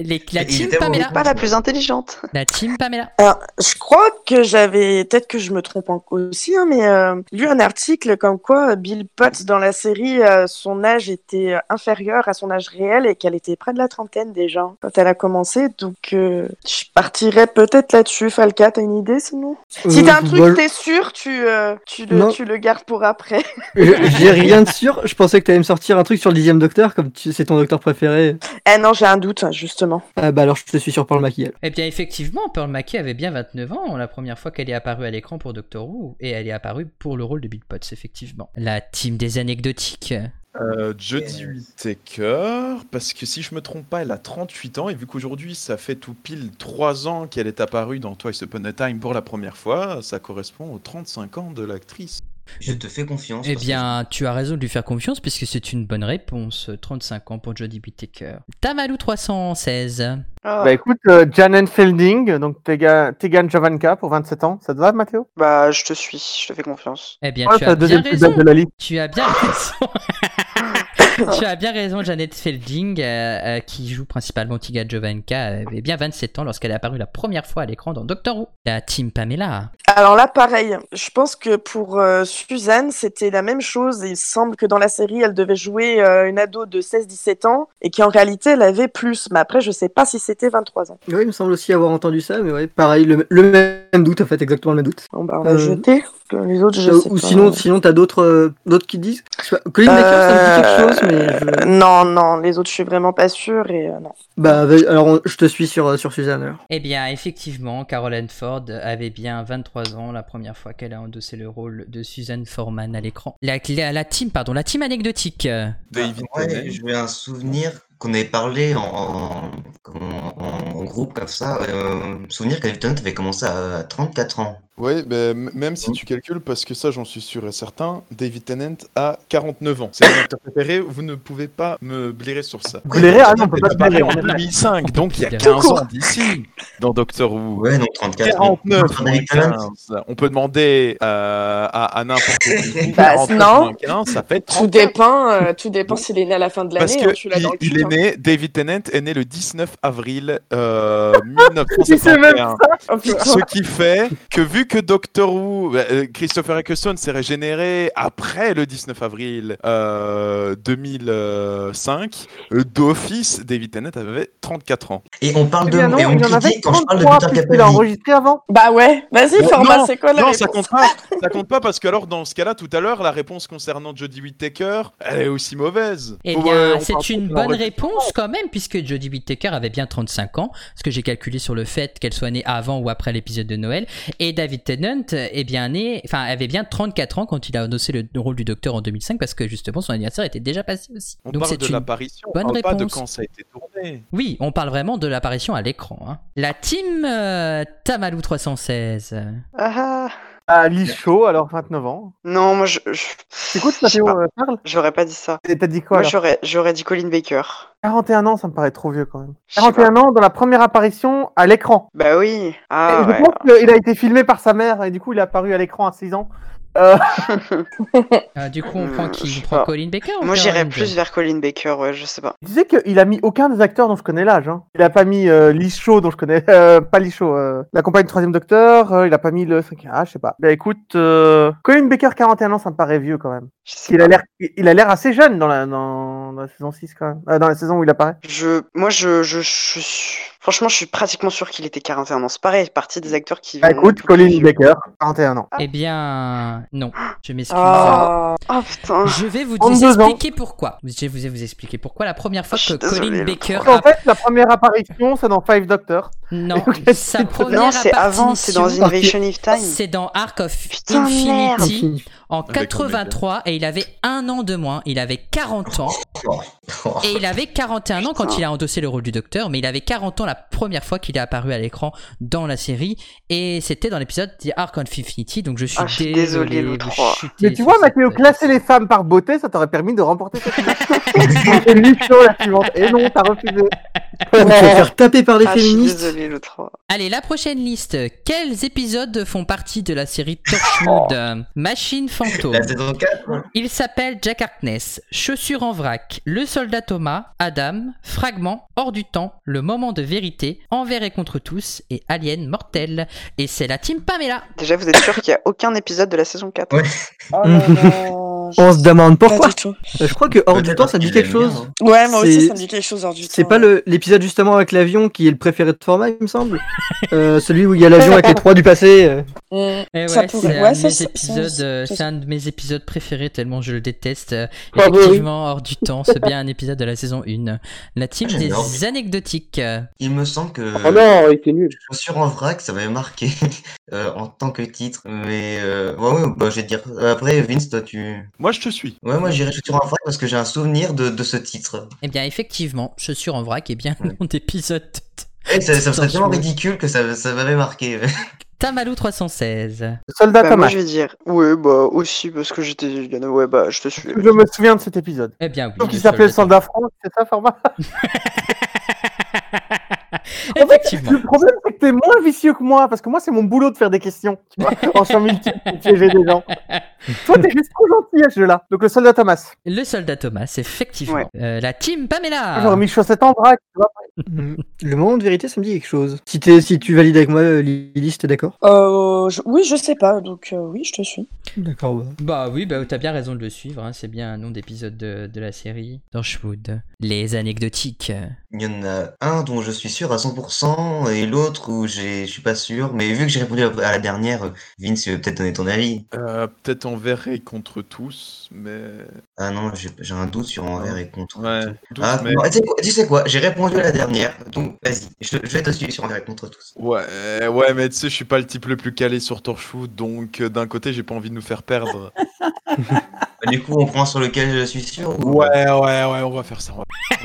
Speaker 1: les- la
Speaker 3: Il
Speaker 1: team
Speaker 3: était
Speaker 1: Pamela.
Speaker 5: Pas la plus intelligente.
Speaker 1: La team Pamela.
Speaker 2: Alors, je crois que j'avais, peut-être que je me trompe en- aussi, hein, mais euh, lu un article comme quoi euh, Bill Potts dans la série, euh, son âge était euh, inférieur à son âge réel et qu'elle était près de la trentaine déjà quand elle a commencé. Donc, euh, je partirais peut-être là-dessus. Falca, t'as une idée sinon Si
Speaker 10: Euh,
Speaker 2: t'as un truc,
Speaker 10: bah, je-
Speaker 2: t'es sûr, tu, euh, tu, le,
Speaker 10: Non.
Speaker 2: tu le gardes pour après.
Speaker 10: Je- J'ai rien de sûr. Je pensais que t'allais me sortir un truc sur le dixième docteur, comme tu- c'est ton docteur préféré.
Speaker 2: Eh non, j'ai un doute, hein, justement.
Speaker 10: Ah bah alors je te suis sur pour le maquillage.
Speaker 1: Eh bien, effectivement, Pearl Mackey avait bien 29 ans la première fois qu'elle est apparue à l'écran pour Doctor Who, et elle est apparue pour le rôle de Big Potts, effectivement. La team des anecdotiques.
Speaker 9: Euh, Jodie Whittaker, parce que si je me trompe pas, elle a 38 ans, et vu qu'aujourd'hui ça fait tout pile 3 ans qu'elle est apparue dans Twice Upon a Time pour la première fois, ça correspond aux 35 ans de l'actrice.
Speaker 7: Je te fais confiance.
Speaker 1: Eh
Speaker 7: parce
Speaker 1: bien, tu as raison de lui faire confiance puisque c'est une bonne réponse. 35 ans pour Jodie Whittaker. Tamalou 316.
Speaker 3: Bah écoute, euh, Janet Fielding, donc Tega- Tegan Jovanka pour 27 ans, ça te va, Mathéo
Speaker 5: Bah, je te suis, je te fais confiance.
Speaker 1: Eh bien,
Speaker 3: Ouais,
Speaker 1: tu,
Speaker 3: c'est
Speaker 1: as
Speaker 3: la
Speaker 1: bien
Speaker 3: deuxième plus
Speaker 1: raison.
Speaker 3: belle de la liste.
Speaker 1: tu as bien raison. Tu as bien raison, Janet Felding, euh, euh, qui joue principalement Tiga Jovanka, avait bien 27 ans lorsqu'elle est apparue la première fois à l'écran dans Doctor Who. La team Pamela.
Speaker 2: Alors là, pareil, je pense que pour euh, Suzanne, c'était la même chose. Il semble que dans la série, elle devait jouer euh, une ado de 16-17 ans et qu'en réalité, elle avait plus. Mais après, je sais pas si c'était 23 ans.
Speaker 10: Ouais, il me semble aussi avoir entendu ça, mais ouais, pareil, le, le même doute en fait, exactement le même doute.
Speaker 2: Bon bah on va jeter, les autres je sais
Speaker 10: Euh, Ou
Speaker 2: pas.
Speaker 10: sinon, sinon t'as d'autres euh, d'autres qui disent. Je sais pas, Colin Baker, ça me dit quelque chose, mais.
Speaker 2: Euh,
Speaker 10: je-
Speaker 2: Non, non, les autres, je suis vraiment pas sûre et euh, non.
Speaker 10: Bah vas-y, alors on- je te suis sur, euh, sur Suzanne alors.
Speaker 1: Eh bien, effectivement, Caroline Ford avait bien 23 ans la première fois qu'elle a endossé le rôle de Suzanne Foreman à l'écran. La, la- la team, pardon, la team anecdotique.
Speaker 11: Bah,
Speaker 7: que- Ah Ouais, j'ai un souvenir qu'on avait parlé en, en, en- en groupe comme ça. Euh, souvenir que Elton avait commencé à, à 34 ans.
Speaker 9: Oui, ben, même
Speaker 7: Hein?
Speaker 9: si tu calcules, parce que ça j'en suis sûr et certain, David Tennant a 49 ans. C'est mon acteur préféré, vous ne pouvez pas me blairer sur ça.
Speaker 3: Blairer Ah non, on peut pas se
Speaker 9: apparu
Speaker 3: blairer,
Speaker 9: en
Speaker 3: on est mal.
Speaker 9: 2005, donc il y a
Speaker 3: Tout
Speaker 9: 15
Speaker 3: court.
Speaker 9: ans d'ici, dans Doctor Who.
Speaker 7: Ouais, non, 34.
Speaker 9: 49,
Speaker 7: non,
Speaker 9: moins
Speaker 7: David Tennant.
Speaker 9: 15. On peut demander euh, à, à n'importe qui.
Speaker 2: Bah,
Speaker 9: 49
Speaker 2: non.
Speaker 9: moins 15, ça fait
Speaker 2: Tout
Speaker 9: 30.
Speaker 2: dépend, euh, tout dépend s'il est né à la fin de
Speaker 9: Parce
Speaker 2: l'année.
Speaker 9: que
Speaker 2: hein, tu l'as
Speaker 9: il,
Speaker 2: dans le
Speaker 9: il
Speaker 2: cul,
Speaker 9: est
Speaker 2: hein.
Speaker 9: né, David Tennant est né le 19 avril euh,
Speaker 2: Il sait même
Speaker 9: 1951.
Speaker 2: ça. Oh, putain.
Speaker 9: Ce qui fait que vu
Speaker 11: que Doctor Who, euh, Christopher Eccleston s'est régénéré après le 19 avril euh, 2005, euh, d'office, David Tennant avait 34 ans.
Speaker 7: Et on
Speaker 2: hein.
Speaker 7: parle
Speaker 11: Eh bien
Speaker 7: de
Speaker 11: non,
Speaker 7: et on
Speaker 11: il
Speaker 7: me
Speaker 11: y en avait
Speaker 7: critique quand je parle de
Speaker 11: 33
Speaker 7: Peter
Speaker 11: puisqu'il a
Speaker 7: Capaldi.
Speaker 3: enregistré avant
Speaker 2: Bah ouais, vas-y,
Speaker 11: Bon,
Speaker 2: Format,
Speaker 11: non,
Speaker 2: c'est quoi la
Speaker 11: Non,
Speaker 2: réponse
Speaker 11: ça compte pas. Ça compte pas parce que alors dans ce cas-là, tout à l'heure, la réponse concernant Jodie Whittaker, elle est aussi mauvaise.
Speaker 1: Eh
Speaker 11: Faut,
Speaker 1: bien,
Speaker 11: euh, on parle
Speaker 1: c'est
Speaker 11: pas
Speaker 1: une
Speaker 11: de
Speaker 1: bonne
Speaker 11: la ré-
Speaker 1: réponse quand même, puisque Jodie Whittaker avait bien 35 ans, ce que j'ai calculé sur le fait qu'elle soit née avant ou après l'épisode de Noël, et David Tennant est bien né, enfin avait bien 34 ans quand il a endossé le rôle du docteur en 2005, parce que justement son anniversaire était déjà passé aussi.
Speaker 11: On
Speaker 1: Donc
Speaker 11: parle
Speaker 1: c'est
Speaker 11: de
Speaker 1: une
Speaker 11: l'apparition, on
Speaker 1: bonne
Speaker 11: parle pas de
Speaker 1: réponse.
Speaker 11: quand ça a été tourné.
Speaker 1: Oui, on parle vraiment de l'apparition à l'écran. hein. La team euh, Tamalou 316.
Speaker 5: Ah,
Speaker 3: Ah, Lichot, alors 29 ans.
Speaker 5: Non, moi je. je...
Speaker 3: Écoute, Mathéo, euh, parle.
Speaker 5: J'aurais pas dit ça.
Speaker 3: Et t'as dit
Speaker 5: Moi
Speaker 3: quoi alors
Speaker 5: j'aurais, j'aurais dit Colin Baker.
Speaker 3: 41 ans, ça me paraît trop vieux quand même.
Speaker 5: Je sais
Speaker 3: 41 ans dans la première apparition à l'écran.
Speaker 5: Bah oui. Ah,
Speaker 3: Et Eh, je
Speaker 5: ouais.
Speaker 3: pense qu'il a été filmé par sa mère et du coup il est apparu à l'écran à 6 ans. Euh,
Speaker 1: Ah, du coup, on prend qui
Speaker 5: Hmm, je
Speaker 1: On
Speaker 5: sais
Speaker 1: prend
Speaker 5: pas.
Speaker 1: Colin Baker ou
Speaker 5: Moi j'irais
Speaker 1: Caroline
Speaker 5: plus vers Colin Baker, ouais, je sais pas.
Speaker 3: Il disait qu'il a mis aucun des acteurs dont je connais l'âge. hein. Il a pas mis euh, Lichot, dont je connais. euh, pas Lichot, euh, la compagne du troisième docteur. euh, il a pas mis le cinquième. Ah, je sais pas. Bah écoute, euh, Colin Baker, 41 ans, ça me paraît vieux quand même. Il a l'air, il a l'air assez jeune dans la, dans, dans la saison 6 quand même. Euh, dans la saison où il apparaît.
Speaker 5: Je, moi je, je, je suis- Franchement, je suis pratiquement sûr qu'il était 41 ans. C'est pareil, partie des acteurs qui.
Speaker 3: Bah
Speaker 5: vont-
Speaker 3: écoute, Colin Baker, 41 ans.
Speaker 1: Eh bien, non, je m'excuse.
Speaker 5: Ah. Ah, putain.
Speaker 1: Je vais vous
Speaker 3: 32 ans.
Speaker 1: expliquer pourquoi. Je vais vous expliquer pourquoi. La première fois que Colin Baker
Speaker 3: En fait, la première apparition, c'est dans Five Doctors.
Speaker 1: Non, sa première
Speaker 5: Non, c'est avant, c'est dans
Speaker 1: apparition,
Speaker 5: Invasion of Time.
Speaker 1: C'est dans Arc of
Speaker 5: Putain, merde.
Speaker 1: Infinity en
Speaker 5: Avec
Speaker 1: 83 et il avait un an de moins. Il avait 40 ans. Et il avait 41 ans quand il a endossé le rôle du docteur, mais il avait 40 ans la première fois qu'il est apparu à l'écran dans la série, et c'était dans l'épisode The Ark of Infinity, donc je
Speaker 5: Ah,
Speaker 1: suis désolé. vous chutez
Speaker 3: Mais tu
Speaker 1: sur
Speaker 3: vois,
Speaker 1: cette-
Speaker 3: Mathéo, classer les femmes par beauté, ça t'aurait permis de remporter cette finale. Et Lichot, la suivante. Et non, t'as refusé.
Speaker 10: On va se faire taper par les
Speaker 5: Ah, je suis
Speaker 10: féministes.
Speaker 5: désolé, le 3.
Speaker 1: Allez, la prochaine liste. Quels épisodes font partie de la série Torchwood Euh, Machine fantôme.
Speaker 7: Oh. La saison hein. 4, ouais.
Speaker 1: Il s'appelle Jack Harkness. Chaussures en vrac. Le soldat Thomas. Adam. Fragment. Hors du temps. Le moment de vérité. Envers et contre tous. Et Alien mortel. Et c'est la team Pamela.
Speaker 5: Déjà, vous êtes sûr qu'il n'y a aucun épisode de la saison 4
Speaker 2: Oh
Speaker 10: On se demande pourquoi.
Speaker 2: du tout.
Speaker 10: Euh, Je crois que hors du temps, ça dit quelque chose.
Speaker 2: Ouais, moi aussi,
Speaker 10: C'est-
Speaker 2: ça me dit quelque chose hors du temps.
Speaker 10: C'est pas le- l'épisode justement avec l'avion qui est le préféré de format, il me semble. Euh, celui où il y a l'avion avec les trois du passé. euh.
Speaker 2: Mm.
Speaker 1: Eh ouais,
Speaker 2: Ça pourrait-
Speaker 1: c'est
Speaker 2: ouais,
Speaker 1: un, de
Speaker 2: ça-
Speaker 1: mes
Speaker 2: ça-
Speaker 1: épisodes,
Speaker 2: ça-
Speaker 1: euh,
Speaker 2: ça-
Speaker 1: c'est un de mes épisodes préférés tellement je le déteste. euh,
Speaker 2: Ah bah oui.
Speaker 1: effectivement, hors du temps, c'est bien un épisode de la saison 1. La team
Speaker 7: Ah, j'adore.
Speaker 1: des anecdotiques.
Speaker 7: Il me semble que.
Speaker 1: Oh non,
Speaker 7: Ah il nul. Chaussures en vrac, ça m'avait marqué euh, en tant que titre. Mais euh, ouais, ouais, bah, je vais te dire. Après, Vince, toi, tu.
Speaker 11: Moi, je te suis.
Speaker 7: Ouais, moi, j'irai Chaussures en vrac parce que j'ai un souvenir de, de ce titre.
Speaker 1: Eh bien, effectivement, Chaussures en vrac est bien le nom d'épisode.
Speaker 7: Et Eh, ça, ça me serait
Speaker 1: Attention.
Speaker 7: tellement ridicule que ça, ça m'avait marqué.
Speaker 1: Tamalou 316.
Speaker 3: Soldat
Speaker 5: bah,
Speaker 3: Thomas.
Speaker 5: Moi, je vais dire. Ouais, bah aussi, parce que j'étais. Liliana, Ouais, bah, je te suis.
Speaker 3: Je me souviens de cet épisode.
Speaker 1: Eh bien, oui.
Speaker 3: Donc
Speaker 1: le
Speaker 3: il s'appelait
Speaker 1: soldat.
Speaker 3: Soldat France, c'est ça, format
Speaker 1: Effectivement.
Speaker 3: Le problème, c'est que t'es moins vicieux que moi, parce que moi, c'est mon boulot de faire des questions, tu vois, en champ multiple, pour piéger des gens. Toi, t'es juste trop gentil à ce jeu-là. Donc le Soldat Thomas.
Speaker 1: Le soldat Thomas, effectivement. Euh, la team
Speaker 2: Ah.
Speaker 1: Pamela.
Speaker 3: Ah, J'aurais mis chaussettes en vrac, tu vois.
Speaker 10: Le moment de vérité, ça me dit quelque chose. Si, t'es- si tu valides avec moi, euh, Lily, si t'es d'accord
Speaker 2: Euh, je- Oui, je sais pas, donc euh, oui, je te suis.
Speaker 10: D'accord, bah.
Speaker 1: Bah oui, bah, t'as bien raison de le suivre. hein, C'est bien un nom d'épisode de, de la série. Torchwood. Les anecdotiques.
Speaker 7: Il y en a un dont je suis sûr à 100% et l'autre où j'ai- je suis pas sûr. Mais vu que j'ai répondu à à la dernière, Vince, tu veux peut-être donner ton avis.
Speaker 11: Euh, Peut-être envers et contre tous, mais.
Speaker 7: Ah non, j'ai j'ai un doute sur envers et contre.
Speaker 11: Ouais,
Speaker 7: tous.
Speaker 11: doute,
Speaker 7: Ah,
Speaker 11: mais-
Speaker 7: non, tu sais quoi, tu sais quoi, j'ai répondu à la dernière, donc vas-y, je, je vais te suivre sur envers et contre tous.
Speaker 11: Ouais,
Speaker 9: euh,
Speaker 11: ouais, mais tu sais, je suis pas le type le plus calé sur Torchwood, donc euh, d'un côté, j'ai pas envie de nous faire perdre.
Speaker 7: Bah, Du coup, on prend sur lequel je suis sûr ou-
Speaker 11: Ouais, ouais, ouais, on va faire ça. on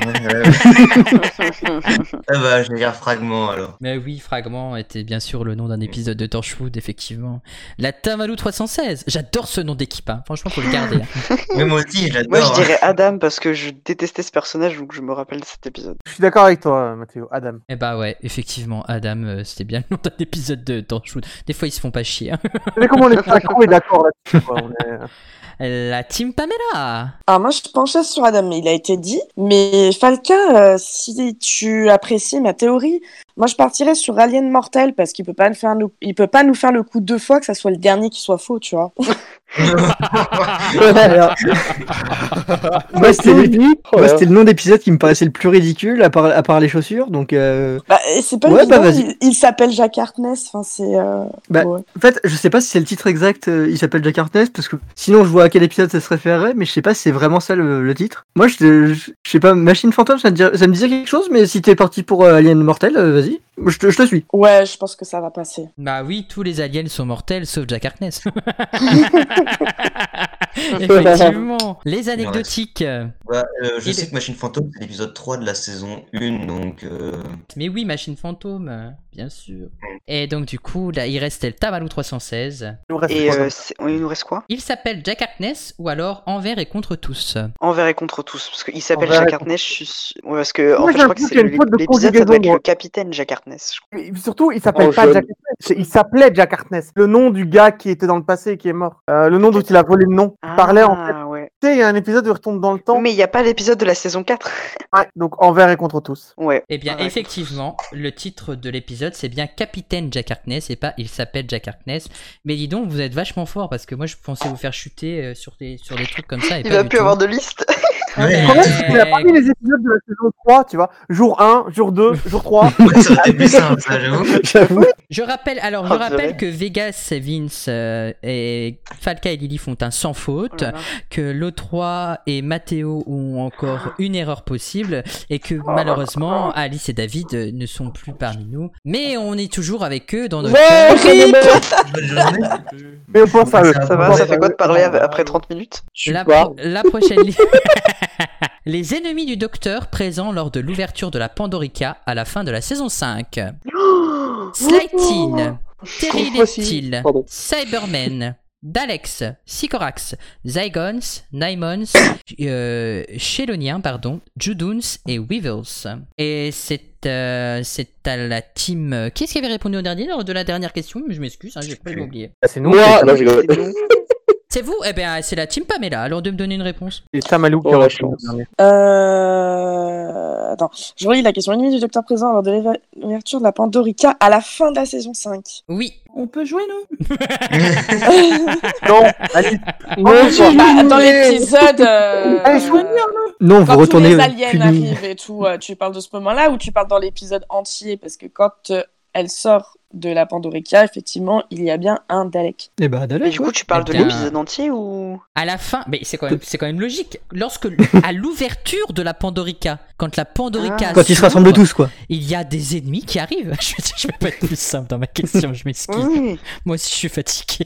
Speaker 11: va-
Speaker 7: Ouais, ouais, ouais. ah bah, je vais dire fragment alors.
Speaker 1: Mais oui, Fragment était bien sûr le nom d'un épisode de Torchwood, effectivement. La Tamalou 316. J'adore ce nom d'équipe. hein. Franchement, faut le garder. hein.
Speaker 7: Même aussi, je l'adore.
Speaker 5: Moi, je
Speaker 7: hein.
Speaker 5: dirais Adam, parce que je détestais ce personnage, donc je me rappelle de cet épisode.
Speaker 3: Je suis d'accord avec toi, Mathéo, Adam.
Speaker 1: Eh bah ouais, effectivement, Adam, euh, c'était bien le nom d'un épisode de Torchwood. Des fois, ils se font pas chier. hein.
Speaker 3: Mais comment on est pas con et d'accord là-dessus, quoi. On est- euh.
Speaker 1: La team Pamela
Speaker 2: Ah, moi, je penchais sur Adam, mais il a été dit. Mais Falca, euh, si tu apprécies ma théorie, Moi, je partirais sur Alien Mortel parce qu'il peut pas nous faire nous... il peut pas nous faire le coup deux fois que ça soit le dernier qui soit faux, tu vois.
Speaker 10: Alors, moi, c'était le... moi, c'était le nom d'épisode qui me paraissait le plus ridicule à part, à part les chaussures. Donc, euh,
Speaker 2: Bah, et c'est pas
Speaker 10: Ouais,
Speaker 2: évident,
Speaker 10: bah, vas-y.
Speaker 2: il, il s'appelle Jacques Hartness, enfin c'est euh,
Speaker 10: bah,
Speaker 2: ouais.
Speaker 10: en fait, je sais pas si c'est le titre exact. euh, il s'appelle Jack Harkness parce que sinon, je vois à quel épisode ça se référerait, mais je sais pas si c'est vraiment ça le, le titre. Moi, je, je, je sais pas. Machine fantôme, ça me, dir- ça me disait quelque chose, mais si t'es parti pour euh, Alien Mortel, euh, vas-y, je te, je te suis.
Speaker 2: Ouais, je pense que ça va passer.
Speaker 1: Bah oui, tous les aliens sont mortels sauf Jack Harkness. Effectivement. Les anecdotiques.
Speaker 7: Bah, euh, je
Speaker 1: Il-
Speaker 7: sais que Machine Fantôme, c'est l'épisode 3 de la saison 1, donc. euh,
Speaker 1: Mais oui, machine fantôme, euh, bien sûr.
Speaker 5: Mm.
Speaker 1: Et donc du coup, là, il restait le Tamalou 316.
Speaker 5: Et euh, c'est- il nous reste quoi
Speaker 1: Il s'appelle Jack Harkness ou alors Envers et contre tous.
Speaker 5: Envers et contre tous, parce qu'il s'appelle
Speaker 1: Envers et
Speaker 5: Jack Hartness. Je suis... sûr- ouais, parce que en
Speaker 1: Moi,
Speaker 5: fait,
Speaker 1: j'ai
Speaker 5: je crois que
Speaker 1: l'impression
Speaker 5: c'est
Speaker 1: qu'il y a une faute de
Speaker 5: l'épisode, ça doit
Speaker 1: conjugaison,
Speaker 5: être le capitaine Jack Hartness.
Speaker 3: Mais surtout, il s'appelle
Speaker 5: Oh,
Speaker 3: pas
Speaker 5: jeune.
Speaker 3: Jack Harkness, c'est- Il s'appelait Jack Harkness. Le nom du gars qui était dans le passé et qui est mort. Euh, le nom dont il a volé le nom. Il parlait en fait.
Speaker 5: Ah, ouais.
Speaker 3: Tu sais, il y a un épisode où il retourne dans le temps.
Speaker 5: Mais il n'y a pas l'épisode de la saison 4.
Speaker 3: Ouais, donc envers et contre tous.
Speaker 5: Ouais.
Speaker 1: Eh bien, effectivement, le titre de l'épisode, c'est bien Capitaine Jack Harkness et pas Il s'appelle Jack Harkness. Mais dis donc, vous êtes vachement fort parce que moi, je pensais vous faire chuter euh, sur des, sur des trucs comme ça. Et
Speaker 5: Il
Speaker 1: pas
Speaker 5: va
Speaker 1: du
Speaker 5: plus
Speaker 1: tout. Ah,
Speaker 5: avoir de liste.
Speaker 3: Le problème, c'est qu'il a pas mis les épisodes de la saison 3, tu vois. Jour 1, jour 2, jour 3.
Speaker 1: Je rappelle, alors, je
Speaker 3: Ah,
Speaker 1: rappelle
Speaker 3: purée.
Speaker 1: que Vegas, Vince euh, et Falca et Lily font un sans faute,
Speaker 5: Oh
Speaker 1: que l'O3 et Matteo ont encore
Speaker 5: Ah.
Speaker 1: une erreur possible, et que
Speaker 5: Oh
Speaker 1: malheureusement, Alice et David euh, ne sont plus parmi nous. Mais on est toujours avec eux dans nos
Speaker 6: Ouais,
Speaker 1: cœurs.
Speaker 6: c'est
Speaker 3: Mais on pense à eux.
Speaker 5: Ça va, ça fait quoi de parler av- après 30 minutes
Speaker 1: La, pro- la prochaine li- Les ennemis du docteur présents lors de l'ouverture de la Pandorica à la fin de la saison 5. Slightin, Terry Reptile, Cybermen, Dalex, Sycorax, Zygons, Nymons, euh, Chelonien, pardon, Juduns et Weevils. Et c'est euh, c'est à la team. euh, Qui est-ce qui avait répondu au dernier lors de la dernière question Je m'excuse, hein, j'ai complètement oublié.
Speaker 5: Ah,
Speaker 3: C'est nous. Moi,
Speaker 5: non, je rigole.
Speaker 1: C'est vous Eh bien, c'est la team Pamela. Alors de me donner une réponse.
Speaker 3: Et Tamalou qui
Speaker 1: Oh, la
Speaker 3: aurait pu
Speaker 1: chance.
Speaker 3: le dernier.
Speaker 2: Euh... Attends, je relis la question. L'ennemi du docteur présent lors de l'éva- l'ouverture de la Pandorica à la fin de la saison 5.
Speaker 1: Oui.
Speaker 8: On peut jouer, nous
Speaker 3: Non, allez.
Speaker 2: Bah, dans l'épisode. euh,
Speaker 10: Non, vous
Speaker 2: quand
Speaker 10: retournez.
Speaker 2: tous les
Speaker 10: euh,
Speaker 2: aliens
Speaker 10: qu'une-
Speaker 2: arrivent et tout, euh, tu parles de ce moment-là ou tu parles dans l'épisode entier Parce que quand euh, elle sort de la Pandorica, effectivement, il y a bien un Dalek.
Speaker 10: Eh bah, d'aller.
Speaker 5: Du coup, tu parles de
Speaker 1: Putain.
Speaker 5: l'épisode
Speaker 10: Eh
Speaker 5: entier ou
Speaker 1: À la fin, mais c'est quand même, c'est quand même logique. Lorsque, à l'ouverture de la Pandorica, quand la Pandorica.
Speaker 10: Quand ils se
Speaker 1: s'ouvre,
Speaker 10: rassemblent tous, quoi.
Speaker 1: Il y a des ennemis qui arrivent. Je, vais- je vais pas être plus simple dans ma question, je m'excuse.
Speaker 5: Oui.
Speaker 1: Moi aussi, je suis fatigué.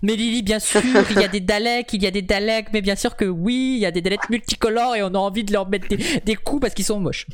Speaker 1: mais Lily, bien sûr, il y a des Daleks, il y a des Daleks, mais bien sûr que oui, il y a des Daleks multicolores et on a envie de leur mettre des, des coups parce qu'ils sont moches.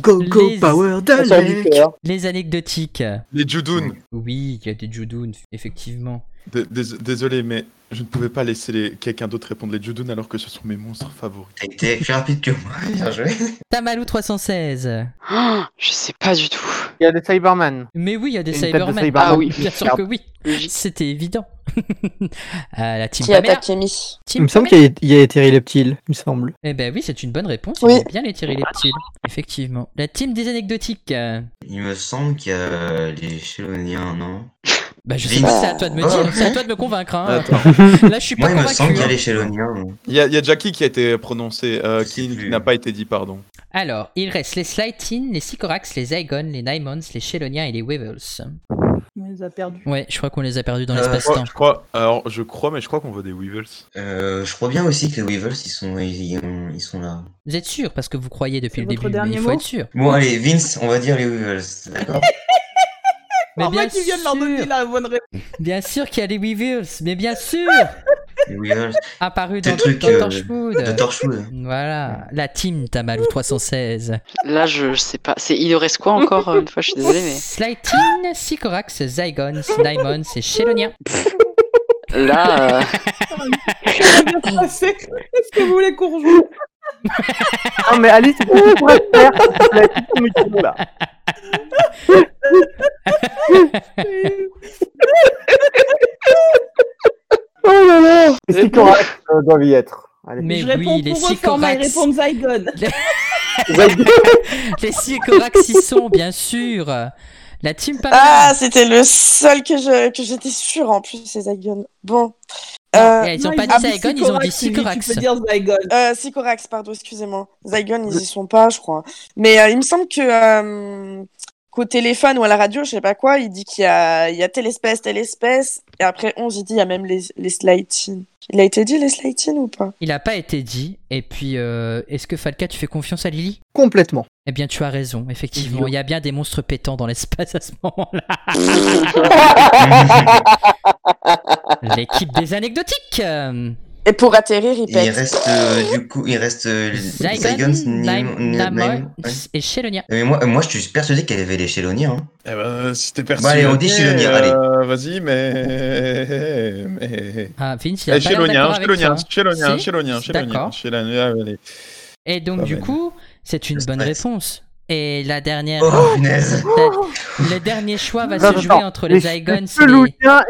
Speaker 10: Go, go,
Speaker 1: Les-
Speaker 10: power, Dalek.
Speaker 1: hein. Les anecdotiques.
Speaker 11: Les Judun.
Speaker 1: Oui, il y a des Judun, effectivement.
Speaker 9: Dé- dés- Désolé, mais je ne pouvais pas laisser les- quelqu'un d'autre répondre les Judun alors que ce sont mes monstres favoris.
Speaker 7: T'as été plus rapide que moi, bien joué.
Speaker 1: Tamalou 316.
Speaker 5: Ah, Je sais pas du tout.
Speaker 3: Il y a des Cybermen.
Speaker 1: Mais oui, il y a des
Speaker 3: Il y a une tête de
Speaker 1: Cybermen.
Speaker 3: Cybermen.
Speaker 5: Ah oui.
Speaker 1: bien sûr que oui. C'était évident. Ah, la team
Speaker 2: Qui
Speaker 1: Pamela.
Speaker 2: attaque Amy
Speaker 10: Il me semble qu'il y a- il y a Terry Leptile, il me semble.
Speaker 1: Eh ben oui, c'est une bonne réponse.
Speaker 2: Oui.
Speaker 1: Il aime bien les tirer les petits. Effectivement. La team des anecdotiques. euh,
Speaker 7: Il me semble qu'il y a les Chéloniens, non Ah.
Speaker 1: Bah, je sais pas, c'est à toi de me dire, c'est à toi de me convaincre. hein. Là, je suis pas
Speaker 7: Moi, il me
Speaker 1: convaincu.
Speaker 7: semble qu'il y a
Speaker 1: hein.
Speaker 7: les Chéloniens. non.
Speaker 9: Il y, a- il y a Jackie qui a été prononcé, euh, qui qui n'a pas été dit, pardon.
Speaker 1: Alors, il reste les Slightin, les Sycorax, les Zygon, les Nymons, les Cheloniens et les Weevils.
Speaker 8: On les a perdus.
Speaker 1: Ouais, je crois qu'on les a perdus dans
Speaker 7: Euh,
Speaker 1: l'espace-temps.
Speaker 9: Je crois, alors je crois, mais je crois qu'on voit des Weevils.
Speaker 7: Euh, je crois bien aussi que les Weevils, ils sont, ils, ils- ils sont là.
Speaker 1: Vous êtes sûr Parce que vous croyez depuis le
Speaker 8: votre
Speaker 1: début, mais
Speaker 8: dernier
Speaker 1: il faut
Speaker 8: mot
Speaker 1: être sûr.
Speaker 7: Bon, allez, Vince, on va dire les Weevils, d'accord
Speaker 1: Mais
Speaker 8: moi
Speaker 1: bien
Speaker 8: qui viens de leur donner la bonne réponse.
Speaker 1: Bien sûr qu'il y a les Weevils, mais bien sûr
Speaker 7: Les Weevils.
Speaker 1: Apparu
Speaker 7: C'est
Speaker 1: dans,
Speaker 7: le truc
Speaker 1: dans
Speaker 7: euh,
Speaker 1: Torchwood.
Speaker 7: de hein. Torchwood.
Speaker 1: Voilà, la team Tamalou 316.
Speaker 5: Là, je je sais pas. C'est il nous reste quoi encore euh, Une fois, je suis désolé, mais
Speaker 1: Slightin, Sycorax, Zygons, Nymons et Chelonien.
Speaker 5: là, euh,
Speaker 8: Est-ce que vous voulez qu'on rejoue
Speaker 3: Non, mais Alice, c'est pour pourrait faire. Elle a tout son micro, là. Oh là là Et c'est correct, euh, doivent y être. Allez.
Speaker 1: Mais
Speaker 8: je
Speaker 1: oui,
Speaker 8: réponds
Speaker 1: les
Speaker 8: pour eux, format, ils
Speaker 1: Sycorax.
Speaker 8: répondent Zygon.
Speaker 1: Les Sycorax y sont, bien sûr. La team Pamela.
Speaker 2: Ah, c'était le seul que je- que j'étais sûre en plus, c'est Zygon. Bon. Euh,
Speaker 1: et ils ont pas dit Zygon, ils ont dit Sycorax.
Speaker 2: Tu peux dire
Speaker 8: Zygon.
Speaker 2: Euh, Sycorax, pardon, excusez-moi. Zygon, ils y sont pas, je crois. Mais euh, il me semble que euh, qu'au téléphone ou à la radio, je sais pas quoi, il dit qu'il y a, il y a telle espèce, telle espèce. Et après 11, il dit il y a même les, les slightines. Il a été dit les slightines ou pas
Speaker 1: Il n'a pas été dit. Et puis, euh, est-ce que Falca, tu fais confiance à Lily
Speaker 10: Complètement.
Speaker 1: Eh bien, tu as raison, effectivement. Il y a bien des monstres pétants dans l'espace à ce moment-là. L'équipe des anecdotiques. euh,
Speaker 2: Et pour atterrir, il
Speaker 7: Il
Speaker 2: pète.
Speaker 7: reste euh, du coup, il reste euh,
Speaker 1: Zygon,
Speaker 7: Zygon, Nim-
Speaker 1: Naim-
Speaker 7: Nim-
Speaker 1: Namor
Speaker 7: Naim- ouais.
Speaker 1: et Chelonia.
Speaker 7: Mais moi, euh, moi, je suis persuadé qu'elle avait les Chéloniens. Hein.
Speaker 9: Eh ben, si t'es
Speaker 7: Bah, allez, on dit Chélonien, allez.
Speaker 9: euh, Vas-y, mais. mais...
Speaker 1: Ah, Vince, il a
Speaker 9: Eh,
Speaker 1: pas l'air
Speaker 9: Chélonien,
Speaker 1: d'accord avec
Speaker 9: Chélonien,
Speaker 1: toi.
Speaker 9: Chélonien,
Speaker 1: Si
Speaker 9: Chélonien, Chélonien,
Speaker 1: D'accord.
Speaker 9: Chélonien, ah, allez. Ah, bah,
Speaker 1: Et donc,
Speaker 9: Pas
Speaker 1: du
Speaker 9: mal.
Speaker 1: coup, c'est une bonne réponse. Et la dernière.
Speaker 7: Oh, punaise.
Speaker 1: La- Le dernier choix va se
Speaker 3: Attends,
Speaker 1: jouer entre les
Speaker 3: les
Speaker 1: Zygons et les.
Speaker 3: Chéloniens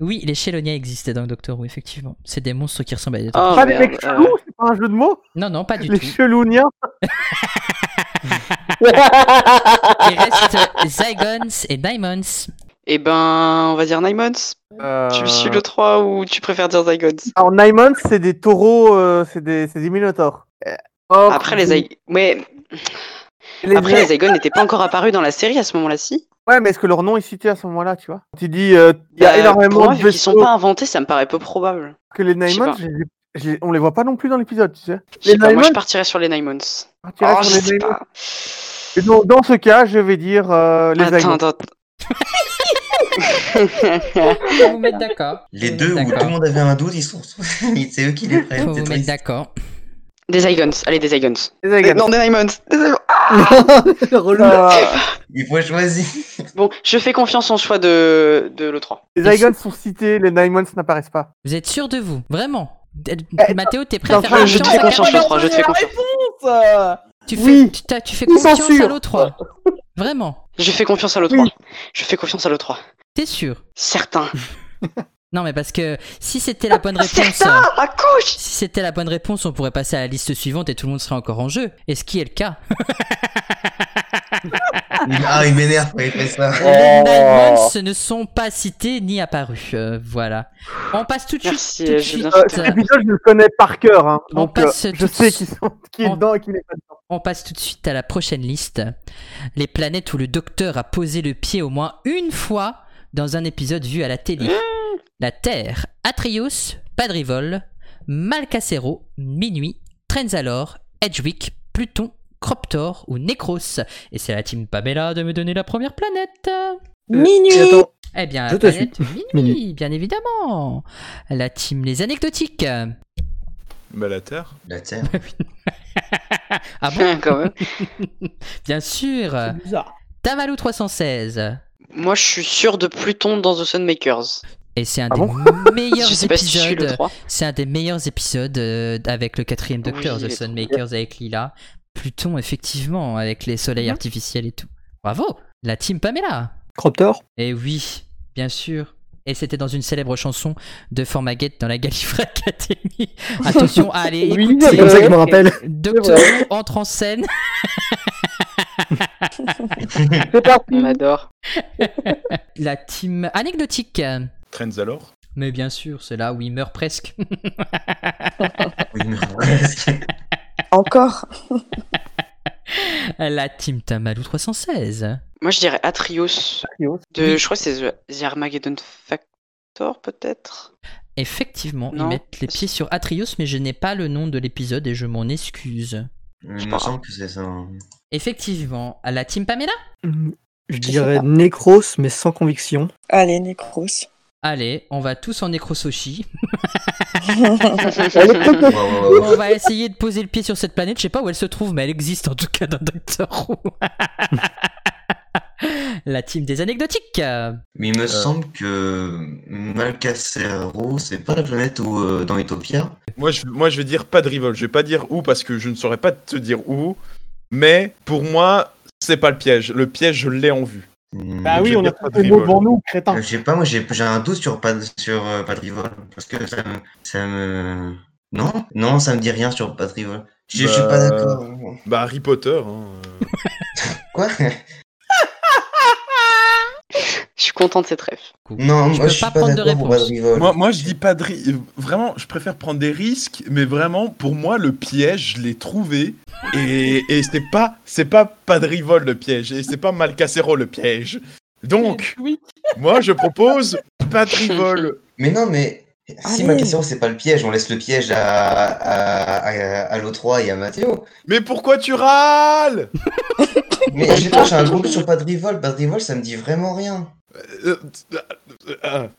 Speaker 1: Oui, les Chéloniens existaient dans le Doctor Who, effectivement. C'est des monstres qui ressemblent à
Speaker 5: Oh,
Speaker 1: des
Speaker 3: pas les mecs
Speaker 5: euh.
Speaker 3: chelous, Ah, c'est pas un jeu de mots
Speaker 1: Non, non, pas du
Speaker 3: Les
Speaker 1: tout.
Speaker 3: chelouniens
Speaker 1: Il reste euh, Zygons et Diamonds.
Speaker 5: Eh ben, on va dire Naimons. Tu suis le 3 ou tu préfères dire Zygons
Speaker 3: Alors, Naimon, c'est des taureaux, euh, c'est des, c'est des minotaures. Euh, or,
Speaker 5: Après, les Zygons. Mais.
Speaker 3: Les
Speaker 5: Après,
Speaker 3: vrais-
Speaker 5: les Zygons n'étaient pas encore apparus dans la série à ce moment-là-ci.
Speaker 3: Ouais, mais est-ce que leur nom est cité à ce moment-là, tu vois Tu dis, euh, il y a
Speaker 5: Bah, pour
Speaker 3: énormément
Speaker 5: moi,
Speaker 3: de
Speaker 5: vu qu'ils sont
Speaker 3: vaisseaux
Speaker 5: pas inventés, ça me paraît peu probable.
Speaker 3: que les
Speaker 5: je sais
Speaker 3: Naimons,
Speaker 5: pas.
Speaker 3: je les ai- je les- on les voit pas non plus dans l'épisode, tu sais.
Speaker 5: Je sais pas, moi, je
Speaker 3: Naimons,
Speaker 5: partirais sur les Naimons.
Speaker 3: tu restes
Speaker 5: Oh,
Speaker 3: sur
Speaker 5: je
Speaker 3: les
Speaker 5: sais
Speaker 3: Naimons.
Speaker 5: pas.
Speaker 3: Et donc, dans ce cas, je vais dire euh, les
Speaker 5: Attends,
Speaker 3: Zygons.
Speaker 5: attends.
Speaker 1: Faut vous mettre d'accord.
Speaker 7: Les deux où tout le monde avait un doute, ils sont. c'est eux qui les
Speaker 1: Faut
Speaker 7: prennent. c'est
Speaker 1: vous mettre
Speaker 7: triste.
Speaker 1: d'accord.
Speaker 5: Des Zygons, allez, des Zygons.
Speaker 3: Des Zygons.
Speaker 5: Euh, Non, des Naimons. Des Zygons.
Speaker 1: Ah,
Speaker 7: Il faut choisir.
Speaker 5: Bon, je fais confiance en choix de, de l'E3.
Speaker 3: Les Zygons sont cités, les Naimons n'apparaissent pas. Eh,
Speaker 1: Vous êtes sûr de vous Vraiment D- Mathéo, t'es prêt
Speaker 3: t'es
Speaker 1: à
Speaker 3: en
Speaker 1: faire
Speaker 3: train- je te
Speaker 1: confiance
Speaker 5: fais
Speaker 1: à
Speaker 5: confiance,
Speaker 1: Catherine
Speaker 5: je crois, je te fais confiance.
Speaker 1: Tu fais,
Speaker 3: Oui.
Speaker 1: tu, t'as- tu fais
Speaker 3: Ils sont
Speaker 1: confiance à
Speaker 3: sûrs.
Speaker 1: l'O3 Vraiment
Speaker 5: Je fais confiance à l'E3. Je fais confiance à l'E3.
Speaker 1: T'es sûr
Speaker 5: Certain.
Speaker 1: Non, mais parce que si c'était la bonne réponse.
Speaker 5: Certain Ah, À gauche
Speaker 1: Si c'était la bonne réponse, on pourrait passer à la liste suivante et tout le monde serait encore en jeu. Et ce qui est le cas.
Speaker 7: Ah, il m'énerve quand il fait ça.
Speaker 5: Oh.
Speaker 1: Les Nymans ne sont pas cités ni apparus. Euh, voilà. On passe tout de suite.
Speaker 5: Merci,
Speaker 1: tout de
Speaker 5: j'ai bien
Speaker 1: suite,
Speaker 3: Euh, cet
Speaker 1: euh,
Speaker 3: épisode, je le connais par cœur, hein,
Speaker 1: On
Speaker 3: donc euh,
Speaker 1: passe tout de
Speaker 3: je sais qui,
Speaker 1: suite.
Speaker 3: sont, qui est
Speaker 1: On-
Speaker 3: dedans et qui n'est pas dedans.
Speaker 1: On passe tout de suite à la prochaine liste. Les planètes où le docteur a posé le pied au moins une fois dans un épisode vu à la télé.
Speaker 3: Mmh.
Speaker 1: La Terre, Atreus, Padrivol, Malcacero, Minuit, Trenzalor, Edgewick, Pluton, Croptor ou Necros. Et c'est la team Pamela de me donner la première planète.
Speaker 2: Minuit.
Speaker 10: Euh, et attends,
Speaker 1: Eh bien,
Speaker 10: Je
Speaker 1: la
Speaker 10: te
Speaker 1: planète
Speaker 10: suis.
Speaker 1: Minuit,
Speaker 10: Minuit.
Speaker 1: bien évidemment. La team Les Anecdotiques.
Speaker 9: Bah, la Terre.
Speaker 7: La Terre.
Speaker 1: Bah, Ah bon
Speaker 5: Quand même.
Speaker 1: Bien sûr.
Speaker 8: C'est bizarre.
Speaker 1: Tamalou 316.
Speaker 5: Moi, je suis sûr de Pluton dans The Sunmakers.
Speaker 1: Et c'est un
Speaker 3: Ah
Speaker 1: des
Speaker 3: bon
Speaker 1: meilleurs
Speaker 5: Je sais pas si je suis le
Speaker 1: épisodes.
Speaker 5: 3.
Speaker 1: C'est un des meilleurs épisodes euh, avec le quatrième
Speaker 5: Oui,
Speaker 1: Docteur,
Speaker 5: il est
Speaker 1: The
Speaker 5: trop
Speaker 1: Sunmakers avec Lila. Pluton, effectivement, avec les soleils
Speaker 10: Mhm.
Speaker 1: artificiels et tout. Bravo La team Pamela
Speaker 10: Croptor
Speaker 1: Et oui, bien sûr. Et c'était dans une célèbre chanson de Formaguette dans la Gallifrey Academy. Attention, allez,
Speaker 10: Oui,
Speaker 1: écoutez.
Speaker 10: c'est comme ça que je me rappelle.
Speaker 1: Docteur Who entre en scène.
Speaker 5: On adore.
Speaker 1: La team anecdotique.
Speaker 9: Trends alors
Speaker 1: Mais bien sûr, c'est là où il meurt presque.
Speaker 7: Oui, mais presque.
Speaker 2: Encore
Speaker 1: La team Tamalou 316.
Speaker 5: Moi, je dirais Atrios.
Speaker 3: Atrios.
Speaker 5: De, je crois que c'est The- The Armageddon Factor, peut-être.
Speaker 1: Effectivement, ils
Speaker 5: Non.
Speaker 1: mettent les pieds sur Atrios, mais je n'ai pas le nom de l'épisode et je m'en excuse.
Speaker 7: Il me semble que c'est ça. hein.
Speaker 1: Effectivement, à la team Pamela
Speaker 10: Mm, Je
Speaker 2: sais
Speaker 10: dirais
Speaker 2: pas.
Speaker 10: Necros, mais sans conviction.
Speaker 2: Allez, Necros.
Speaker 1: Allez, on va tous en Necrososhi.
Speaker 7: Ouais, ouais, ouais, ouais.
Speaker 1: on va essayer de poser le pied sur cette planète. Je sais pas où elle se trouve, mais elle existe en tout cas dans Doctor Who. la team des anecdotiques.
Speaker 7: Mais
Speaker 9: Euh.
Speaker 7: il me semble que Malcacero, c'est pas la planète où, euh, dans Utopia.
Speaker 9: Moi je, moi, je vais dire pas de rivol. Je vais pas dire où parce que je ne saurais pas te dire où. Mais pour moi, c'est pas le piège. Le piège, je l'ai en vue.
Speaker 7: Hmm.
Speaker 3: Bah oui,
Speaker 9: Je
Speaker 3: on a
Speaker 9: garde pas
Speaker 3: tous
Speaker 9: de
Speaker 3: les mots
Speaker 9: rigole.
Speaker 3: devant nous, crétin.
Speaker 7: Euh, Je sais pas, moi j'ai j'ai un doute sur, Pad- sur euh, Padrivol, parce que ça me, ça me, Non, non, ça me dit rien sur Patrick. Trouve... Je, je suis pas d'accord. Ah,
Speaker 9: Bah, Harry Potter. hein.
Speaker 7: Quoi
Speaker 5: Je suis content de cette rêve.
Speaker 7: Non, moi je suis pas d'accord pour Patrick Trouve.
Speaker 9: Moi, moi, je dis pas de ri- euh, Vraiment, je préfère prendre des risques, mais vraiment, pour moi, le piège, je l'ai trouvé. Et, et c'est pas, c'est pas Padrivol le piège, et c'est pas Malcacero le piège. Donc, moi, je propose Padrivol.
Speaker 7: Mais non, Ah, mais Si ma question c'est pas le piège, on laisse le piège à, à, à, à l'O3 et à Mathéo.
Speaker 9: Mais pourquoi tu râles
Speaker 7: Mais je sais pas, j'ai un gros doute sur Padrivol. Padrivol ça me dit vraiment rien.
Speaker 9: Euh,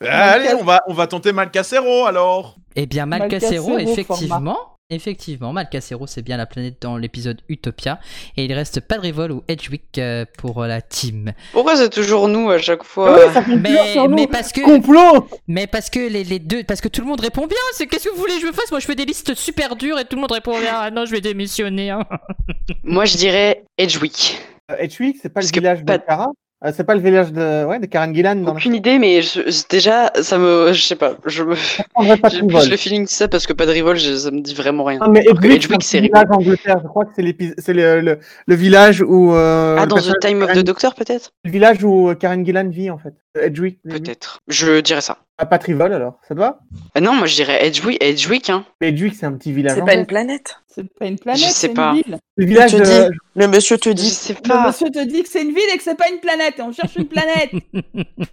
Speaker 9: Allez, on va, on va tenter Malcacero alors.
Speaker 1: Eh bien, Malcacero,
Speaker 9: Malcacero,
Speaker 1: effectivement. Effectivement, Malcacero, c'est bien la planète dans l'épisode Utopia. Et il reste Padrivol ou Edgewick euh, pour euh, la team.
Speaker 5: Pourquoi c'est toujours nous à chaque fois
Speaker 1: mais, mais parce que.
Speaker 5: Complot
Speaker 1: Mais parce que les, les deux. Parce que tout le monde répond bien. C'est qu'est-ce que vous voulez que je fasse Moi, je fais des listes super dures et tout le monde répond bien. Ah non, je vais démissionner. hein.
Speaker 5: Moi, je dirais Edgewick.
Speaker 3: Edgewick, Euh, c'est pas le village de Kara Euh, C'est pas le village de, ouais, de Karen Gillan dans
Speaker 5: Aucune idée, mais je- je- déjà, ça me. Je sais pas. Je me.
Speaker 3: prendrait pas de
Speaker 5: J'ai
Speaker 3: Rivol.
Speaker 5: plus le feeling que ça parce que pas de Rivol, je- ça me dit vraiment rien.
Speaker 3: Ah, mais
Speaker 5: Alors que
Speaker 3: Edwig,
Speaker 5: Edwig,
Speaker 3: c'est
Speaker 5: c'est
Speaker 3: un
Speaker 5: rigolo.
Speaker 3: village d'Angleterre. Je crois que c'est l'épi- c'est le, le- le village où. euh,
Speaker 5: Ah,
Speaker 3: le
Speaker 5: dans The
Speaker 3: personnage
Speaker 5: Time
Speaker 3: de
Speaker 5: of the
Speaker 3: Karen-
Speaker 5: Doctor, peut-être
Speaker 3: Le village où euh, Karen Gillan vit, en fait. Edgewick.
Speaker 5: Peut-être. Je dirais ça.
Speaker 3: Ah, pas Trivol, alors. Ça te va
Speaker 5: Ah non, moi je dirais Edgewick, Edgewick hein.
Speaker 3: Edgewick, c'est un petit village.
Speaker 5: C'est
Speaker 3: en
Speaker 5: pas
Speaker 3: fait.
Speaker 5: une
Speaker 2: planète.
Speaker 8: C'est pas une planète,
Speaker 5: Je sais
Speaker 8: c'est
Speaker 5: pas.
Speaker 8: une ville.
Speaker 3: Le village
Speaker 2: Je te
Speaker 3: de.
Speaker 2: dis, le monsieur te dit.
Speaker 8: Le monsieur te dit que c'est une ville et que c'est pas une planète et on cherche une planète.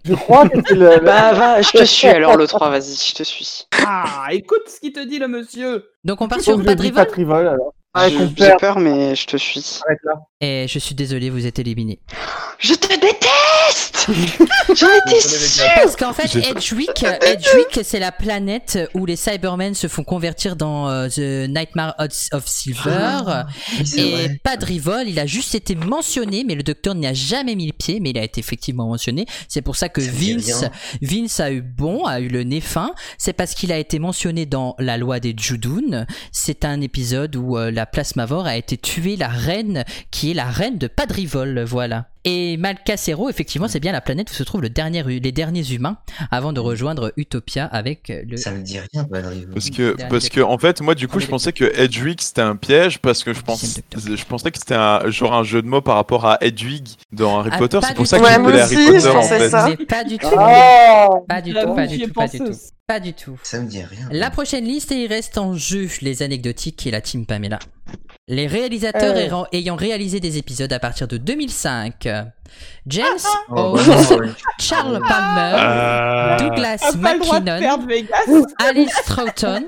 Speaker 3: Je crois que c'est le.
Speaker 5: Bah, va, je te suis alors, le 3, vas-y, je te suis.
Speaker 8: Ah, écoute ce qu'il te dit le monsieur.
Speaker 1: Donc on part
Speaker 3: sur Patrivol Patrivol, alors. Ouais,
Speaker 5: Ah, Je-
Speaker 3: qu'on
Speaker 5: J'ai
Speaker 3: perd.
Speaker 5: peur, mais je te suis.
Speaker 1: Et je suis désolé, vous êtes éliminé.
Speaker 5: Je te déteste J'en étais sûre
Speaker 1: Parce qu'en fait,
Speaker 5: J'ai-
Speaker 1: Edgewick, Edgewick, c'est la planète où les Cybermen se font convertir dans euh, The Nightmare of- of Silver.
Speaker 5: Ah, oui, c'est
Speaker 1: et
Speaker 5: vrai.
Speaker 1: Padrivol, il a juste été mentionné, mais le docteur n'y a jamais mis le pied, mais il a été effectivement mentionné. C'est pour ça que
Speaker 7: dit
Speaker 1: Vince,
Speaker 7: rien.
Speaker 1: Vince a eu bon, a eu le nez fin. C'est parce qu'il a été mentionné dans La loi des Judoun. C'est un épisode où euh, la Plasmavore a été tuée, la reine, qui est la reine de Padrivol, voilà. Et Malcacero, effectivement, c'est bien la planète où se trouvent le dernier, les derniers humains avant de rejoindre Utopia avec euh, le.
Speaker 7: Mm. Ça me dit rien, Padrivol.
Speaker 1: Parce
Speaker 9: que- parce que en fait moi du
Speaker 7: Ah,
Speaker 9: coup je pensais que Edwig c'était un piège parce que je pense je pensais que c'était un genre un jeu de mots par rapport à Edwig dans Harry
Speaker 1: Ah,
Speaker 9: Potter
Speaker 1: pas
Speaker 9: c'est pour
Speaker 1: du
Speaker 9: ça
Speaker 1: tout.
Speaker 9: que
Speaker 1: Ouais,
Speaker 9: j'ai
Speaker 1: moi
Speaker 9: appelé
Speaker 1: aussi,
Speaker 9: Harry
Speaker 1: je
Speaker 9: Potter en
Speaker 1: pensais
Speaker 9: fait
Speaker 1: ça. Mais pas du tout. Pas du tout, pas du tout, pas du tout. Pas du tout.
Speaker 7: Ça me dit rien.
Speaker 1: La prochaine liste, et il reste en jeu les anecdotiques et la team Pamela. Les réalisateurs
Speaker 6: Euh.
Speaker 1: ayant- ayant réalisé des épisodes à partir de 2005. James
Speaker 6: Oh,
Speaker 1: Owens,
Speaker 6: bah ouais.
Speaker 1: Charles Palmer,
Speaker 6: Ah.
Speaker 1: Douglas
Speaker 6: Ah, pas le droit de
Speaker 1: McKinnon,
Speaker 6: perdre,
Speaker 1: Alice Troughton,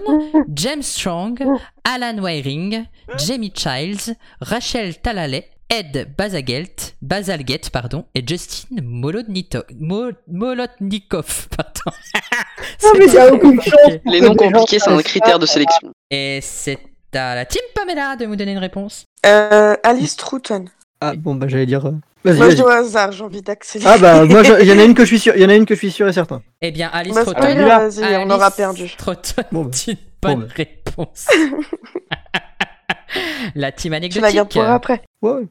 Speaker 1: James Strong, Alan Waring, Jamie Childs, Rachel Talalay, Ed Bazagelt, Bazalgette pardon, et Justin Molodnito- Mo- Molotnikov. pardon.
Speaker 6: Non, mais
Speaker 1: C'est
Speaker 6: y a
Speaker 1: très
Speaker 6: aucune
Speaker 1: compliqué.
Speaker 6: chance que Les noms des gens compliqués
Speaker 2: sont un fassent ça. critère de sélection.
Speaker 1: Et c'est à la team Pamela de vous donner une réponse.
Speaker 2: Euh, Alice Trouton.
Speaker 10: Ah bon bah j'allais dire. euh, Vas-y.
Speaker 2: Moi, je
Speaker 10: vas-y.
Speaker 2: dois au hasard, j'ai envie d'accélérer.
Speaker 10: Ah bah moi je- il y en a une que je suis sûr, il y en a une que je suis sûr et certain.
Speaker 1: Eh bien, Alice
Speaker 2: Bah,
Speaker 1: Troughton.
Speaker 2: celui-là, vas-y, on
Speaker 1: Alice
Speaker 2: aura perdu.
Speaker 1: Troughton
Speaker 10: Bon,
Speaker 1: dit une bonne réponse. la team anecdotique.
Speaker 7: Moi,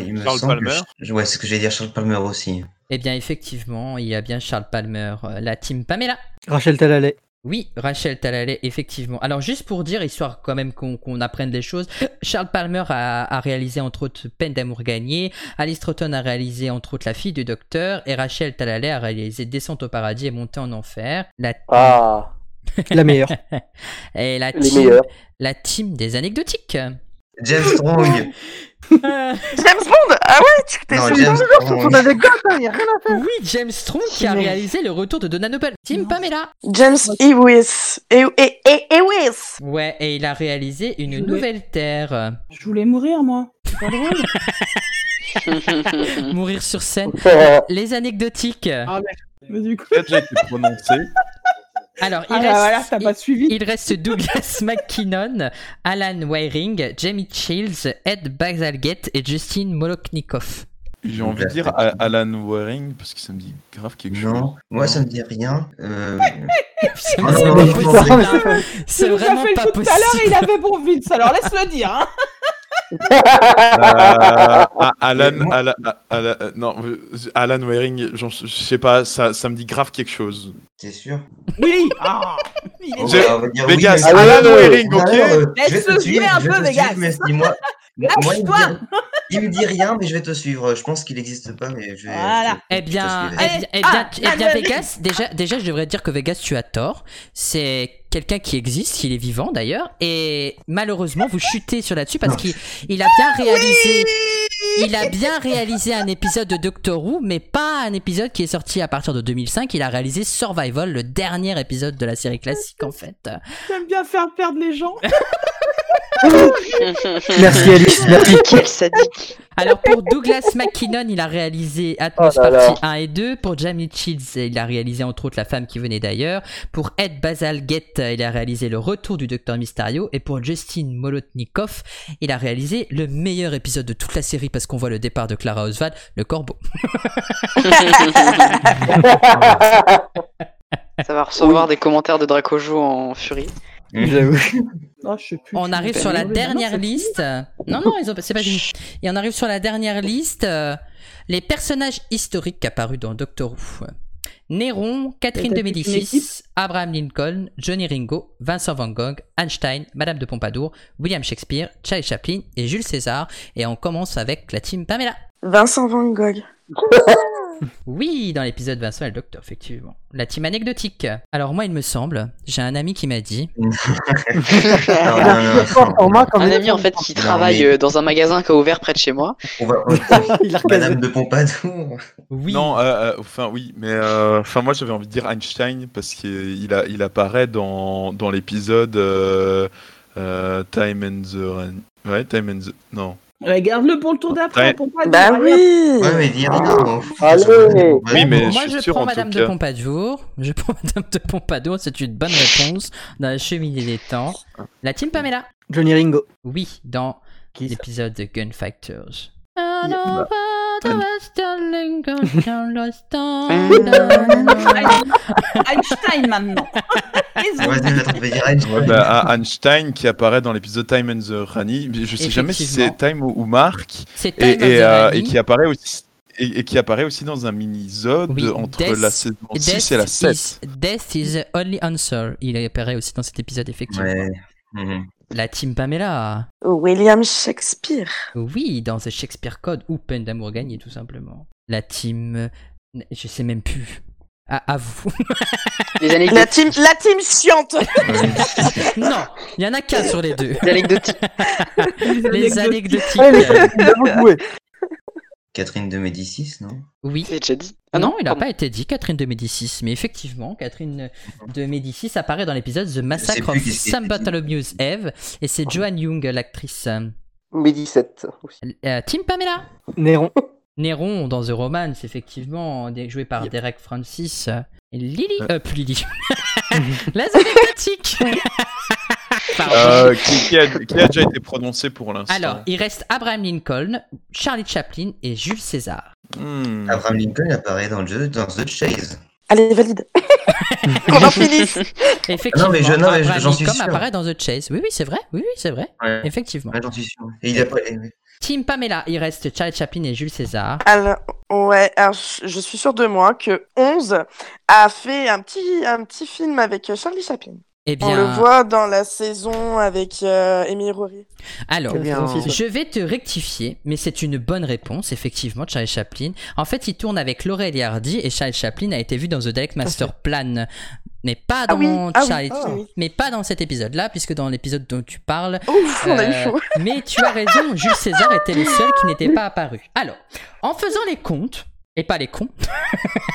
Speaker 7: il me
Speaker 1: Charles
Speaker 7: semble.
Speaker 1: Palmer.
Speaker 7: que je- Ouais, c'est ce que j'allais dire, Charles Palmer aussi.
Speaker 1: Eh bien, effectivement, il y a bien Charles Palmer. Euh, La team Pamela.
Speaker 10: Rachel Talalay.
Speaker 1: Oui, Rachel Talalay, effectivement. Alors, juste pour dire, histoire quand même qu'on qu'on apprenne des choses, Charles Palmer a, a réalisé entre autres Peine d'amour gagnée, Alice Troughton a réalisé entre autres La fille du docteur, et Rachel Talalay a réalisé Descente au paradis et Montée en enfer. La...
Speaker 10: Ah. La meilleure.
Speaker 1: et la
Speaker 10: Les
Speaker 1: team,
Speaker 10: meilleurs.
Speaker 1: la team des anecdotiques.
Speaker 7: James Strong.
Speaker 2: James Bond Ah ouais, tu t'es
Speaker 1: Non,
Speaker 2: sur
Speaker 1: James
Speaker 2: toujours
Speaker 1: Bond.
Speaker 2: sur ton anecdote,
Speaker 3: hein, y a rien à
Speaker 1: faire. Oui, James Strong qui a
Speaker 2: Non.
Speaker 1: réalisé le retour de Donna Noble. Team Pamela.
Speaker 2: James Ewis. Et, et, et, Ewis.
Speaker 1: Ouais, et il a réalisé Une
Speaker 8: voulais-
Speaker 1: nouvelle terre.
Speaker 8: Je voulais mourir moi. C'est pas drôle.
Speaker 1: Mourir sur scène. Les anecdotiques. Ah,
Speaker 8: Ah, Mais du coup.
Speaker 9: Peut-être j'ai été prononcé.
Speaker 1: Alors, il
Speaker 8: Ah, bah,
Speaker 1: reste,
Speaker 8: voilà, t'as
Speaker 1: il-
Speaker 8: pas suivi.
Speaker 1: il reste Douglas McKinnon, Alan Waring, Jamie Childs, Ed Bazalgette et Justin Moloknikov.
Speaker 9: j'ai envie de dire à- Alan Waring parce que ça me dit grave quelque chose
Speaker 7: Moi, ça me dit rien. Euh...
Speaker 1: C'est
Speaker 7: Ah, non, non, non, non, non.
Speaker 1: C'est
Speaker 8: Il nous a
Speaker 1: vraiment
Speaker 8: fait le
Speaker 1: pas
Speaker 8: coup tout à l'heure et
Speaker 1: possible.
Speaker 8: il avait bon Vince, alors laisse-le dire. Hein.
Speaker 9: Euh, ah, Alan, Alan, Alan- euh, non, euh, Alan Waring, j'en- je sais pas, ça, ça me dit grave quelque chose.
Speaker 7: T'es sûr
Speaker 11: Oui Ah Il
Speaker 7: Oh,
Speaker 9: Je-
Speaker 7: bah, on va dire oui,
Speaker 9: Vegas,
Speaker 7: mais-
Speaker 9: Alan
Speaker 7: Ah, non,
Speaker 9: Waring,
Speaker 7: non,
Speaker 9: ok
Speaker 7: euh,
Speaker 11: Laisse
Speaker 7: je vais te
Speaker 11: se
Speaker 7: suivre,
Speaker 11: jouer un
Speaker 7: je
Speaker 11: peu,
Speaker 7: vais te
Speaker 11: Vegas.
Speaker 7: suivre, mais si moi, moi, il me
Speaker 11: Lâche-toi.
Speaker 7: dit- il me dit rien, mais je vais te suivre. Je pense qu'il n'existe pas, mais je vais.
Speaker 11: Voilà.
Speaker 7: je-
Speaker 1: Eh bien,
Speaker 7: je te
Speaker 1: eh
Speaker 7: suivrai.
Speaker 1: bien, eh
Speaker 11: Ah,
Speaker 1: bien, eh bien,
Speaker 11: Manuel.
Speaker 1: Vegas, déjà, déjà, je devrais dire que Vegas, tu as tort. C'est quelqu'un qui existe, il est vivant d'ailleurs, et malheureusement, vous chutez sur là-dessus parce qu'il il a bien réalisé, il a bien réalisé un épisode de Doctor Who, mais pas un épisode qui est sorti à partir de 2005. Il a réalisé Survival, le dernier épisode de la série classique en fait.
Speaker 11: J'aime bien faire perdre les gens.
Speaker 8: Merci Alice, merci.
Speaker 6: Quel sadique.
Speaker 1: Alors pour Douglas McKinnon, il a réalisé Atmos
Speaker 8: Oh là là.
Speaker 1: Partie 1 et 2. Pour Jamie Childs, il a réalisé entre autres La femme qui venait d'ailleurs. Pour Ed Bazalgette, il a réalisé Le retour du docteur Mysterio. Et pour Justin Molotnikov, il a réalisé le meilleur épisode de toute la série parce qu'on voit le départ de Clara Oswald, le corbeau.
Speaker 6: Ça va recevoir des commentaires de Dracojo en furie.
Speaker 8: J'avoue.
Speaker 11: Non, Ah, je sais plus.
Speaker 1: On arrive sur la
Speaker 11: Non,
Speaker 1: dernière
Speaker 11: c'est fini.
Speaker 1: liste. Non, non, ils ont- c'est pas fini. Et on arrive sur la dernière liste. euh, Les personnages historiques apparus dans Doctor Who. Néron, Catherine
Speaker 11: T'as
Speaker 1: de
Speaker 11: toute une équipe
Speaker 1: Médicis, Abraham Lincoln, Johnny Ringo, Vincent Van Gogh, Einstein, Madame de Pompadour, William Shakespeare, Charlie Chaplin et Jules César. Et on commence avec la team Pamela.
Speaker 2: Vincent Van Gogh.
Speaker 1: Oui, dans l'épisode Vincent et le Docteur, effectivement. La team anecdotique. Alors moi, il me semble, j'ai un ami qui m'a dit...
Speaker 7: Non, Ah, non, non, non, non.
Speaker 6: Un ami en fait qui
Speaker 7: Non,
Speaker 6: travaille
Speaker 7: mais-
Speaker 6: euh, dans un magasin qui a ouvert près de chez moi.
Speaker 7: On va-
Speaker 8: Il a
Speaker 7: Madame de Pompadour.
Speaker 1: Oui.
Speaker 9: Non, euh, euh, enfin oui, mais euh, enfin moi j'avais envie de dire Einstein parce qu'il a, il apparaît dans, dans l'épisode euh, euh, Time and the Ren- Ouais, Time and the non.
Speaker 11: Ouais, Garde-le pour le tour d'après.
Speaker 9: Ouais.
Speaker 11: Pour pas
Speaker 2: Bah
Speaker 11: dire rien.
Speaker 2: oui
Speaker 7: Ouais, mais dis rien. hein.
Speaker 8: Allez.
Speaker 9: Oui, mais
Speaker 1: moi,
Speaker 9: je suis
Speaker 1: je
Speaker 9: sûr
Speaker 1: prends
Speaker 9: en tout
Speaker 1: Madame de
Speaker 9: cas.
Speaker 1: Pompadour. Je prends Madame de Pompadour. C'est une bonne réponse dans la cheminée des temps. La team Pamela.
Speaker 8: Johnny Ringo.
Speaker 1: Oui, dans
Speaker 8: Qui ça
Speaker 1: l'épisode de Gun Factors.
Speaker 8: bah,
Speaker 11: Einstein maintenant. Ils ont-
Speaker 7: Ah, Vas-y, attends, on va dire Einstein.
Speaker 9: Bah, à Einstein qui apparaît dans l'épisode Time and the Rani, mais je sais jamais si c'est Time ou, ou Mark,
Speaker 1: C'est Time
Speaker 9: et,
Speaker 1: of
Speaker 9: et,
Speaker 1: the
Speaker 9: euh,
Speaker 1: Rani.
Speaker 9: et qui apparaît aussi. Et, et qui apparaît aussi dans un mini-zode
Speaker 1: Oui,
Speaker 9: entre
Speaker 1: Death-
Speaker 9: la saison 6
Speaker 1: Death
Speaker 9: et la
Speaker 1: is-
Speaker 9: 7.
Speaker 1: Death is the only answer. Il apparaît aussi dans cet épisode, effectivement.
Speaker 7: Ouais. Mhm.
Speaker 1: La team Pamela.
Speaker 2: William Shakespeare.
Speaker 1: Oui, dans The Shakespeare Code ou Peine d'amour gagnée, tout simplement. La team. Je sais même plus. Ah, À, à vous.
Speaker 6: Les
Speaker 2: La
Speaker 6: anecdotes,
Speaker 2: team, la team chiante.
Speaker 1: non, il y en a qu'un sur les deux.
Speaker 6: les anecdotiques.
Speaker 1: Les anecdotiques.
Speaker 4: Allez, les copains, vous avez joué.
Speaker 7: Catherine de Médicis, non
Speaker 1: Oui.
Speaker 6: C'est déjà dit. Ah
Speaker 1: non, il n'a
Speaker 6: pardon.
Speaker 1: pas été dit, Catherine de Médicis. Mais effectivement, Catherine de Médicis apparaît dans l'épisode The Massacre
Speaker 7: plus
Speaker 1: of
Speaker 7: qui c'est.
Speaker 1: Some Bartholomew's Eve. Et c'est Joanne Young, l'actrice. Euh,
Speaker 6: Mais 17.
Speaker 1: euh, Team Pamela
Speaker 8: Néron.
Speaker 1: Néron dans The Romance, effectivement, dé- joué par Derek Francis. Et Lily. Euh, plus Lily. La anecdotique Pardon.
Speaker 9: Euh, qui, qui a, qui a déjà été prononcé pour l'instant
Speaker 1: Alors, il reste Abraham Lincoln, Charlie Chaplin et Jules César.
Speaker 9: Hmm.
Speaker 7: Abraham Lincoln apparaît dans, le jeu, dans The Chase.
Speaker 2: Allez, valide. Qu'on en finisse.
Speaker 1: Effectivement,
Speaker 7: Non, mais je- non, mais
Speaker 1: Abraham
Speaker 7: j'en suis
Speaker 1: Lincoln
Speaker 7: sûr.
Speaker 1: apparaît dans The Chase. Oui, oui, c'est vrai. Oui, oui, c'est vrai.
Speaker 7: Ouais.
Speaker 1: Effectivement.
Speaker 7: Ouais, j'en suis sûr. Et il a pas. eh, ouais.
Speaker 1: Team Pamela, il reste Charlie Chaplin et Jules César.
Speaker 2: Alors, ouais, alors, je je suis sûre de moi que 11 a fait un petit, un petit film avec euh, Charlie Chaplin.
Speaker 1: Eh
Speaker 2: On le
Speaker 1: bien,
Speaker 2: voit dans la saison avec euh, Émilie Rory.
Speaker 1: alors,
Speaker 8: Eh bien.
Speaker 1: je vais te rectifier, mais c'est une bonne réponse, effectivement, Charlie Chaplin. En fait, il tourne avec Laurel et Hardy et Charlie Chaplin a été vu dans The Direct Master Plan, mais pas
Speaker 2: Ah oui,
Speaker 1: dans
Speaker 2: ah oui,
Speaker 1: Charlie-
Speaker 2: ah oui.
Speaker 1: mais pas dans cet épisode-là, puisque dans l'épisode dont tu parles,
Speaker 2: Ouf, on a eu
Speaker 1: Euh,
Speaker 2: chaud.
Speaker 1: Mais tu as raison, Jules César était le seul qui n'était pas apparu. Alors, en faisant les comptes, et pas les cons,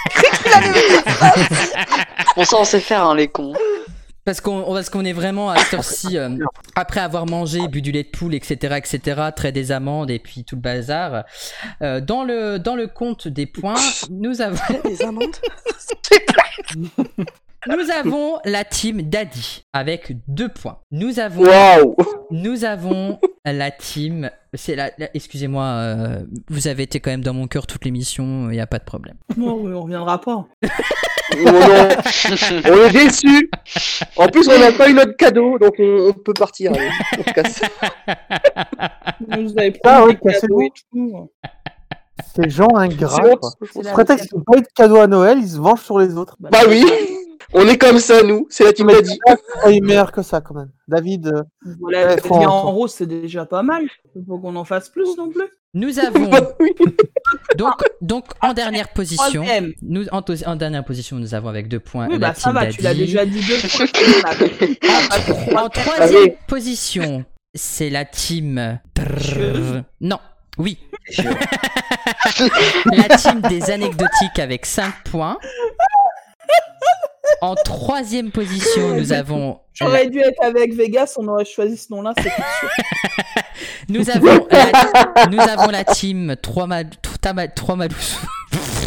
Speaker 6: On s'en sait faire hein, les cons.
Speaker 1: parce qu'on on- parce qu'on est vraiment à cette heure-ci, euh, après avoir mangé, bu du lait de poule, etc., etc., trait des amandes et puis tout le bazar, euh, dans, le, dans le compte des points, nous avons,
Speaker 2: Des amandes.
Speaker 1: nous avons la team Daddy avec deux points. Nous avons
Speaker 6: Waouh
Speaker 1: Nous avons la team. C'est la, la- excusez-moi, euh, vous avez été quand même dans mon cœur toute l'émission, il n'y a pas de problème.
Speaker 11: Non, mais on reviendra pas.
Speaker 4: Oh non, on est déçus. En plus, on n'a pas eu notre cadeau, donc on, on peut partir. allez, on se casse.
Speaker 8: Vous avez pris
Speaker 3: Ah ouais,
Speaker 8: des
Speaker 3: cassez-vous.
Speaker 8: cadeaux et tout.
Speaker 3: Ces gens ingrats.
Speaker 8: C'est
Speaker 3: quoi.
Speaker 8: la-
Speaker 3: Sous prétexte qu'ils n'ont pas eu de cadeau à Noël, ils se vengent sur les autres.
Speaker 8: Bah oui,
Speaker 3: on est comme ça, nous. C'est la qui m'a dit. Il est meilleur que ça, quand même. David. euh,
Speaker 8: Voilà,
Speaker 3: ouais,
Speaker 8: c'est
Speaker 3: faut-
Speaker 8: bien en
Speaker 3: faut-
Speaker 8: rose, c'est déjà pas mal. Faut qu'on en fasse plus non plus.
Speaker 1: Nous avons donc donc en dernière position.
Speaker 8: Ah. troisième.
Speaker 1: Nous en, to- en dernière position, nous avons avec deux points.
Speaker 8: Oui,
Speaker 1: la
Speaker 8: bah ça
Speaker 1: team
Speaker 8: va, tu l'as
Speaker 1: d'Adi.
Speaker 8: déjà dit deux fois. Ah, bah, trois,
Speaker 1: En
Speaker 8: quatre,
Speaker 1: troisième
Speaker 8: allez.
Speaker 1: position, c'est la team. Non, oui. la team des anecdotiques avec 5 points. En troisième position, nous avons.
Speaker 8: J'aurais dû être avec Vegas, on aurait choisi ce nom-là, c'est sûr.
Speaker 1: Nous avons la, nous avons la team 3 mal, tama- trois malous.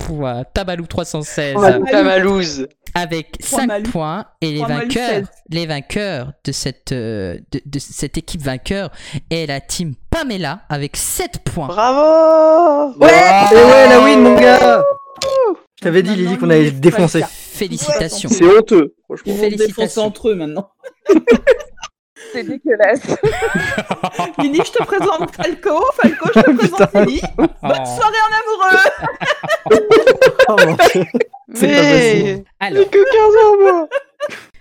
Speaker 1: Ouah, Tamalou 316.
Speaker 5: Tamalou. Tamalouse.
Speaker 1: Avec
Speaker 5: Trois
Speaker 1: 5
Speaker 5: malous.
Speaker 1: points. Et les
Speaker 5: Trois malous
Speaker 1: vainqueurs,
Speaker 5: seize.
Speaker 1: les vainqueurs de cette, euh, de, de cette équipe vainqueur est la team Pamela avec 7 points.
Speaker 5: Bravo
Speaker 10: Ouais Et ouais, la win, mon gars Je t'avais dit, Lily, qu'on allait défoncer.
Speaker 1: Félicitations.
Speaker 10: C'est honteux,
Speaker 8: Ils vont se défoncer entre eux maintenant.
Speaker 2: C'est dégueulasse.
Speaker 8: Lily, je te présente Falco, Falco, je te présente Lily. Bonne
Speaker 1: Oh.
Speaker 8: soirée en amoureux
Speaker 1: C'est pas possible. Alors.
Speaker 8: que 15 ans, moi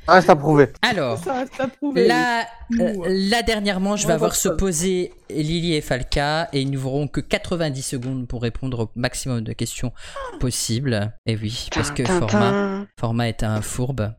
Speaker 3: Ah, c'est approuvé.
Speaker 1: Alors,
Speaker 8: Ça reste à prouver.
Speaker 1: la, euh, la dernière manche va
Speaker 8: Ouais,
Speaker 1: voir
Speaker 8: bon,
Speaker 1: s'opposer Lily et Falca et ils n'auront que 90 secondes pour répondre au maximum de questions possibles. Et oui, parce que
Speaker 5: Tin, tin,
Speaker 1: Format,
Speaker 5: tin.
Speaker 1: Format est un fourbe.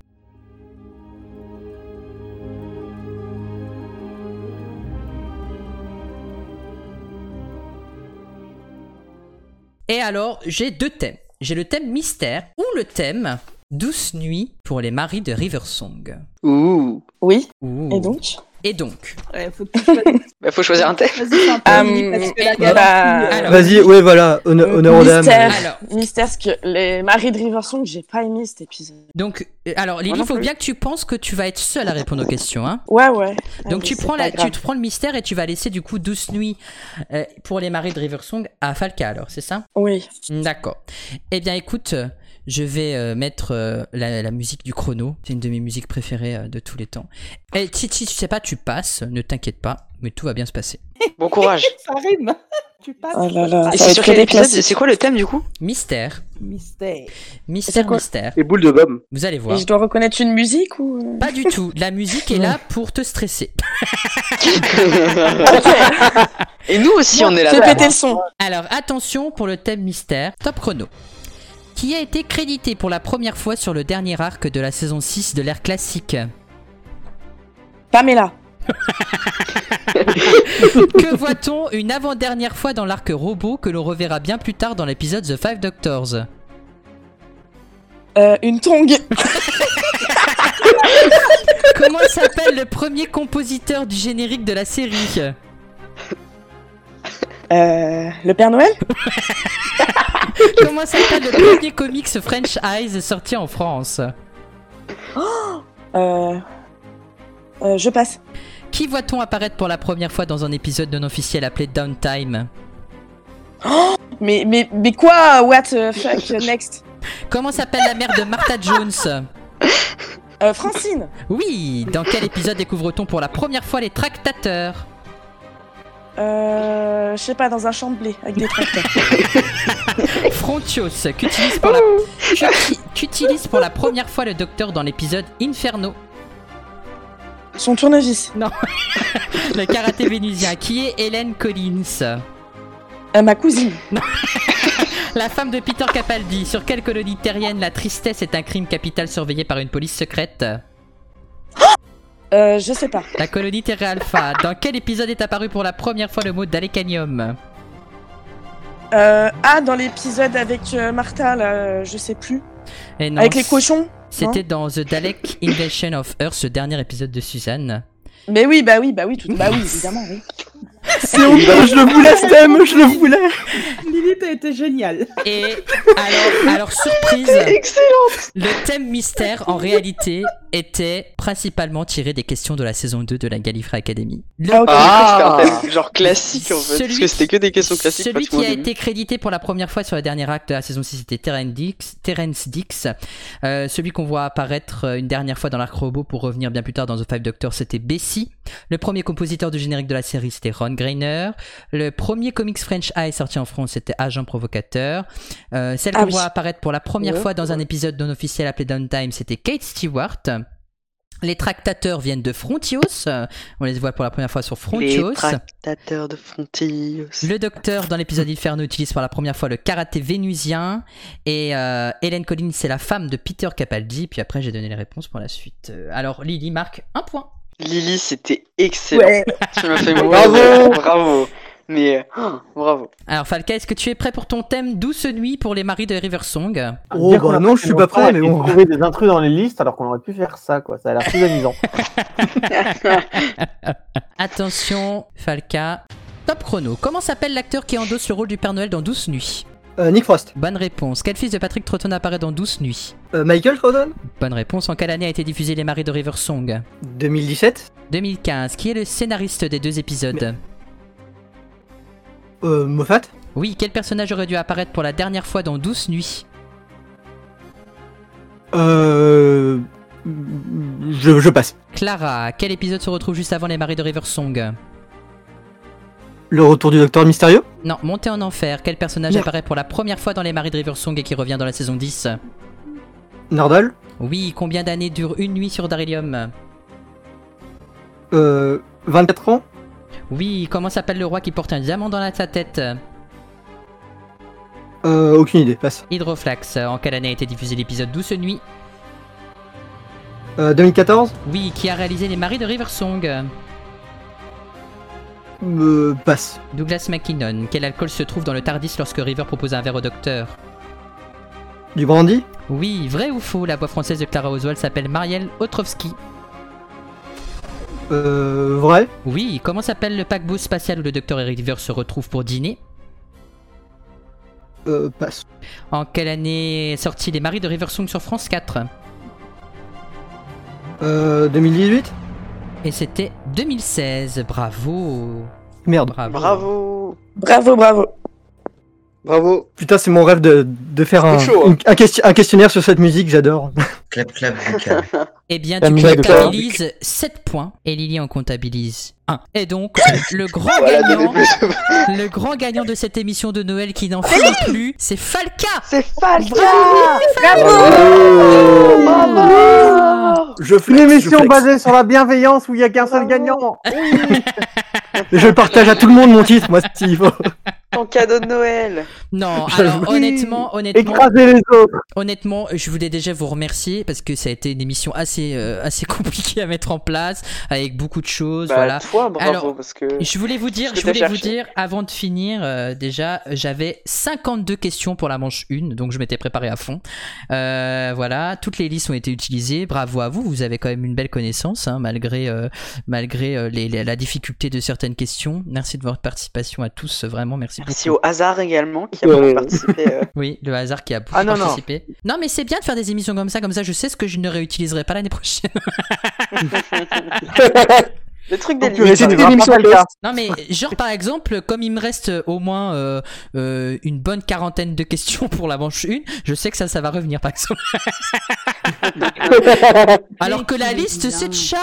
Speaker 1: Et alors, j'ai deux thèmes. J'ai le thème mystère ou le thème douce nuit pour les maris de Riversong.
Speaker 5: Ouh.
Speaker 2: Oui.
Speaker 1: Et
Speaker 2: donc
Speaker 1: Et donc
Speaker 8: Ouais, faut que tu choisisses.
Speaker 5: Bah, faut choisir un thème.
Speaker 8: Vas-y, un peu, Lily, parce que la
Speaker 2: bah,
Speaker 8: galaxie, euh,
Speaker 2: alors,
Speaker 10: Vas-y, ouais, voilà, honneur, honneur aux dames.
Speaker 2: Mystère, mystère, ce que les maris de Riversong, j'ai pas aimé cet épisode.
Speaker 1: Donc, euh, alors Lily,
Speaker 2: Moi non
Speaker 1: il faut
Speaker 2: plus.
Speaker 1: bien que tu penses que tu vas être seule à répondre aux questions. Hein
Speaker 2: Ouais, ouais.
Speaker 1: Donc
Speaker 2: Ouais,
Speaker 1: tu
Speaker 2: c'est
Speaker 1: prends,
Speaker 2: pas
Speaker 1: la,
Speaker 2: grave.
Speaker 1: tu te prends le mystère et tu vas laisser du coup douce nuit euh, pour les maris de Riversong à Falca alors, c'est ça
Speaker 2: Oui.
Speaker 1: D'accord. Eh bien écoute, euh, je vais euh, mettre euh, la, la musique du chrono. C'est une de mes musiques préférées euh, de tous les temps. Et si, si tu sais pas, tu passes, ne t'inquiète pas, mais tout va bien se passer.
Speaker 5: Bon courage.
Speaker 8: Ça rime. Tu passes.
Speaker 2: Oh là là,
Speaker 5: Et
Speaker 2: ça
Speaker 5: c'est
Speaker 2: va être
Speaker 5: sur
Speaker 2: que
Speaker 5: quel
Speaker 2: des
Speaker 5: épisode
Speaker 2: classiques.
Speaker 5: C'est quoi le thème du coup
Speaker 1: Mystère.
Speaker 8: Mystère.
Speaker 1: Mystère, mystère.
Speaker 5: Les boules de Bob.
Speaker 1: Vous allez voir.
Speaker 2: Et je dois reconnaître une musique ou euh
Speaker 1: Pas du tout. La musique est là pour te stresser.
Speaker 5: Et nous aussi, on est là.
Speaker 1: Fais
Speaker 5: pour
Speaker 1: péter
Speaker 5: voir.
Speaker 1: le son. Alors attention pour le thème mystère. Top chrono. Qui a été crédité pour la première fois sur le dernier arc de la saison 6 de l'ère classique
Speaker 2: Pamela.
Speaker 1: que voit-on une avant-dernière fois dans l'arc robot que l'on reverra bien plus tard dans l'épisode The Five Doctors
Speaker 2: Euh, une tongue.
Speaker 1: Comment s'appelle le premier compositeur du générique de la série
Speaker 2: Euh, le Père Noël
Speaker 1: Comment s'appelle le premier comics French Eyes sorti en France
Speaker 2: euh, euh, Je passe.
Speaker 1: Qui voit-on apparaître pour la première fois dans un épisode non officiel appelé Downtime
Speaker 2: Oh, mais, mais, mais quoi What the fuck Next
Speaker 1: Comment s'appelle la mère de Martha Jones
Speaker 2: euh, Francine
Speaker 1: Oui, dans quel épisode découvre-t-on pour la première fois les tractateurs
Speaker 2: euh, Je sais pas, dans un champ de blé avec des tracteurs.
Speaker 1: Frontios, qu'utilise pour, la... qu'uti- qu'utilise pour la première fois le docteur dans l'épisode Inferno
Speaker 2: Son tournevis.
Speaker 1: Non. Le karaté vénusien, qui est Hélène Collins
Speaker 2: Euh, ma cousine.
Speaker 1: La femme de Peter Capaldi, sur quelle colonie terrienne la tristesse est un crime capital surveillé par une police secrète
Speaker 2: Euh, je sais pas.
Speaker 1: La colonie Terra Alpha, dans quel épisode est apparu pour la première fois le mot Dalekanium
Speaker 2: Euh, ah, dans l'épisode avec euh, Martha, là, euh, je sais plus.
Speaker 1: Et Eh non,
Speaker 2: Avec les
Speaker 1: c-
Speaker 2: cochons,
Speaker 1: C'était
Speaker 2: non
Speaker 1: dans The Dalek Invasion of Earth, ce dernier épisode de Suzanne.
Speaker 2: Mais oui, bah oui, bah oui, tout... bah oui, évidemment, oui.
Speaker 1: C'est
Speaker 2: Bah,
Speaker 1: honteux, je le voulais, ce
Speaker 8: thème,
Speaker 1: je le
Speaker 8: voulais. Lily, t'as été géniale.
Speaker 1: Et alors, alors surprise, le thème mystère en réalité était principalement tiré des questions de la saison 2 de la Gallifrey Academy. Le-
Speaker 5: Ah, c'était un thème genre classique en fait. Parce que c'était que des questions classiques.
Speaker 1: Celui
Speaker 5: pratiquement,
Speaker 1: qui a
Speaker 5: au début.
Speaker 1: été crédité pour la première fois sur le dernier acte de la saison 6, c'était Terence Dix. Terence Dix. Euh, celui qu'on voit apparaître euh, une dernière fois dans l'arc robot pour revenir bien plus tard dans The Five Doctors, c'était Bessie. Le premier compositeur du générique de la série, c'était Ron Greiner. Le premier comics French Eye sorti en France, c'était Agent Provocateur. Euh, celle
Speaker 15: Ah
Speaker 1: qu'on
Speaker 15: oui.
Speaker 1: voit apparaître pour la première
Speaker 15: Ouais,
Speaker 1: fois dans un épisode non officiel appelé Downtime, c'était Kate Stewart. Les tractateurs viennent de Frontios. Euh, On les voit pour la première fois sur Frontios.
Speaker 5: Les tractateurs de Frontios.
Speaker 1: Le docteur dans l'épisode Inferno utilise pour la première fois le karaté vénusien. Et euh, Hélène Collins, c'est la femme de Peter Capaldi. Puis après, j'ai donné les réponses pour la suite. Euh, alors, Lily marque un point.
Speaker 5: Lily, c'était excellent.
Speaker 1: Ouais.
Speaker 5: Tu m'as fait mourir.
Speaker 1: Bravo.
Speaker 5: de rire. Bravo. Mais euh, oh, bravo.
Speaker 1: Alors, Falca, est-ce que tu es prêt pour ton thème Douce nuit pour les maris de Riversong
Speaker 3: Dire qu'on a fait mon travail et trouver des intrus dans les listes alors qu'on aurait pu faire ça, quoi. Ça a l'air plus amusant.
Speaker 1: Attention, Falca. Top chrono. Comment s'appelle l'acteur qui endosse le rôle du Père Noël dans Douce nuit
Speaker 10: Euh, Nick Frost. Euh,
Speaker 1: Bonne réponse. Quel fils de Patrick Troughton apparaît dans Douce nuit
Speaker 10: Michael Troughton
Speaker 1: Bonne réponse. En quelle année a été diffusé Les Maris de Riversong
Speaker 10: 2017
Speaker 1: 2015. Qui est le scénariste des deux épisodes
Speaker 10: Euh, Moffat
Speaker 1: Oui, quel personnage aurait dû apparaître pour la dernière fois dans Douce nuit
Speaker 10: Euh. Je, je passe.
Speaker 1: Clara, quel épisode se retrouve juste avant Les Maris de Riversong
Speaker 10: Le retour du docteur mystérieux
Speaker 1: Non, Montée en enfer, quel personnage
Speaker 10: Merde.
Speaker 1: apparaît pour la première fois dans Les Maris de Riversong et qui revient dans la saison 10
Speaker 10: Nardal
Speaker 1: Oui, combien d'années dure une nuit sur Darylium
Speaker 10: Euh. 24 ans
Speaker 1: Oui, comment s'appelle le roi qui porte un diamant dans la- sa tête
Speaker 10: Euh. Aucune idée, passe.
Speaker 1: Hydroflax, en quelle année a été diffusé l'épisode Douce Nuit
Speaker 10: Euh, 2014
Speaker 1: Oui, qui a réalisé Les Maris de Riversong
Speaker 10: Euh. Passe.
Speaker 1: Douglas McKinnon, quel alcool se trouve dans le Tardis lorsque River propose un verre au docteur
Speaker 10: Du brandy
Speaker 1: Oui, vrai ou faux, la voix française de Clara Oswald s'appelle Marielle Otrovski.
Speaker 10: Euh. Vrai
Speaker 1: Oui, comment s'appelle le paquebot spatial où le docteur et River se retrouvent pour dîner
Speaker 10: Euh. Passe.
Speaker 1: En quelle année est sorti Les Maris de Riversong sur France 4
Speaker 10: Euh. 2018
Speaker 1: Et c'était 2016, bravo
Speaker 10: Merde.
Speaker 1: Bravo
Speaker 5: Bravo.
Speaker 2: Bravo, bravo.
Speaker 5: Bravo.
Speaker 10: Putain, c'est mon rêve de, de faire un,
Speaker 1: C'est chaud, hein.
Speaker 10: une- un, question- un questionnaire sur cette musique, j'adore.
Speaker 7: Clap, clap,
Speaker 1: Eh bien,
Speaker 10: La
Speaker 1: tu
Speaker 10: musique de Clara.
Speaker 1: comptabilises 7 points et Lily en comptabilise 1. Et donc, le grand
Speaker 5: Voilà, donnez
Speaker 1: gagnant,
Speaker 5: plus.
Speaker 1: le grand gagnant de cette émission de Noël qui n'en finit plus, c'est Falca
Speaker 5: C'est Falca
Speaker 10: Je flex,
Speaker 3: Une émission
Speaker 10: je flex.
Speaker 3: basée sur la bienveillance où il n'y a qu'un seul gagnant.
Speaker 10: Je partage à tout le monde mon titre, moi, s'il faut.
Speaker 5: Ton cadeau de Noël.
Speaker 1: Non,
Speaker 10: Je
Speaker 1: alors
Speaker 10: vous-
Speaker 1: honnêtement, honnêtement,
Speaker 10: Écrasez les autres.
Speaker 1: honnêtement, je voulais déjà vous remercier parce que ça a été une émission assez, euh, assez compliquée à mettre en place, avec beaucoup de choses.
Speaker 5: Bah,
Speaker 1: voilà.
Speaker 5: toi, bravo,
Speaker 1: alors,
Speaker 5: parce que.
Speaker 1: je voulais vous dire,
Speaker 5: parce que
Speaker 1: je voulais
Speaker 5: t'as
Speaker 1: vous
Speaker 5: cherché.
Speaker 1: dire, avant de finir, euh, déjà, j'avais 52 questions pour la manche 1, donc je m'étais préparé à fond. Euh, voilà, toutes les listes ont été utilisées. Bravo à vous, vous avez quand même une belle connaissance, hein, malgré, euh, malgré euh, les- les- la difficulté de certaines questions. Merci de votre participation à tous, vraiment, merci,
Speaker 5: Merci
Speaker 1: beaucoup.
Speaker 5: au hasard également qui a beaucoup participé. euh.
Speaker 1: Oui, le hasard qui a beaucoup
Speaker 5: Ah, non, non.
Speaker 1: participé. Non. mais c'est bien de faire des émissions comme ça, comme ça je sais ce que je ne réutiliserai pas l'année prochaine.
Speaker 5: Le truc
Speaker 3: des Donc, tu limites, récites hein. des émissions à l'heure.
Speaker 1: Non mais genre par exemple, comme il me reste euh, au moins euh, euh, une bonne quarantaine de questions pour la manche 1, je sais que ça, ça va revenir par exemple. Alors que la liste, c'est ciao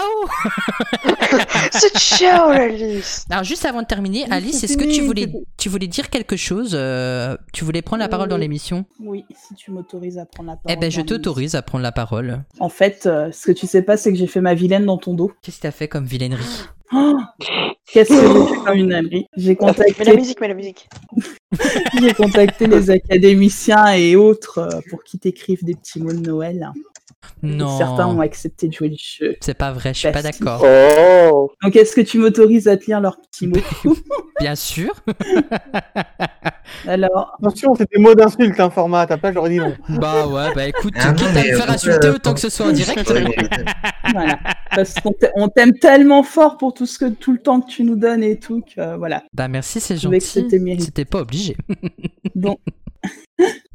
Speaker 5: C'est ciao la liste
Speaker 1: Alors juste avant de terminer, Alice, est-ce que tu voulais, tu voulais dire quelque chose euh, Tu voulais prendre la parole dans l'émission
Speaker 8: Oui, si tu m'autorises à prendre la
Speaker 1: Eh
Speaker 8: parole.
Speaker 1: ben je
Speaker 8: dans l'émission.
Speaker 1: t'autorise à prendre la parole.
Speaker 8: En fait, euh, ce que tu sais pas, c'est que j'ai fait ma vilaine dans ton dos.
Speaker 1: Qu'est-ce que t'as fait comme vilainerie
Speaker 8: Oh, Qu'est-ce que j'ai fait comme une ânerie J'ai
Speaker 5: Mets la
Speaker 8: contacté,
Speaker 5: musique, mets la musique.
Speaker 8: j'ai contacté les académiciens et autres euh, pour qu'ils t'écrivent des petits mots de Noël.
Speaker 1: Non.
Speaker 8: Et certains ont accepté de jouer le jeu.
Speaker 1: C'est pas vrai, je suis pas d'accord.
Speaker 8: Oh.
Speaker 5: Oh.
Speaker 8: Donc est-ce que tu m'autorises à te lire leurs petits mots
Speaker 1: Bien sûr.
Speaker 8: Alors.
Speaker 3: Attention, c'est des mots d'insulte, un format. T'as pas, j'aurais dit non.
Speaker 1: Bah ouais, bah écoute,
Speaker 3: Ah non,
Speaker 1: quitte à
Speaker 3: mais
Speaker 1: me faire
Speaker 3: pourquoi-
Speaker 1: insulter autant que ce soit en direct.
Speaker 8: voilà. Parce qu'on t'a- on t'aime tellement fort pour tout ce que tout le temps que tu nous donnes et tout que euh, voilà.
Speaker 1: Bah merci, c'est
Speaker 8: Je trouvais que
Speaker 1: gentil.
Speaker 8: c'était mérité.
Speaker 1: C'était pas obligé.
Speaker 8: Bon,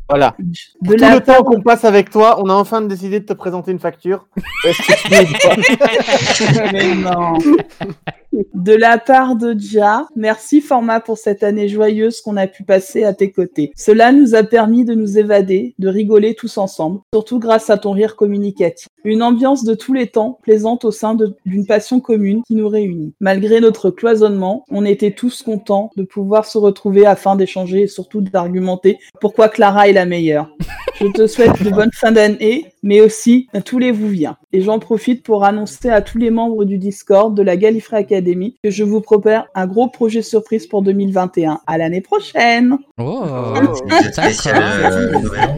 Speaker 3: Voilà.
Speaker 8: De
Speaker 3: Tout
Speaker 8: la-
Speaker 3: le temps qu'on passe avec toi, on a enfin décidé de te présenter une facture. Est-ce que tu veux ou pas
Speaker 8: Mais non. de la part de Dia. Merci Format pour cette année joyeuse qu'on a pu passer à tes côtés. Cela nous a permis de nous évader, de rigoler tous ensemble, surtout grâce à ton rire communicatif. Une ambiance de tous les temps, plaisante au sein de- d'une passion commune qui nous réunit. Malgré notre cloisonnement, on était tous contents de pouvoir se retrouver afin d'échanger et surtout d'argumenter pourquoi Clara est la meilleure. Je te souhaite de bonnes fins d'année, mais aussi à tous les Vouviens. Et j'en profite pour annoncer à tous les membres du Discord de la Gallifrey Academy que je vous prépare un gros projet surprise pour 2021. À l'année prochaine
Speaker 1: Oh,
Speaker 8: C'est
Speaker 1: d'accord.
Speaker 8: spécial,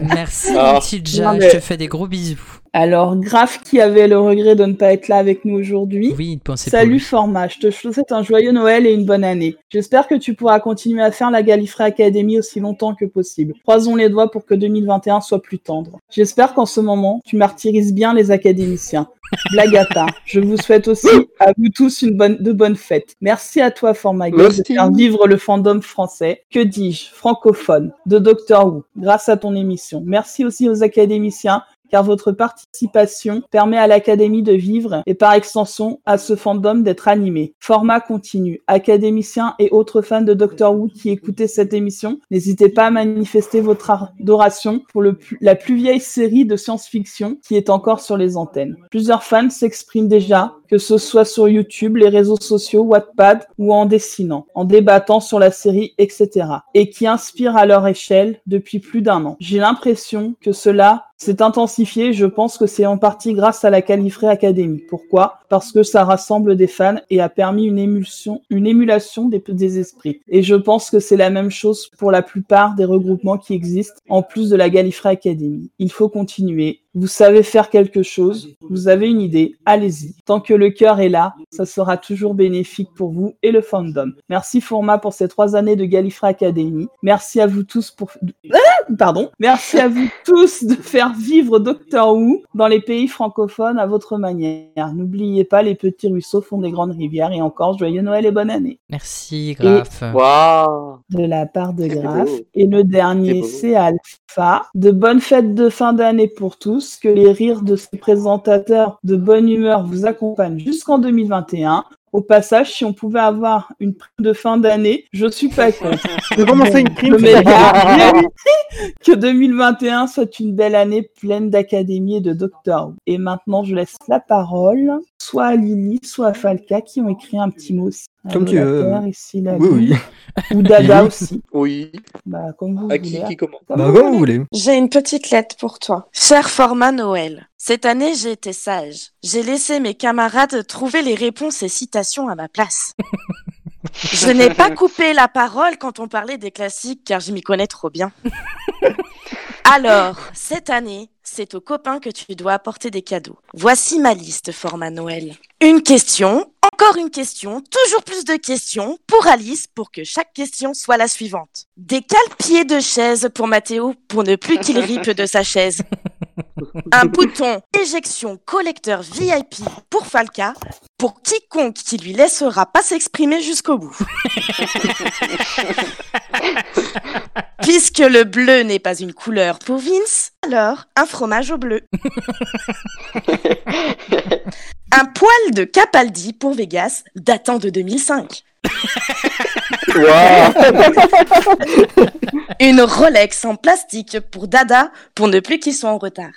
Speaker 1: Merci,
Speaker 8: Ah.
Speaker 1: mon petit Jack,
Speaker 8: Non, mais-
Speaker 1: je te fais des gros bisous.
Speaker 8: Alors, Graf qui avait le regret de ne pas être là avec nous aujourd'hui.
Speaker 1: Oui, une pensée pour
Speaker 8: Salut
Speaker 1: lui.
Speaker 8: Format, je te souhaite un joyeux Noël et une bonne année. J'espère que tu pourras continuer à faire la Gallifrey Academy aussi longtemps que possible. Croisons les doigts pour que 2021 soit plus tendre. J'espère qu'en ce moment, tu martyrises bien les académiciens. Blague à part, je vous souhaite aussi à vous tous une bonne, de bonnes fêtes. Merci à toi, Format Geek, de
Speaker 5: Merci.
Speaker 8: faire vivre le fandom français, que dis-je, francophone, de Doctor Who, grâce à ton émission. Merci aussi aux académiciens, car votre participation permet à l'académie de vivre et par extension à ce fandom d'être animé. Format continu. Académiciens et autres fans de Doctor Who qui écoutaient cette émission, n'hésitez pas à manifester votre adoration pour le plus- la plus vieille série de science-fiction qui est encore sur les antennes. Plusieurs fans s'expriment déjà, que ce soit sur YouTube, les réseaux sociaux, Wattpad ou en dessinant, en débattant sur la série, etc. et qui inspirent à leur échelle depuis plus d'un an. J'ai l'impression que cela s'est intensifié, je pense que c'est en partie grâce à la Califré Academy. Pourquoi Parce que ça rassemble des fans et a permis une émulsion, une émulation des, des esprits. Et je pense que c'est la même chose pour la plupart des regroupements qui existent, en plus de la Gallifrey Academy. Il faut continuer. Vous savez faire quelque chose, vous avez une idée, allez-y. Tant que le cœur est là, ça sera toujours bénéfique pour vous et le fandom. Merci Format pour ces trois années de Gallifrey Academy. Merci à vous tous pour... Ah Pardon. Merci à vous tous de faire vivre Doctor Who dans les pays francophones à votre manière. N'oubliez pas, les petits ruisseaux font des grandes rivières et encore, joyeux Noël et bonne année.
Speaker 1: Merci, Graf.
Speaker 8: Et-
Speaker 5: Waouh
Speaker 8: de la part de Graf.
Speaker 5: beau.
Speaker 8: Et le
Speaker 5: C'est
Speaker 8: dernier,
Speaker 5: beau.
Speaker 8: c'est Alpha. De bonnes fêtes de fin d'année pour tous. Que les rires de ces présentateurs de bonne humeur vous accompagnent jusqu'en 2021. Au passage, si on pouvait avoir une prime de fin d'année, je suis pas contre.
Speaker 3: De commencer une prime,
Speaker 8: Je
Speaker 3: c'est
Speaker 8: m'égare.
Speaker 3: pas
Speaker 8: Que 2021 soit une belle année pleine d'académie et de Doctor Who. Et maintenant, je laisse la parole soit à Lily, soit à Falca qui ont écrit un petit mot.
Speaker 10: Comme tu
Speaker 8: la
Speaker 10: veux.
Speaker 8: terre, ici, la
Speaker 10: Oui,
Speaker 8: lune.
Speaker 10: oui.
Speaker 8: Ou Dada
Speaker 10: Lily.
Speaker 8: aussi.
Speaker 4: Oui.
Speaker 8: Bah, comme vous
Speaker 4: À
Speaker 8: voulez.
Speaker 4: qui, qui commence
Speaker 10: Bah, comme vous voulez.
Speaker 2: J'ai une petite lettre pour toi. Cher format Noël, cette année j'ai été sage. J'ai laissé mes camarades trouver les réponses et citations à ma place. Je n'ai pas coupé la parole quand on parlait des classiques car je m'y connais trop bien. Alors, cette année, c'est aux copains que tu dois apporter des cadeaux. Voici ma liste format Noël. Une question, encore une question, toujours plus de questions pour Alice pour que chaque question soit la suivante. Des cale-pieds de chaise pour Mathéo pour ne plus qu'il rippe de sa chaise. Un bouton éjection collecteur VIP pour Falca pour quiconque qui lui laissera pas s'exprimer jusqu'au bout. Puisque le bleu n'est pas une couleur pour Vince, alors un fromage au bleu. un poil de Capaldi pour Vegas datant de 2005. Une Rolex en plastique pour Dada pour ne plus qu'il soit en retard.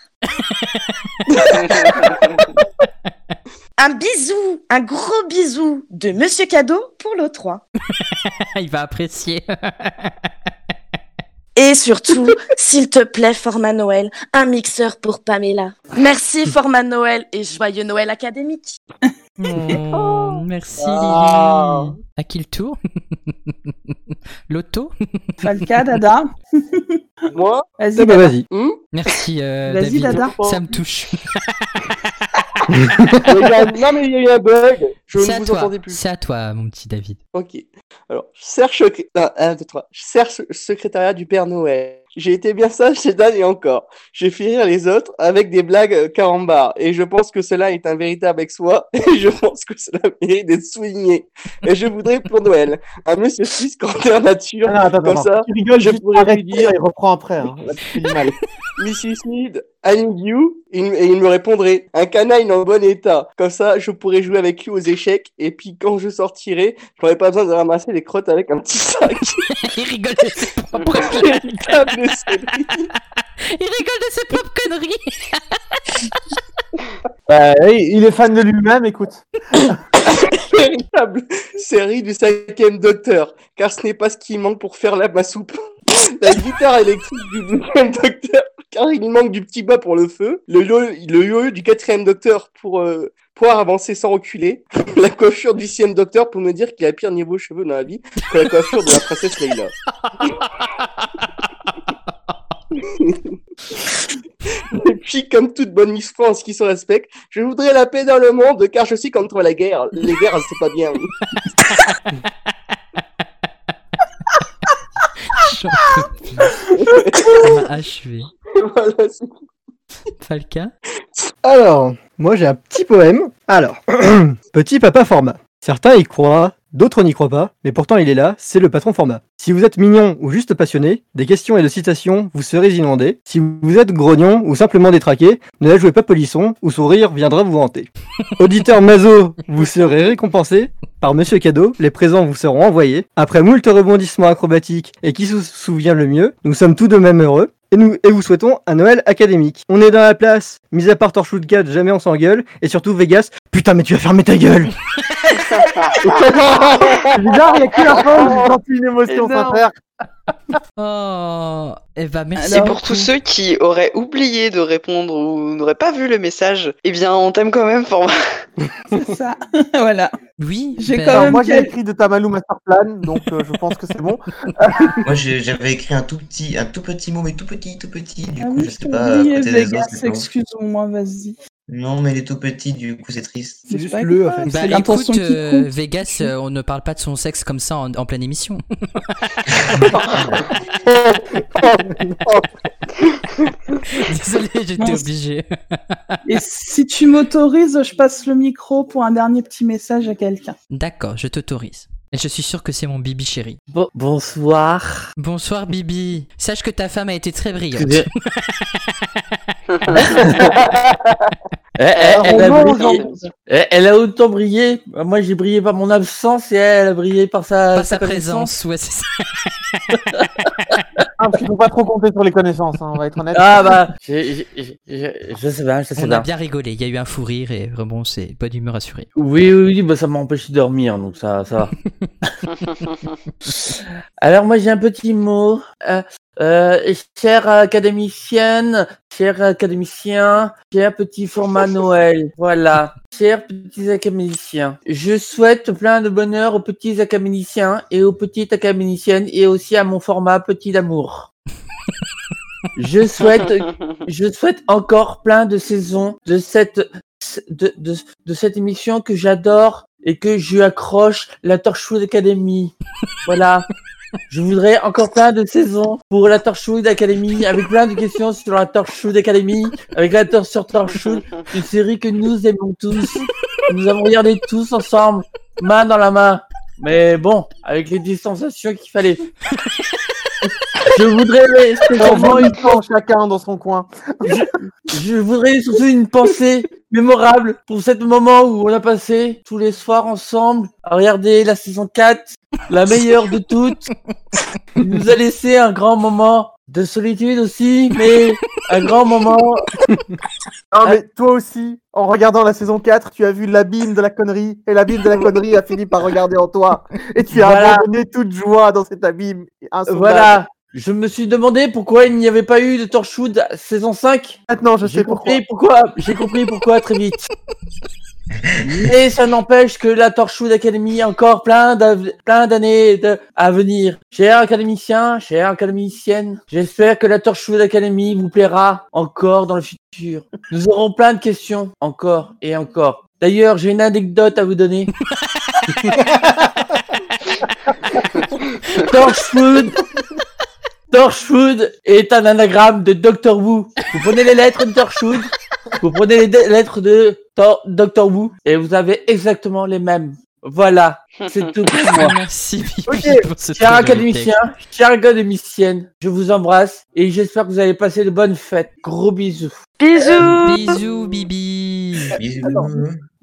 Speaker 2: un bisou, un gros bisou de Monsieur Cadeau pour l'O3.
Speaker 1: Il va apprécier.
Speaker 2: Et surtout, s'il te plaît, Format Noël, un mixeur pour Pamela. Merci, Format Noël, et joyeux Noël académique.
Speaker 1: Oh, Mmh, merci,
Speaker 2: Wow.
Speaker 1: Lily. À qui le tour L'auto
Speaker 8: Falca, Dada.
Speaker 4: Moi
Speaker 8: Vas-y.
Speaker 10: Eh ben,
Speaker 8: Dada.
Speaker 10: vas-y.
Speaker 1: Merci, euh,
Speaker 8: Vas-y,
Speaker 1: David.
Speaker 8: Dada.
Speaker 1: Ça me touche.
Speaker 4: non, mais il y a eu un bug. Je
Speaker 1: C'est
Speaker 4: ne
Speaker 1: à
Speaker 4: vous
Speaker 1: toi.
Speaker 4: entendais plus.
Speaker 1: C'est à toi, mon petit David.
Speaker 4: Ok. Alors, Serge, secré- ah, un, deux, trois. Serge secrétariat du Père Noël. J'ai été bien sage cette année encore. J'ai fait rire les autres avec des blagues euh, carambars. Et je pense que cela est un véritable exploit. Et je pense que cela mérite d'être souligné. Et je voudrais pour Noël un monsieur suisse grandeur nature.
Speaker 3: Ah non, attends,
Speaker 4: Comme
Speaker 3: attends.
Speaker 4: ça,
Speaker 3: Tu rigoles,
Speaker 4: je
Speaker 3: juste
Speaker 4: pourrais
Speaker 3: arrête
Speaker 4: lui dire
Speaker 3: et reprends après. Hein. Là, tu fais du mal.
Speaker 4: Mrs. Smith, I'm you, et il- et il me répondrait un canine en bon état. Comme ça, je pourrais jouer avec lui aux échecs, et puis quand je sortirai, j'aurais pas besoin de ramasser les crottes avec un petit sac.
Speaker 1: il rigole de ses
Speaker 4: propres conneries.
Speaker 1: Il rigole de ses propres conneries.
Speaker 3: Bah, oui, il est fan de lui-même, écoute.
Speaker 4: véritable série du cinquième docteur, car ce n'est pas ce qui manque pour faire la ma soupe. La guitare électrique du deuxième docteur, car il manque du petit bas pour le feu. Le yo le yo du quatrième docteur pour euh, pouvoir avancer sans reculer. La coiffure du sixième docteur pour me dire qu'il a le pire niveau cheveux dans la vie que la coiffure de la princesse Leila. Et puis, comme toute bonne Miss France qui se respecte, je voudrais la paix dans le monde car je suis contre la guerre. Les guerres, c'est pas bien.
Speaker 1: On m'a achevé. Falca
Speaker 10: Alors, moi j'ai un petit poème. Alors, petit papa format. Certains y croient, d'autres n'y croient pas, mais pourtant il est là, c'est le patron format. Si vous êtes mignon ou juste passionné, des questions et de citations, vous serez inondé. Si vous êtes grognon ou simplement détraqué, ne la jouez pas polisson, ou sourire viendra vous hanter. Auditeur maso, vous serez récompensé. Par Monsieur Cadeau, les présents vous seront envoyés. Après moult rebondissements acrobatiques et qui se souvient le mieux, nous sommes tout de même heureux. Et nous et vous souhaitons un Noël académique. On est dans la place, mis à part Torchwood 4, jamais on s'engueule, et surtout Vegas, putain mais tu vas fermer ta gueule
Speaker 3: C'est bizarre, il n'y a que la fin où j'ai senti une émotion
Speaker 5: Énorme.
Speaker 3: sincère.
Speaker 1: Oh, eh ben merci.
Speaker 5: Et pour
Speaker 1: beaucoup.
Speaker 5: tous ceux qui auraient oublié de répondre ou n'auraient pas vu le message, eh bien, on t'aime quand même, Format.
Speaker 8: C'est ça. voilà.
Speaker 1: Oui,
Speaker 8: J'ai
Speaker 1: ben-
Speaker 8: quand
Speaker 3: Alors,
Speaker 8: même
Speaker 3: moi j'ai
Speaker 8: quel-
Speaker 3: écrit de Tamalou Masterplan, donc euh, je pense que c'est bon.
Speaker 7: Moi, j'ai- j'avais écrit un tout petit, un tout petit mot, mais tout petit, tout petit. Du
Speaker 8: Ah
Speaker 7: coup,
Speaker 8: oui,
Speaker 7: je
Speaker 8: je
Speaker 7: sais
Speaker 8: t'ai
Speaker 7: pas. à
Speaker 8: oublié,
Speaker 7: côté des autres,
Speaker 8: Vegas,
Speaker 7: c'est long.
Speaker 8: excuse-moi, vas-y.
Speaker 7: Non, mais il est tout petit. Du coup, c'est triste.
Speaker 10: C'est
Speaker 8: C'est
Speaker 10: juste
Speaker 8: pas
Speaker 10: le, en
Speaker 8: grave,
Speaker 10: fait.
Speaker 1: Bah,
Speaker 8: c'est
Speaker 1: écoute,
Speaker 8: l'intention qui
Speaker 1: euh,
Speaker 8: compte.
Speaker 1: Vegas, euh, on ne parle pas de son sexe comme ça en, en pleine émission.
Speaker 8: Oh,
Speaker 1: Désolé, j'étais
Speaker 8: Mince.
Speaker 1: obligé.
Speaker 8: Et si tu m'autorises, je passe le micro pour un dernier petit message à quelqu'un.
Speaker 1: D'accord, je t'autorise. Et je suis sûr que c'est mon Bibi chéri.
Speaker 15: Bon- bonsoir.
Speaker 1: Bonsoir Bibi. Sache que ta femme a été très brillante.
Speaker 15: Que- Eh, eh,
Speaker 1: Alors,
Speaker 15: elle,
Speaker 1: on
Speaker 15: a
Speaker 1: mange
Speaker 15: brillé-
Speaker 1: en-
Speaker 15: Eh, elle a autant brillé. Moi, j'ai brillé par mon absence et elle a brillé par sa,
Speaker 1: Par sa
Speaker 15: connaissance.
Speaker 1: présence, ouais, c'est ça.
Speaker 3: Ah, parce qu'il faut pas trop compter sur les connaissances, hein, on va être honnête.
Speaker 15: Ah bah, j'ai- j'ai- j'ai- j'ai- je sais pas, je sais
Speaker 1: On a
Speaker 15: pas.
Speaker 1: bien rigolé, il y a eu un fou rire et euh, bon, c'est bonne humeur assurée.
Speaker 15: Oui, oui, oui, bah, ça m'a empêché de dormir, donc ça, ça va. Alors moi j'ai un petit mot. Euh, euh, chère académicienne, cher académicien, cher petit format Noël, voilà. Chers petits académiciens, je souhaite plein de bonheur aux petits académiciens et aux petites académiciennes et aussi à mon format Petit d'amour. Je souhaite, je souhaite encore plein de saisons de cette, de, de, de cette émission que j'adore et que je lui accroche la Torchwood Academy. Voilà. Je voudrais encore plein de saisons pour la Torchwood Academy, avec plein de questions sur la Torchwood Academy, avec la tor sur Torchwood, une série que nous aimons tous. que Nous avons regardé tous ensemble, main dans la main. Mais bon, avec les distanciations qu'il fallait. Je voudrais
Speaker 3: Comment
Speaker 15: spécialement une
Speaker 3: ils font chacun dans son coin.
Speaker 15: je voudrais surtout une pensée mémorable pour ce moment où on a passé tous les soirs ensemble à regarder la saison 4, la meilleure de toutes. Il nous a laissé un grand moment de solitude aussi, mais un grand moment. Euh,
Speaker 3: Non, mais toi aussi, en regardant la saison 4, tu as vu l'abîme de la connerie, et l'abîme de la connerie a fini par regarder en toi. Et tu as
Speaker 15: Voilà.
Speaker 3: abandonné toute joie dans cet abîme. insommable.
Speaker 15: Voilà. Je me suis demandé pourquoi il n'y avait pas eu de Torchwood saison 5.
Speaker 3: Maintenant, je
Speaker 15: J'ai
Speaker 3: sais pourquoi.
Speaker 15: compris pourquoi. J'ai compris pourquoi très vite. Mais ça n'empêche que la Torchwood Academy a encore plein d'av- plein d'années de- à venir. Chers académiciens, chères académiciennes, j'espère que la Torchwood Academy vous plaira encore dans le futur. Nous aurons plein de questions encore et encore. D'ailleurs, j'ai une anecdote à vous donner. Torchwood Torchwood est un anagramme de Doctor Who. Vous prenez les lettres de Torchwood, vous prenez les de- lettres de Tor- Doctor Who, et vous avez exactement les mêmes. Voilà, c'est tout pour moi.
Speaker 1: Merci,
Speaker 15: Ok,
Speaker 1: pour ce
Speaker 15: chers
Speaker 1: très joli
Speaker 15: académiciens, chers académiciennes, je vous embrasse et j'espère que vous allez passer de bonnes fêtes. Gros bisous.
Speaker 3: Bisous.
Speaker 1: Euh, Bisous, Bibi.
Speaker 8: Ah
Speaker 3: Attends.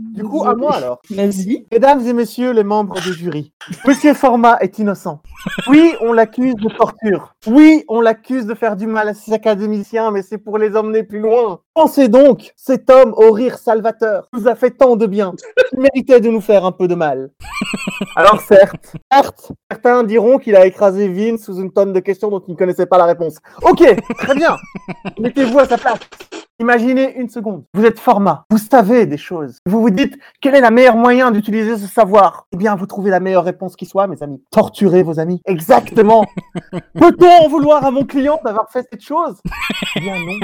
Speaker 3: Du coup, à moi alors.
Speaker 8: Vas-y.
Speaker 3: Mesdames et messieurs les membres du jury, Monsieur Format est innocent. Oui, on l'accuse de torture. Oui, on l'accuse de faire du mal à ses académiciens, mais c'est pour les emmener plus loin. Pensez donc, cet homme au rire salvateur nous a fait tant de bien. Il méritait de nous faire un peu de mal. Alors certes, certes, certains diront qu'il a écrasé Vin sous une tonne de questions dont il ne connaissait pas la réponse. Ok, très bien. Mettez-vous à sa place. Imaginez une seconde. Vous êtes format. Vous savez des choses. Vous vous dites quel est le meilleur moyen d'utiliser ce savoir. Eh bien, vous trouvez la meilleure réponse qui soit, mes amis. Torturez vos amis. Exactement. Peut-on en vouloir à mon client d'avoir fait cette chose Eh bien non.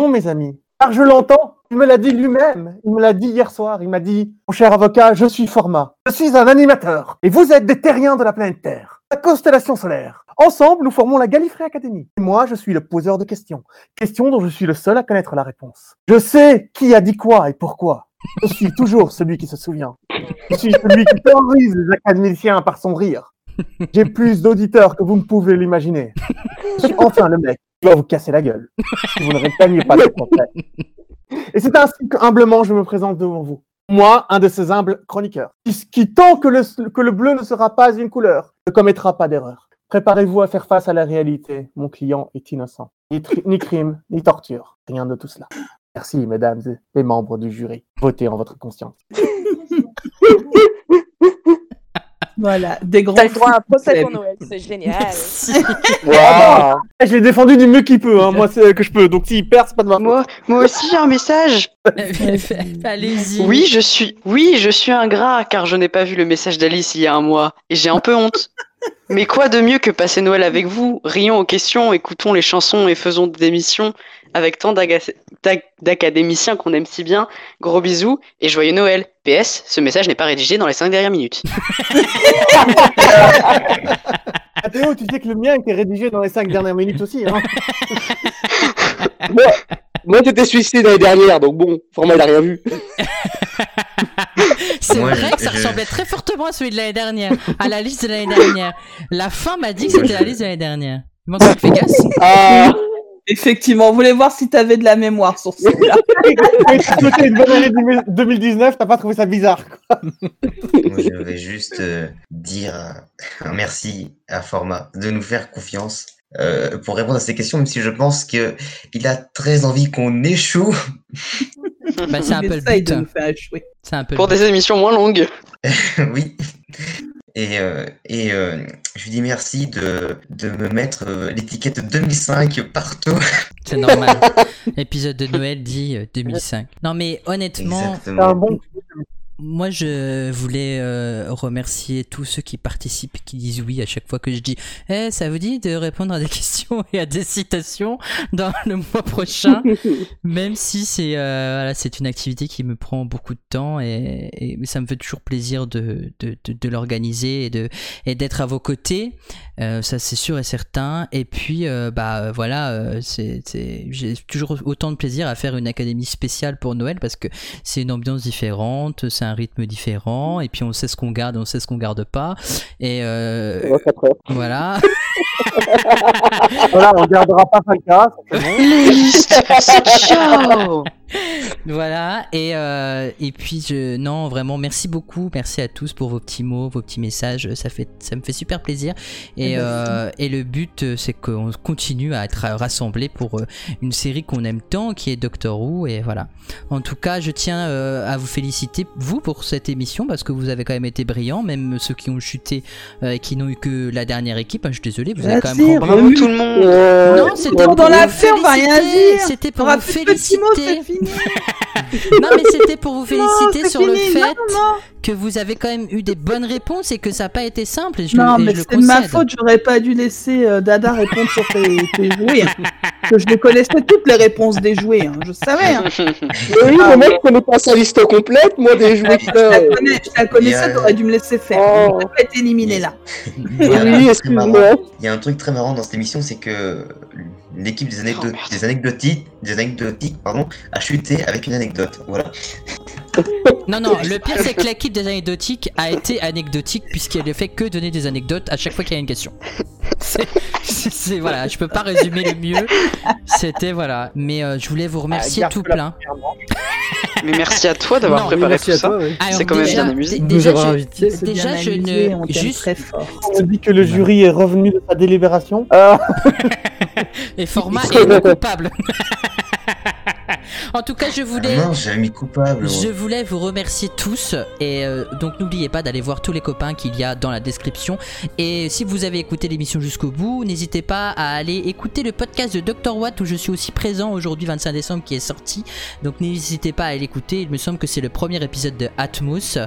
Speaker 3: Non, mes amis. Car je l'entends. Il me l'a dit lui-même. Il me l'a dit hier soir. Il m'a dit, mon cher avocat, je suis format. Je suis un animateur. Et vous êtes des terriens de la planète Terre. La constellation solaire. Ensemble, nous formons la Gallifrey Academy. Et moi, je suis le poseur de questions. Questions dont je suis le seul à connaître la réponse. Je sais qui a dit quoi et pourquoi. Je suis toujours celui qui se souvient. Je suis celui qui terrorise les académiciens par son rire. J'ai plus d'auditeurs que vous ne pouvez l'imaginer. Je suis enfin le mec qui va vous casser la gueule. Si vous ne réclamiez pas de contrat. Et c'est ainsi que humblement je me présente devant vous. Moi, un de ces humbles chroniqueurs, qui, qui tant que le, que le bleu ne sera pas une couleur, ne commettra pas d'erreur. Préparez-vous à faire face à la réalité. Mon client est innocent. Ni, tri- ni crime, ni torture. Rien de tout cela. Merci, mesdames et les membres du jury. Votez en votre conscience.
Speaker 8: Voilà, des grands.
Speaker 2: T'as le droit à un procès pour
Speaker 8: Flemme.
Speaker 2: Noël, c'est génial.
Speaker 3: Ah bon Eh, Je l'ai défendu du mieux qu'il peut, hein, moi, c'est que je peux. Donc s'il perd, c'est pas de ma faute.
Speaker 5: Moi, moi aussi, j'ai un message.
Speaker 1: Allez-y.
Speaker 5: Oui, je suis, oui, je suis ingrat car je n'ai pas vu le message d'Alice il y a un mois et j'ai un peu honte. Mais quoi de mieux que passer Noël avec vous Rions aux questions, écoutons les chansons et faisons des missions avec tant d'aga- d'ac- d'académiciens qu'on aime si bien. Gros bisous et joyeux Noël. PS, ce message n'est pas rédigé dans les 5 dernières minutes.
Speaker 3: Ah, Théo, tu sais que le mien était rédigé dans les cinq dernières minutes aussi. Hein.
Speaker 4: Moi, moi t'étais suicide l'année dernière, donc bon, format, il a rien vu.
Speaker 1: C'est
Speaker 4: Moi,
Speaker 1: vrai
Speaker 4: je-
Speaker 1: que ça
Speaker 4: je-
Speaker 1: ressemblait très fortement à celui de l'année dernière, à la liste de l'année dernière. La fin m'a dit que c'était la liste de l'année dernière. Il manque que Vegas.
Speaker 8: Ah. Effectivement, on voulait voir si t'avais de la mémoire sur celui-là.
Speaker 3: Mais tu souhaitais une bonne année 2000- 2019, t'as pas trouvé ça bizarre.
Speaker 7: Moi, je vais juste euh, dire euh, un merci à Format de nous faire confiance euh, pour répondre à ces questions, même si je pense que il a très envie qu'on échoue.
Speaker 1: Bah, c'est un
Speaker 8: Il
Speaker 1: peu le
Speaker 8: essaye
Speaker 1: but.
Speaker 8: de nous faire échouer.
Speaker 1: C'est un peu
Speaker 5: Pour
Speaker 1: le but.
Speaker 5: des émissions moins longues.
Speaker 7: oui. Et, euh, et euh, je lui dis merci de, de me mettre euh, l'étiquette 2005 partout.
Speaker 1: C'est normal. Épisode de Noël dit euh, 2005. Non mais honnêtement,
Speaker 7: Exactement. C'est un bon
Speaker 1: moi je voulais euh, remercier tous ceux qui participent, qui disent oui à chaque fois que je dis Eh, ça vous dit de répondre à des questions et à des citations dans le mois prochain Même si c'est euh, voilà, c'est une activité qui me prend beaucoup de temps et, et ça me fait toujours plaisir de, de, de- de l'organiser et de et d'être à vos côtés. Euh, ça c'est sûr et certain. Et puis euh, bah euh, voilà, euh, c'est c'est- j'ai toujours autant de plaisir à faire une académie spéciale pour Noël parce que c'est une ambiance différente, c'est un rythme différent et puis on sait ce qu'on garde, on sait ce qu'on garde pas. Et euh, voilà.
Speaker 3: Voilà, on gardera pas Falca.
Speaker 5: Les listes, c'est ciao
Speaker 1: Voilà, et, euh, et puis je, non, vraiment, merci beaucoup, merci à tous pour vos petits mots, vos petits messages, ça, fait, ça me fait super plaisir. Et,
Speaker 8: Eh ben,
Speaker 1: euh, et le but, euh, c'est qu'on continue à être euh, rassemblés pour euh, une série qu'on aime tant, qui est Doctor Who, et voilà. En tout cas, je tiens euh, à vous féliciter, vous, pour cette émission, parce que vous avez quand même été brillants, même ceux qui ont chuté euh, et qui n'ont eu que la dernière équipe, hein, je suis désolé, vous avez quand même
Speaker 8: Merci,
Speaker 1: compris.
Speaker 5: Bravo tout le monde.
Speaker 1: Non, c'était
Speaker 8: Dans
Speaker 1: pour
Speaker 8: la
Speaker 1: vous
Speaker 8: fête, on va rien
Speaker 1: féliciter,
Speaker 8: dire.
Speaker 1: C'était
Speaker 8: On
Speaker 1: pour
Speaker 8: aura
Speaker 1: vous
Speaker 8: plus de petits mots,
Speaker 1: féliciter.
Speaker 8: c'est fini.
Speaker 1: Non, mais c'était pour vous féliciter
Speaker 8: c'est
Speaker 1: sur le
Speaker 8: fini.
Speaker 1: fait
Speaker 8: Non, non.
Speaker 1: que vous avez quand même eu des bonnes réponses et que ça n'a pas été simple. Et je,
Speaker 8: Non,
Speaker 1: et
Speaker 8: mais
Speaker 1: je le
Speaker 8: c'est de ma
Speaker 1: concède.
Speaker 8: faute, j'aurais pas dû laisser euh, Dada répondre sur tes, tes jouets. hein. Parce que je les connaissais toutes les réponses des jouets, hein, je savais. hein.
Speaker 4: Mais oui, le mec connaît pas sa liste complète, moi, des jouets
Speaker 8: Je
Speaker 4: euh,
Speaker 8: la connais- je la connaissais,
Speaker 7: Yeah.
Speaker 8: t'aurais dû me laisser faire.
Speaker 4: Oh.
Speaker 8: J'aurais pas été éliminé là.
Speaker 7: Il y a un
Speaker 4: Oui,
Speaker 7: truc très
Speaker 4: excuse-moi.
Speaker 7: marrant- Il y a un truc très marrant dans cette émission, c'est que l'équipe des,
Speaker 1: Oh,
Speaker 7: anecdotes, des anecdotiques, des anecdotiques, pardon, a chuté avec une anecdote. Voilà.
Speaker 1: Non, non, le pire c'est que la quitte des anecdotiques a été anecdotique puisqu'elle ne fait que donner des anecdotes à chaque fois qu'il y a une question. C'est- C'est c'est- voilà, je peux pas résumer le mieux. C'était voilà, mais euh, je voulais vous remercier tout plein.
Speaker 5: Mais merci à toi d'avoir
Speaker 1: Non, mais
Speaker 5: préparé
Speaker 1: merci
Speaker 5: tout
Speaker 1: à
Speaker 5: ça.
Speaker 1: toi, ouais.
Speaker 5: C'est
Speaker 1: Alors
Speaker 5: quand même
Speaker 1: déjà-
Speaker 5: bien amusé.
Speaker 1: d- déjà, Nous avoir je- invités, c'est déjà, bien je amusé, ne- on t'aime juste- très
Speaker 8: fort.
Speaker 3: On dit que le jury est revenu de sa délibération.
Speaker 5: Ah.
Speaker 3: Euh,
Speaker 1: Et format est le coupable. en tout cas, je voulais.
Speaker 7: Non, Ah j'ai mis coupable.
Speaker 1: Je
Speaker 7: ouais.
Speaker 1: voulais vous remercier tous et euh, donc n'oubliez pas d'aller voir tous les copains qu'il y a dans la description et si vous avez écouté l'émission jusqu'au bout, n'hésitez pas à aller écouter le podcast de Dr Watt où je suis aussi présent aujourd'hui 25 décembre qui est sorti. Donc n'hésitez pas à aller l'écouter, il me semble que c'est le premier épisode de Atmos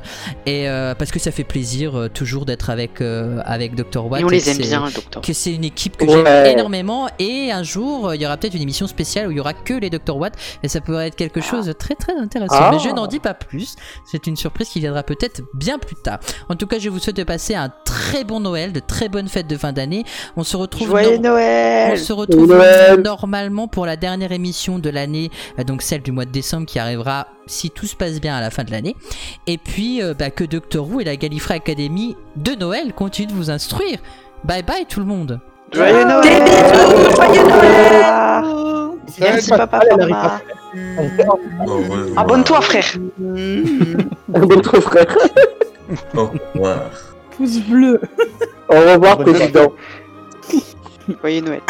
Speaker 1: et euh, parce que ça fait plaisir euh, toujours d'être avec euh, avec Dr Watt
Speaker 5: Et on les
Speaker 1: que
Speaker 5: aime
Speaker 1: c'est-
Speaker 5: bien, Dr.
Speaker 1: que c'est une équipe que
Speaker 5: Ouais.
Speaker 1: j'aime énormément et un jour euh, il y aura peut-être une émission spéciale où il y aura que les Dr Watt et ça pourrait être quelque chose de très très intéressant
Speaker 5: Ah.
Speaker 1: mais je n'en dis pas plus c'est une surprise qui viendra peut-être bien plus tard en tout cas je vous souhaite de passer un très bon Noël de très bonnes fêtes de fin d'année on se retrouve
Speaker 5: Joyeux Noël
Speaker 1: on se retrouve
Speaker 5: Joyeux Noël
Speaker 1: normalement pour la dernière émission de l'année euh, donc celle du mois de décembre qui arrivera si tout se passe bien à la fin de l'année et puis euh, bah, que Doctor Who et la Gallifrey Academy de Noël continuent de vous instruire bye bye tout le monde
Speaker 8: Ah.
Speaker 5: Joyeux Noël Joyeux Noël Merci papa, maman. Abonne-toi frère
Speaker 6: Votre frère.
Speaker 7: Au revoir.
Speaker 8: Pouce bleu.
Speaker 6: Au revoir, président.
Speaker 5: Joyeux Noël